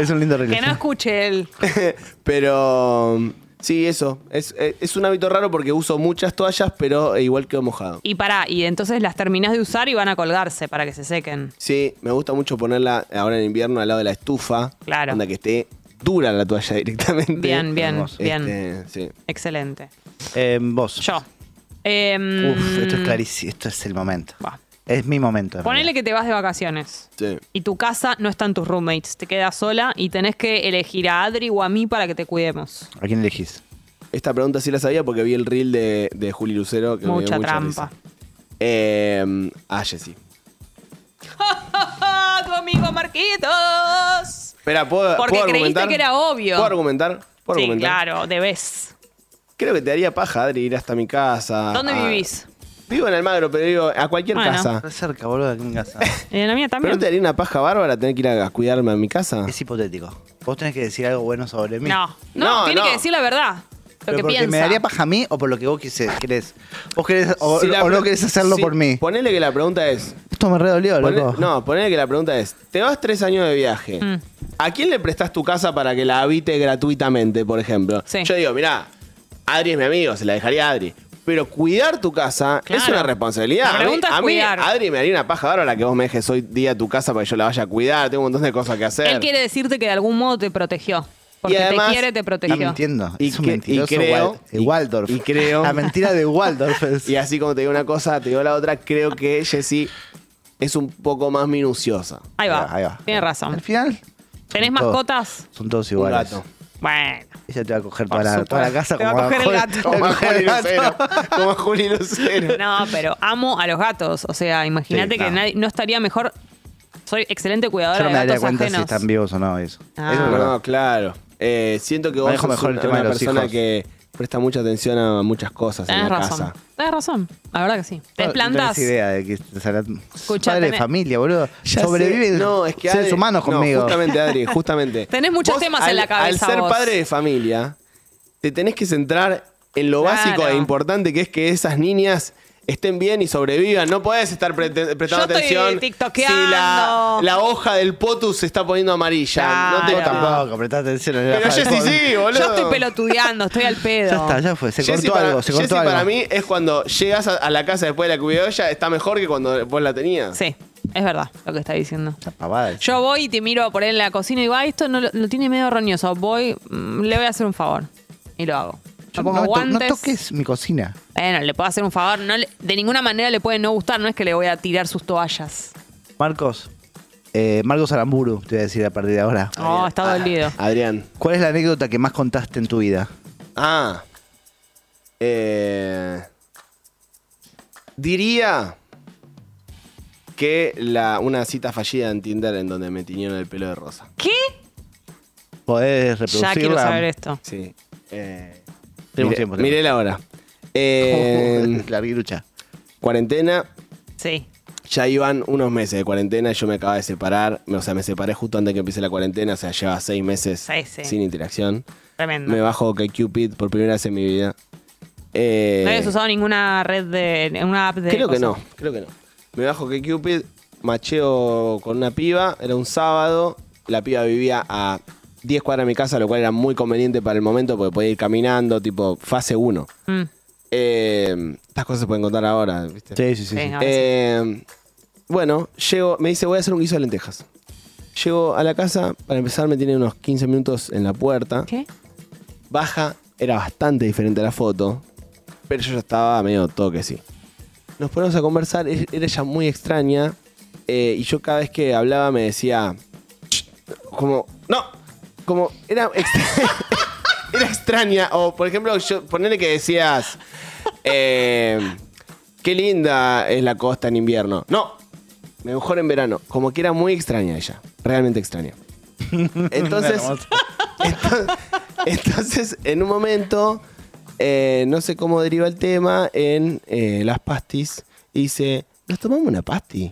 Speaker 4: es un lindo reel.
Speaker 3: Que no escuche él.
Speaker 5: Pero um, sí, eso. Es, es- es un hábito raro porque uso muchas toallas, pero igual quedo mojado.
Speaker 3: Y pará, y entonces las terminás de usar y van a colgarse para que se sequen.
Speaker 5: Sí, me gusta mucho ponerla ahora en invierno al lado de la estufa.
Speaker 3: Claro.
Speaker 5: Onda que esté dura la toalla directamente.
Speaker 3: Bien, bien,
Speaker 4: hermoso.
Speaker 3: bien.
Speaker 5: Este, sí.
Speaker 3: Excelente.
Speaker 4: Eh, vos.
Speaker 3: Yo. Em,
Speaker 4: Uf, esto es clarísimo. Esto es el momento.
Speaker 3: bah,
Speaker 4: Es mi momento. en
Speaker 3: Ponele
Speaker 4: realidad.
Speaker 3: que te vas de vacaciones
Speaker 5: Sí.
Speaker 3: y tu casa no están tus roommates, te quedas sola y tenés que elegir a Adri o a mí para que te cuidemos.
Speaker 4: ¿A quién elegís?
Speaker 5: Esta pregunta sí la sabía porque vi el reel de, de Juli Lucero que me dio
Speaker 3: Mucha
Speaker 5: risa.
Speaker 3: trampa.
Speaker 5: Eh, a Jessy.
Speaker 3: ¡Ah, tu amigo Marquitos!
Speaker 5: Espera, ¿puedo,
Speaker 3: Porque
Speaker 5: puedo
Speaker 3: creíste
Speaker 5: argumentar?
Speaker 3: que era obvio.
Speaker 5: ¿Puedo argumentar? ¿Puedo
Speaker 3: Sí,
Speaker 5: argumentar?
Speaker 3: claro, debes.
Speaker 5: Creo que te haría paja, Adri, ir hasta mi
Speaker 4: Ah,
Speaker 5: casa.
Speaker 3: ¿Dónde
Speaker 5: a-
Speaker 3: vivís?
Speaker 5: Vivo en Almagro, pero digo, a cualquier
Speaker 3: Bueno.
Speaker 5: casa.
Speaker 4: Está cerca, boludo, de aquí en casa.
Speaker 3: En Eh, la mía
Speaker 5: ¿Pero
Speaker 3: también.
Speaker 5: no te haría una paja bárbara tener que ir a, a cuidarme a mi casa?
Speaker 4: es hipotético. Vos tenés que decir algo bueno sobre mí.
Speaker 3: No, no,
Speaker 5: No,
Speaker 3: tiene
Speaker 5: no.
Speaker 3: que decir la verdad. Lo
Speaker 4: Pero
Speaker 3: que
Speaker 4: porque
Speaker 3: piensa.
Speaker 4: me daría paja a mí o por lo que vos quise- querés. Vos querés o,
Speaker 5: Si la
Speaker 4: o
Speaker 5: pre-
Speaker 4: no querés hacerlo
Speaker 5: si-
Speaker 4: por mí.
Speaker 5: Ponele que la pregunta es.
Speaker 4: Esto me re dolió,
Speaker 5: pone-
Speaker 4: loco.
Speaker 5: no, ponele que la pregunta es: ¿te vas tres años de viaje?
Speaker 3: Mm.
Speaker 5: ¿A quién le prestás tu casa para que la habite gratuitamente, por ejemplo?
Speaker 3: Sí.
Speaker 5: Yo digo, mirá, Adri es mi amigo, se la dejaría a Adri. Pero cuidar tu casa es
Speaker 3: Claro.
Speaker 5: una responsabilidad.
Speaker 3: La
Speaker 5: A mí-
Speaker 3: pregunta es
Speaker 5: a mí,
Speaker 3: cuidar.
Speaker 5: Adri me haría una paja bárbara que vos me dejes hoy día tu casa para que yo la vaya a cuidar. Tengo un montón de cosas que hacer.
Speaker 3: Él quiere decirte que de algún modo te protegió. Porque
Speaker 5: además-
Speaker 3: te quiere, te
Speaker 4: Está
Speaker 3: protegió.
Speaker 4: mintiendo.
Speaker 5: Y
Speaker 4: es un
Speaker 5: que- y
Speaker 4: mentiroso
Speaker 5: creo-
Speaker 4: Wal- eh,
Speaker 5: y-
Speaker 4: Waldorf.
Speaker 5: y creo-
Speaker 4: La mentira de Waldorf. es-
Speaker 5: Y así como te digo una cosa, te digo la otra, creo que Jessy es un poco más minuciosa.
Speaker 3: Ahí va.
Speaker 4: Ahí va.
Speaker 3: Tienes
Speaker 4: Al
Speaker 3: razón.
Speaker 4: final.
Speaker 3: ¿Tenés
Speaker 4: son todos-
Speaker 3: mascotas?
Speaker 4: Son todos
Speaker 5: Un
Speaker 4: iguales.
Speaker 5: gato.
Speaker 3: Bueno.
Speaker 4: Ella te va a coger
Speaker 3: Por
Speaker 4: toda la, toda la
Speaker 3: supuesto.
Speaker 4: casa
Speaker 3: Te va a
Speaker 4: como
Speaker 3: coger el
Speaker 4: Juli-
Speaker 3: gato.
Speaker 4: como
Speaker 5: Como a Juli
Speaker 4: el gato.
Speaker 5: Lucero. Como a Juli Lucero.
Speaker 3: No, pero amo a los gatos. O sea, imagínate
Speaker 4: Sí,
Speaker 3: que
Speaker 4: no.
Speaker 3: nadie- no estaría mejor. Soy excelente
Speaker 4: Yo
Speaker 3: cuidadora
Speaker 4: no me
Speaker 3: de
Speaker 4: daría
Speaker 3: gatos
Speaker 4: cuenta si
Speaker 3: ajenos.
Speaker 4: están vivos o no eso.
Speaker 3: Ah.
Speaker 4: Eso es
Speaker 5: No,
Speaker 4: verdad.
Speaker 5: claro. Eh, siento que vos
Speaker 4: Manejo
Speaker 5: sos
Speaker 4: mejor el
Speaker 5: una,
Speaker 4: tema de
Speaker 5: una
Speaker 4: los
Speaker 5: persona
Speaker 4: hijos.
Speaker 5: que presta mucha atención a muchas cosas en
Speaker 3: Tenés
Speaker 5: la
Speaker 3: razón.
Speaker 5: casa.
Speaker 3: Tenés razón. La verdad que sí. Te
Speaker 4: No, No
Speaker 3: plantas.
Speaker 4: tenés idea de que o sea, la-
Speaker 3: Escuchá,
Speaker 4: padre de
Speaker 3: tenés-
Speaker 4: familia, boludo.
Speaker 5: Ya
Speaker 4: Sobreviven
Speaker 5: sé. No, es que
Speaker 4: seres
Speaker 5: Adri-
Speaker 4: humanos
Speaker 5: no,
Speaker 4: conmigo.
Speaker 5: justamente, Adri, justamente.
Speaker 3: Tenés muchos
Speaker 5: Vos,
Speaker 3: temas en
Speaker 5: al-
Speaker 3: la cabeza
Speaker 5: Al ser
Speaker 3: vos.
Speaker 5: padre de familia, te tenés que centrar en lo
Speaker 3: Claro.
Speaker 5: básico e importante que es que esas niñas estén bien y sobrevivan. No podés estar pre- prestando
Speaker 3: Yo estoy
Speaker 5: atención
Speaker 3: tiktokeando.
Speaker 5: si la, la hoja del potus se está poniendo amarilla. No te-
Speaker 4: Vos
Speaker 3: Claro.
Speaker 4: tampoco, prestá atención. en la
Speaker 5: Pero
Speaker 4: familia.
Speaker 5: Jessy sí, boludo.
Speaker 3: Yo estoy pelotudeando, estoy al pedo.
Speaker 4: Ya está, ya fue. Se
Speaker 5: Jessy
Speaker 4: cortó
Speaker 5: para,
Speaker 4: algo, se
Speaker 5: Jessy
Speaker 4: cortó algo.
Speaker 5: para mí es cuando llegas a, a la casa después de la cuidadoya, está mejor que cuando vos la tenías.
Speaker 3: Sí, es verdad lo que está diciendo.
Speaker 4: Esa pavada.
Speaker 3: Yo voy y te miro por él en la cocina y digo, ah, esto no lo, lo tiene medio roñoso. Voy, mm, le voy a hacer un favor. Y lo hago. Yo
Speaker 4: Yo
Speaker 3: pongo
Speaker 4: no, to- no
Speaker 3: guantes.
Speaker 4: toques mi cocina.
Speaker 3: Bueno, le puedo hacer un favor. No le- de ninguna manera le puede no gustar. No es que le voy a tirar sus toallas.
Speaker 4: Marcos, eh, Marcos Aramburu, te voy a decir a partir de ahora.
Speaker 3: Oh, está
Speaker 4: Ah.
Speaker 3: dolido.
Speaker 5: Ah, Adrián.
Speaker 4: ¿Cuál es la anécdota que más contaste en tu vida?
Speaker 5: Ah. Eh, diría que la, una cita fallida en Tinder en donde me tiñeron el pelo de rosa.
Speaker 3: ¿Qué?
Speaker 4: ¿Podés
Speaker 3: Ya quiero saber
Speaker 4: reproducirla?
Speaker 3: esto.
Speaker 5: Sí. Eh,
Speaker 4: Tenemos
Speaker 5: miré-
Speaker 4: tiempo, tenemos.
Speaker 5: miré la hora. Eh,
Speaker 4: La virucha.
Speaker 5: cuarentena.
Speaker 3: Sí.
Speaker 5: Ya iban unos meses de cuarentena, yo me acababa de separar, o sea, me separé justo antes que empiece la cuarentena, o sea, lleva seis meses
Speaker 3: Sí, sí.
Speaker 5: sin interacción.
Speaker 3: Tremendo.
Speaker 5: Me bajo Cupid por primera vez en mi vida. Eh,
Speaker 3: No habías usado ninguna red de. una app de.
Speaker 5: Creo que
Speaker 3: cosas.
Speaker 5: no, creo que no. Me bajo que Cupid, macheo con una piba, era un sábado, la piba vivía a 10 cuadras de mi casa, lo cual era muy conveniente para el momento porque podía ir caminando, tipo fase 1.
Speaker 3: Mm,
Speaker 5: estas cosas se pueden contar ahora, ¿viste?
Speaker 4: Sí, sí, sí.
Speaker 3: venga,
Speaker 4: sí.
Speaker 3: ahora sí.
Speaker 5: Eh, bueno, llego, me dice voy a hacer un guiso de lentejas. Llego a la casa, para empezar me tiene unos 15 minutos en la puerta.
Speaker 3: ¿Qué?
Speaker 5: Baja, era bastante diferente a la foto, pero yo ya estaba medio toque, sí. Nos ponemos a conversar, e- era ella muy extraña, eh, y yo cada vez que hablaba me decía, "Ch", como, no, como, era, extra- era extraña, o por ejemplo, yo, ponerle que decías, eh, qué linda es la costa en invierno, no, mejor en verano, como que era muy extraña ella, realmente extraña. Entonces,
Speaker 4: Hermoso.
Speaker 5: entonces, entonces, en un momento, eh, no sé cómo deriva el tema, en eh, las pastis, dice, ¿nos tomamos una pasti?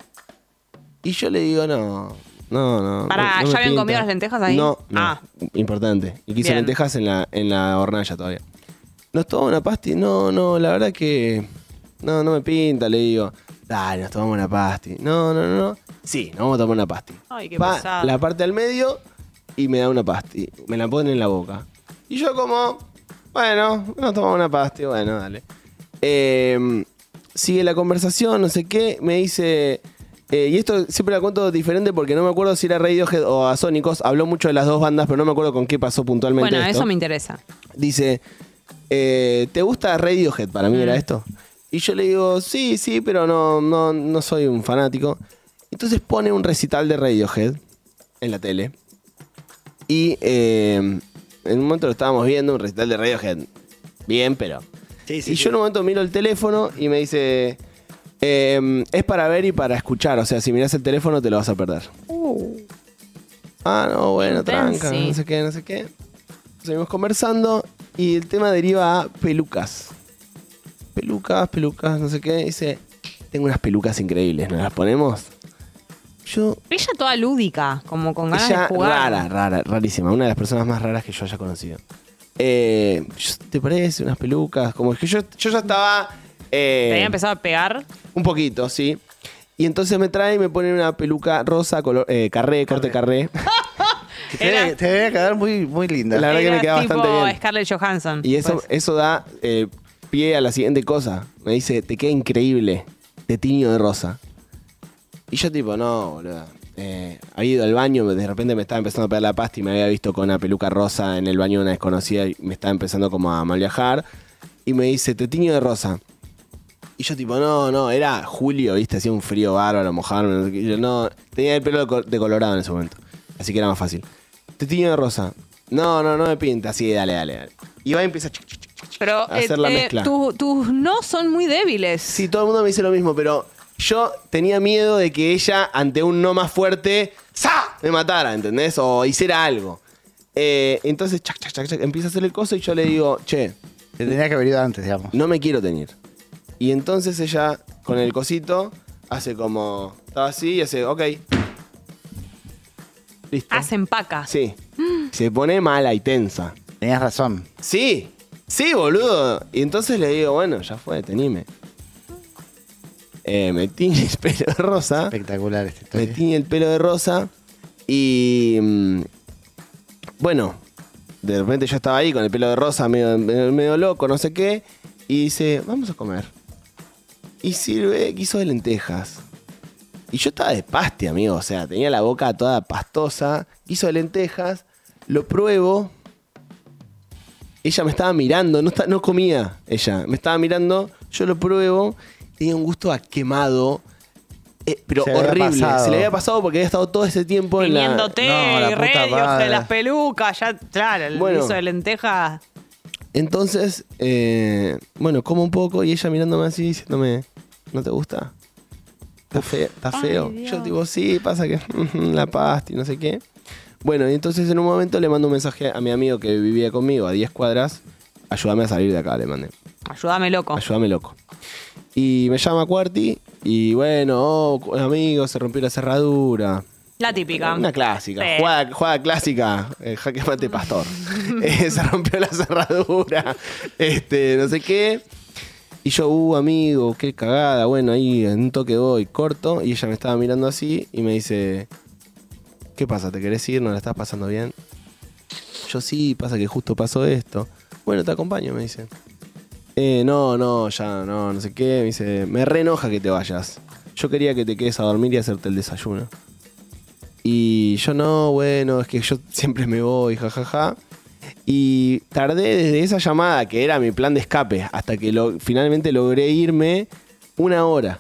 Speaker 5: Y yo le digo, no, no, no.
Speaker 3: Pará,
Speaker 5: no- no me
Speaker 3: ¿ya habían
Speaker 5: pinta".
Speaker 3: comido las lentejas ahí?
Speaker 5: No, no,
Speaker 3: Ah.
Speaker 5: importante. Y quise
Speaker 3: Bien.
Speaker 5: lentejas en la, en la hornalla todavía. ¿Nos tomamos una pasti? No, no, la verdad que. No, no me pinta, le digo. Dale, nos tomamos una pasti. No, no, no, no. Sí, nos vamos a tomar una pasti.
Speaker 3: Ay, qué
Speaker 5: Va,
Speaker 3: pesado.
Speaker 5: La parte al medio y me da una pasti. Me la ponen en la boca. Y yo, como. Bueno, nos tomamos una pasti, bueno, dale. Eh, sigue la conversación, no sé qué. Me dice. eh, y esto siempre la cuento diferente porque no me acuerdo si era Radiohead o Asónicos. Habló mucho de las dos bandas, pero no me acuerdo con qué pasó puntualmente.
Speaker 3: Bueno,
Speaker 5: esto.
Speaker 3: eso me interesa.
Speaker 5: Dice, eh, ¿te gusta Radiohead? Para mí era esto. Y yo le digo, sí, sí, pero no, no, no soy un fanático. Entonces pone un recital de Radiohead en la tele. Y eh, en un momento lo estábamos viendo, un recital de Radiohead. Bien, pero. y yo en un momento miro el teléfono y me dice. "Em, es para ver y para escuchar. O sea, si mirás el teléfono te lo vas a perder. Ah, no, bueno,
Speaker 3: Intensi.
Speaker 5: tranca, no sé qué, no sé qué. Seguimos conversando y el tema deriva a pelucas. Pelucas, pelucas, no sé qué. Dice, tengo unas pelucas increíbles, ¿nos las ponemos? Yo,
Speaker 3: Ella toda lúdica, como con ganas
Speaker 5: ella,
Speaker 3: de jugar.
Speaker 5: rara, rara, rarísima. Una de las personas más raras que yo haya conocido. Eh, yo- ¿Te parece? Unas pelucas. Como es que yo, yo ya estaba... eh,
Speaker 3: Te había empezado a pegar.
Speaker 5: un poquito, sí. Y entonces me trae y me pone una peluca rosa, color, eh, carré, corte carré.
Speaker 4: Que Te, debe-
Speaker 3: Era-
Speaker 4: te debe quedar muy, muy linda.
Speaker 5: La- verdad que me
Speaker 3: Era
Speaker 5: queda bastante
Speaker 3: tipo
Speaker 5: bien.
Speaker 3: Scarlett Johansson.
Speaker 5: Y eso,
Speaker 3: pues.
Speaker 5: eso da eh, pie a la siguiente cosa. Me dice, te queda increíble. Te tiño de rosa. Y yo tipo, no, boludo. Eh, había ido al baño, de repente me estaba empezando a pegar la pasta y me había visto con una peluca rosa en el baño de una desconocida y me estaba empezando como a mal viajar. Y me dice, te tiño de rosa. Y yo tipo, no, no, era julio, viste, hacía un frío bárbaro, mojarme. no sé qué. Y yo, no, tenía el pelo de co- decolorado en ese momento. Así que era más fácil. Te tiño de rosa. No, no, no me pinta. Así, dale, dale, dale. Y va y empieza... chic, chic, chic, chic,
Speaker 3: Pero
Speaker 5: a hacer la
Speaker 3: eh, eh,
Speaker 5: mezcla.
Speaker 3: tus- tus no son muy débiles.
Speaker 5: Sí, todo el mundo me dice lo mismo, pero yo tenía miedo de que ella, ante un no más fuerte, ¡za! me matara, ¿entendés? O hiciera algo. Eh, entonces, chac, chac, chac, chac, empieza a hacer el coso y yo le digo, che,
Speaker 4: Te tenía que haber ido antes, digamos.
Speaker 5: no me quiero tener. Y entonces ella, con el cosito, hace como. Estaba así y hace, ok. Listo.
Speaker 3: Hacen pacas.
Speaker 5: Sí. Se pone mala y tensa.
Speaker 4: Tenías razón.
Speaker 5: Sí, sí, boludo. Y entonces le digo, bueno, ya fue, tenime. Eh, me tiñe el pelo de rosa.
Speaker 4: Espectacular este
Speaker 5: Me
Speaker 4: historia.
Speaker 5: tiñe el pelo de rosa. Y. mm, Bueno, de repente yo estaba ahí con el pelo de rosa, medio, medio- medio loco, no sé qué. Y dice, vamos a comer. Y sirve guiso de lentejas. Y yo estaba de paste, amigo. O sea, tenía la boca toda pastosa. Guiso de lentejas. Lo pruebo. Ella me estaba mirando. No, esta- no comía ella. Me estaba mirando. Yo lo pruebo. Tenía un gusto a quemado. eh, pero
Speaker 4: Se le había
Speaker 5: horrible.
Speaker 4: pasado.
Speaker 5: Se le había pasado porque había estado todo ese tiempo en la...
Speaker 3: Viniéndote,
Speaker 4: No, la puta
Speaker 3: radios
Speaker 4: madre.
Speaker 3: de las pelucas, ya, claro, el
Speaker 5: Bueno.
Speaker 3: guiso de lenteja.
Speaker 5: Entonces, eh, bueno, como un poco y ella mirándome así diciéndome, ¿no te gusta? Está, fe- está feo. Yo digo, sí, pasa que la pasta y no sé qué. Bueno, y entonces en un momento le mando un mensaje a mi amigo que vivía conmigo a 10 cuadras. Ayúdame a salir de acá, le mandé.
Speaker 3: Ayúdame, loco.
Speaker 5: Ayúdame loco. Y me llama Cuarti y bueno, oh, amigo, se rompió la cerradura.
Speaker 3: La típica.
Speaker 5: Una clásica,
Speaker 3: Sí.
Speaker 5: jugada, jugada clásica, eh, jaque mate pastor. Eh, se rompió la cerradura, este, no sé qué. Y yo, uh, amigo, qué cagada. Bueno, ahí en un toque voy, corto. Y ella me estaba mirando así y me dice, ¿qué pasa? ¿Te querés ir? ¿No la estás pasando bien? Yo sí, pasa que justo pasó esto. Bueno, te acompaño, me dice. Eh, no, no, ya, no, no sé qué. Me dice, me re enoja que te vayas. Yo quería que te quedes a dormir y hacerte el desayuno. Y yo no, bueno, es que yo siempre me voy, jajaja. Y tardé desde esa llamada, que era mi plan de escape, hasta que lo- finalmente logré irme una hora.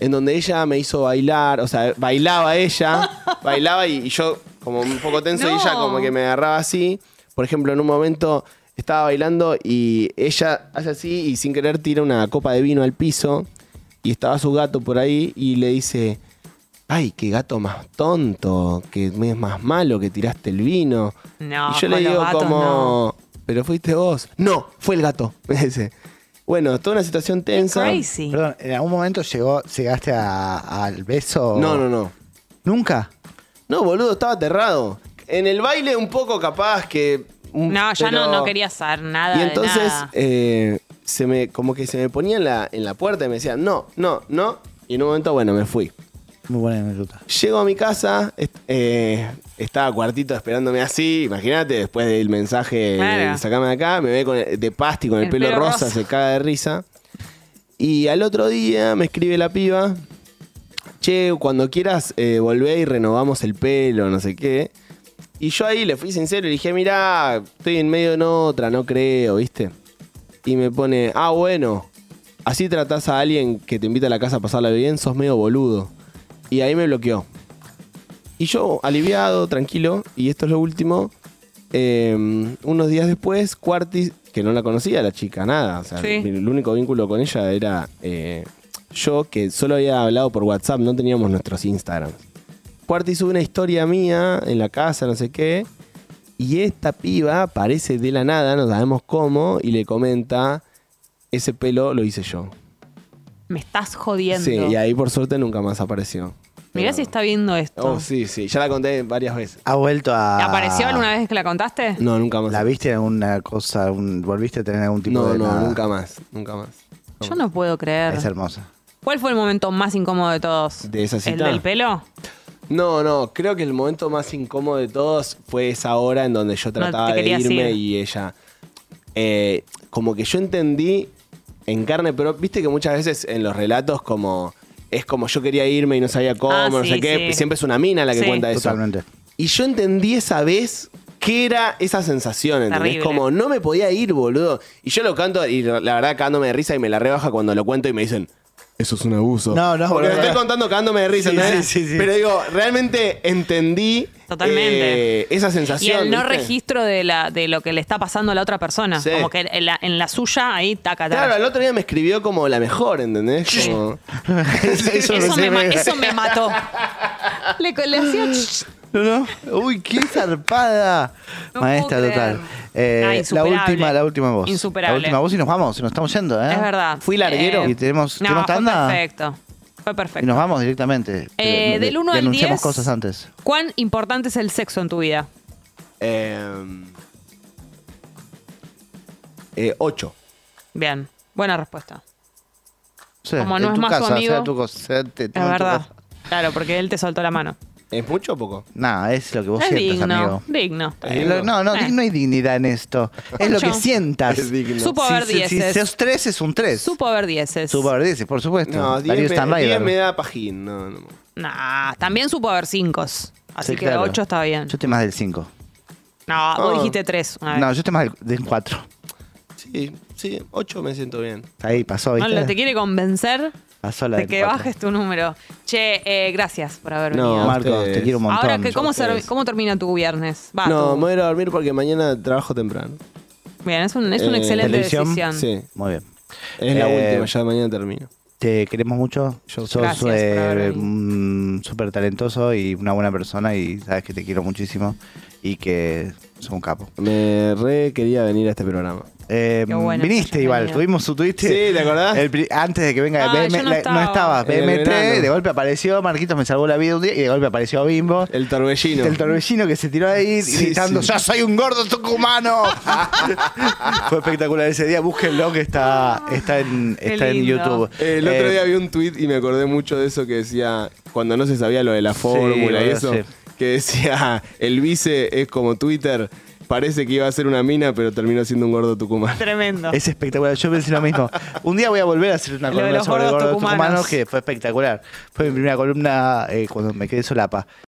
Speaker 5: En donde ella me hizo bailar, o sea, bailaba ella, bailaba y, y yo como un poco tenso y ella
Speaker 3: No.
Speaker 5: como que me agarraba así. Por ejemplo, en un momento estaba bailando y ella hace así y sin querer tira una copa de vino al piso y estaba su gato por ahí y le dice, ay, qué gato más tonto, que es más malo que tiraste el vino.
Speaker 3: No,
Speaker 5: y yo
Speaker 3: con
Speaker 5: le
Speaker 3: los
Speaker 5: digo
Speaker 3: gatos,
Speaker 5: como,
Speaker 3: no.
Speaker 5: pero fuiste vos. No, fue el gato, me dice. Bueno, toda una situación tensa.
Speaker 3: Crazy.
Speaker 4: Perdón, ¿en algún momento llegó, llegaste a- al beso?
Speaker 5: No, no, no.
Speaker 4: ¿Nunca?
Speaker 5: No, boludo, estaba aterrado. En el baile un poco capaz que... un-
Speaker 3: No, ya no,
Speaker 5: pero-
Speaker 3: no quería saber nada.
Speaker 5: Y
Speaker 3: de
Speaker 5: entonces,
Speaker 3: nada.
Speaker 5: eh, se me, como que se me ponía en la, en la puerta y me decía, no, no, no. Y en un momento, bueno, me fui.
Speaker 4: Muy buena anécdota.
Speaker 5: Llego a mi casa, est- eh, estaba cuartito esperándome así, imagínate, después del mensaje
Speaker 3: Claro.
Speaker 5: de sacame de acá, me ve con el- de pasti con el,
Speaker 3: El
Speaker 5: pelo,
Speaker 3: pelo
Speaker 5: rosa,
Speaker 3: rosa.
Speaker 5: se caga de risa. Y al otro día me escribe la piba, che, cuando quieras eh, volvé y renovamos el pelo, no sé qué. Y yo ahí le fui sincero y le dije, mirá, estoy en medio en otra, no creo, ¿viste? Y me pone, ah, bueno, así tratás a alguien que te invita a la casa a pasarla bien, sos medio boludo. Y ahí me bloqueó. Y yo, aliviado, tranquilo, y esto es lo último, eh, unos días después, Quartis, que no la conocía la chica, nada, o sea,
Speaker 3: Sí.
Speaker 5: mi- el único vínculo con ella era eh, yo, que solo había hablado por WhatsApp, no teníamos nuestros Instagrams. Quartis sube una historia mía en la casa, no sé qué, y esta piba aparece de la nada, no sabemos cómo, y le comenta, ese pelo lo hice yo.
Speaker 3: Me estás jodiendo.
Speaker 5: Sí, y ahí por suerte nunca más apareció.
Speaker 3: Mirá
Speaker 5: Pero-
Speaker 3: si está viendo esto.
Speaker 5: Oh, sí, sí, ya la conté varias veces.
Speaker 4: Ha vuelto a.
Speaker 3: ¿Te apareció alguna vez que la contaste?
Speaker 5: No, nunca más.
Speaker 4: ¿La viste en alguna cosa? un- ¿Volviste a tener algún tipo
Speaker 5: no,
Speaker 4: de.?
Speaker 5: no,
Speaker 4: nada?
Speaker 5: nunca más, nunca más.
Speaker 3: Yo no puedo creer.
Speaker 4: Es hermosa.
Speaker 3: ¿Cuál fue el momento más incómodo de todos?
Speaker 5: ¿De esa
Speaker 3: ¿El
Speaker 5: cita?
Speaker 3: del pelo?
Speaker 5: No, no, creo que el momento más incómodo de todos fue esa hora en donde yo
Speaker 3: te
Speaker 5: trataba de
Speaker 3: querías
Speaker 5: irme
Speaker 3: ir.
Speaker 5: y ella. eh, como que yo entendí en carne, pero viste que muchas veces en los relatos, como. Es como yo quería irme y no sabía cómo,
Speaker 3: Ah,
Speaker 5: no
Speaker 3: sí,
Speaker 5: sé qué.
Speaker 3: sí.
Speaker 5: Siempre es una mina la que
Speaker 3: Sí.
Speaker 5: cuenta eso.
Speaker 4: Totalmente.
Speaker 5: Y yo entendí esa vez qué era esa sensación, ¿entendés?
Speaker 3: Terrible.
Speaker 5: Como no me podía ir, boludo. Y yo lo canto y la verdad cagándome de risa y me la rebaja cuando lo cuento y me dicen, eso es un abuso.
Speaker 4: No, no,
Speaker 5: Porque lo
Speaker 4: boludo.
Speaker 5: estoy contando cagándome de risa,
Speaker 4: Sí,
Speaker 5: ¿entendés?
Speaker 4: sí, sí, sí.
Speaker 5: Pero digo, realmente entendí
Speaker 3: Totalmente.
Speaker 5: eh, esa
Speaker 3: Y
Speaker 5: sensación.
Speaker 3: el no
Speaker 5: ¿viste?
Speaker 3: registro de, la, de lo que le está pasando a la otra persona.
Speaker 5: Sí.
Speaker 3: Como que en la, en la suya, ahí taca, taca.
Speaker 5: Claro, el otro día me escribió como la mejor, ¿entendés?
Speaker 3: Sí.
Speaker 5: Como-
Speaker 3: eso,
Speaker 4: no
Speaker 3: me,
Speaker 4: se
Speaker 3: ma-
Speaker 4: ve.
Speaker 3: eso me mató. Le, le hacía
Speaker 5: Ah.
Speaker 3: ch-
Speaker 4: No, no. Uy, qué zarpada.
Speaker 3: No
Speaker 4: Maestra
Speaker 3: puedo
Speaker 4: total.
Speaker 3: creer.
Speaker 4: Eh,
Speaker 3: Ah,
Speaker 4: la
Speaker 3: insuperable.
Speaker 4: última, la última voz.
Speaker 3: Insuperable.
Speaker 4: La última voz y nos vamos, y nos estamos yendo, ¿eh?
Speaker 3: Es verdad. Eh,
Speaker 5: Fui larguero.
Speaker 4: ¿Y tenemos-
Speaker 3: no,
Speaker 4: tenemos
Speaker 3: fue
Speaker 4: tanda?
Speaker 3: perfecto. Fue
Speaker 4: Y
Speaker 3: perfecto.
Speaker 4: nos vamos directamente.
Speaker 3: Eh,
Speaker 4: Pero,
Speaker 3: del
Speaker 4: de-
Speaker 3: 1 al 10.
Speaker 4: Denunciamos cosas antes.
Speaker 3: ¿Cuán importante es el sexo en tu vida?
Speaker 5: Em, eh, ocho.
Speaker 3: Bien, buena respuesta.
Speaker 4: Sí,
Speaker 3: Como
Speaker 4: en
Speaker 3: no es
Speaker 4: tu
Speaker 3: más
Speaker 4: casa,
Speaker 3: su amigo.
Speaker 4: sea tu cosa, sea te-
Speaker 3: Es
Speaker 4: no en tu
Speaker 3: verdad.
Speaker 4: casa.
Speaker 3: Claro, porque él te soltó la mano.
Speaker 5: ¿Es mucho o poco?
Speaker 4: No, es lo que vos
Speaker 3: Es
Speaker 4: sientas,
Speaker 3: digno,
Speaker 4: amigo.
Speaker 3: digno.
Speaker 5: Eh,
Speaker 4: Es lo- No, no,
Speaker 3: Eh.
Speaker 4: no hay dignidad en esto. Es lo que
Speaker 3: Ocho.
Speaker 4: sientas.
Speaker 5: Es digno.
Speaker 3: Supo
Speaker 4: Si-
Speaker 3: haber
Speaker 4: si, si,
Speaker 3: dieces.
Speaker 4: sos tres, es un tres.
Speaker 3: Supo haber dieces.
Speaker 4: Supo haber dieces, por supuesto.
Speaker 5: No, diez
Speaker 4: Darío
Speaker 5: me-
Speaker 4: Stanley.
Speaker 5: diez me da pajín. No, no.
Speaker 3: Nah, también supo haber cinco. Así
Speaker 4: Sí,
Speaker 3: que
Speaker 4: claro.
Speaker 3: ocho está bien.
Speaker 4: Yo estoy más del cinco.
Speaker 3: No, vos
Speaker 5: Ah.
Speaker 3: dijiste tres. una vez.
Speaker 4: No, yo estoy más del- del cuatro.
Speaker 5: Sí, sí, 8 me siento bien.
Speaker 4: Ahí
Speaker 3: No,
Speaker 4: pasó, ¿viste?
Speaker 3: lo- te quiere convencer
Speaker 4: Pasó la
Speaker 3: de
Speaker 4: del
Speaker 3: que
Speaker 4: cuatro.
Speaker 3: bajes tu número. Che, eh, gracias por haber
Speaker 5: No,
Speaker 3: venido.
Speaker 5: a
Speaker 4: Marcos, te
Speaker 5: ustedes.
Speaker 4: quiero un montón.
Speaker 3: Ahora, que,
Speaker 4: Yo-
Speaker 3: ¿cómo,
Speaker 5: a ustedes.
Speaker 3: ser- ¿cómo termina tu viernes? Va,
Speaker 5: no,
Speaker 3: tu-
Speaker 5: me voy a ir a dormir porque mañana trabajo temprano.
Speaker 3: Bien, es, un, es una
Speaker 5: Eh,
Speaker 3: excelente
Speaker 4: televisión,
Speaker 3: decisión.
Speaker 5: Sí,
Speaker 4: Muy bien.
Speaker 5: es la
Speaker 4: Eh,
Speaker 5: última, ya mañana termino.
Speaker 4: Te queremos mucho.
Speaker 5: Yo-
Speaker 4: Sos
Speaker 3: Gracias por haber
Speaker 4: eh,
Speaker 3: venido.
Speaker 4: mm, súper talentoso y una buena persona y sabes que te quiero muchísimo y que sos un capo.
Speaker 5: Me re quería venir a este programa.
Speaker 4: Eh,
Speaker 3: Qué bueno que
Speaker 4: viniste
Speaker 3: hayas
Speaker 4: igual,
Speaker 3: venido.
Speaker 4: tuvimos su Twitter.
Speaker 5: Sí, ¿te acordás?
Speaker 4: antes de que venga
Speaker 3: Ah,
Speaker 4: BM
Speaker 3: yo no
Speaker 4: la-
Speaker 3: estaba.
Speaker 4: estabas.
Speaker 5: En el
Speaker 4: BMT,
Speaker 5: verano.
Speaker 4: de golpe apareció, Marquitos me salvó la vida un día y de golpe apareció Bimbo.
Speaker 5: El torbellino.
Speaker 4: El torbellino que se tiró ahí
Speaker 5: Sí,
Speaker 4: gritando,
Speaker 5: sí.
Speaker 4: ¡Ya soy un gordo tucumano! Fue espectacular ese día, búsquenlo que está, está, en,
Speaker 3: Qué
Speaker 4: está en
Speaker 3: lindo.
Speaker 4: YouTube.
Speaker 5: el otro
Speaker 4: Eh,
Speaker 5: día vi un tweet y me acordé mucho de eso que decía, cuando no se sabía lo de la fórmula y
Speaker 4: boludo,
Speaker 5: eso,
Speaker 4: sí.
Speaker 5: que decía, el vice es como Twitter, parece que iba a ser una mina, pero terminó siendo un gordo tucumán.
Speaker 3: Tremendo.
Speaker 4: Es espectacular, yo pensé lo mismo. Un día voy a volver a hacer una
Speaker 3: Lo de
Speaker 4: columna
Speaker 3: los
Speaker 4: sobre
Speaker 3: gordos
Speaker 4: gordos
Speaker 3: tucumanos.
Speaker 4: tucumanos que fue espectacular. Fue mi primera columna eh, cuando me quedé solapa.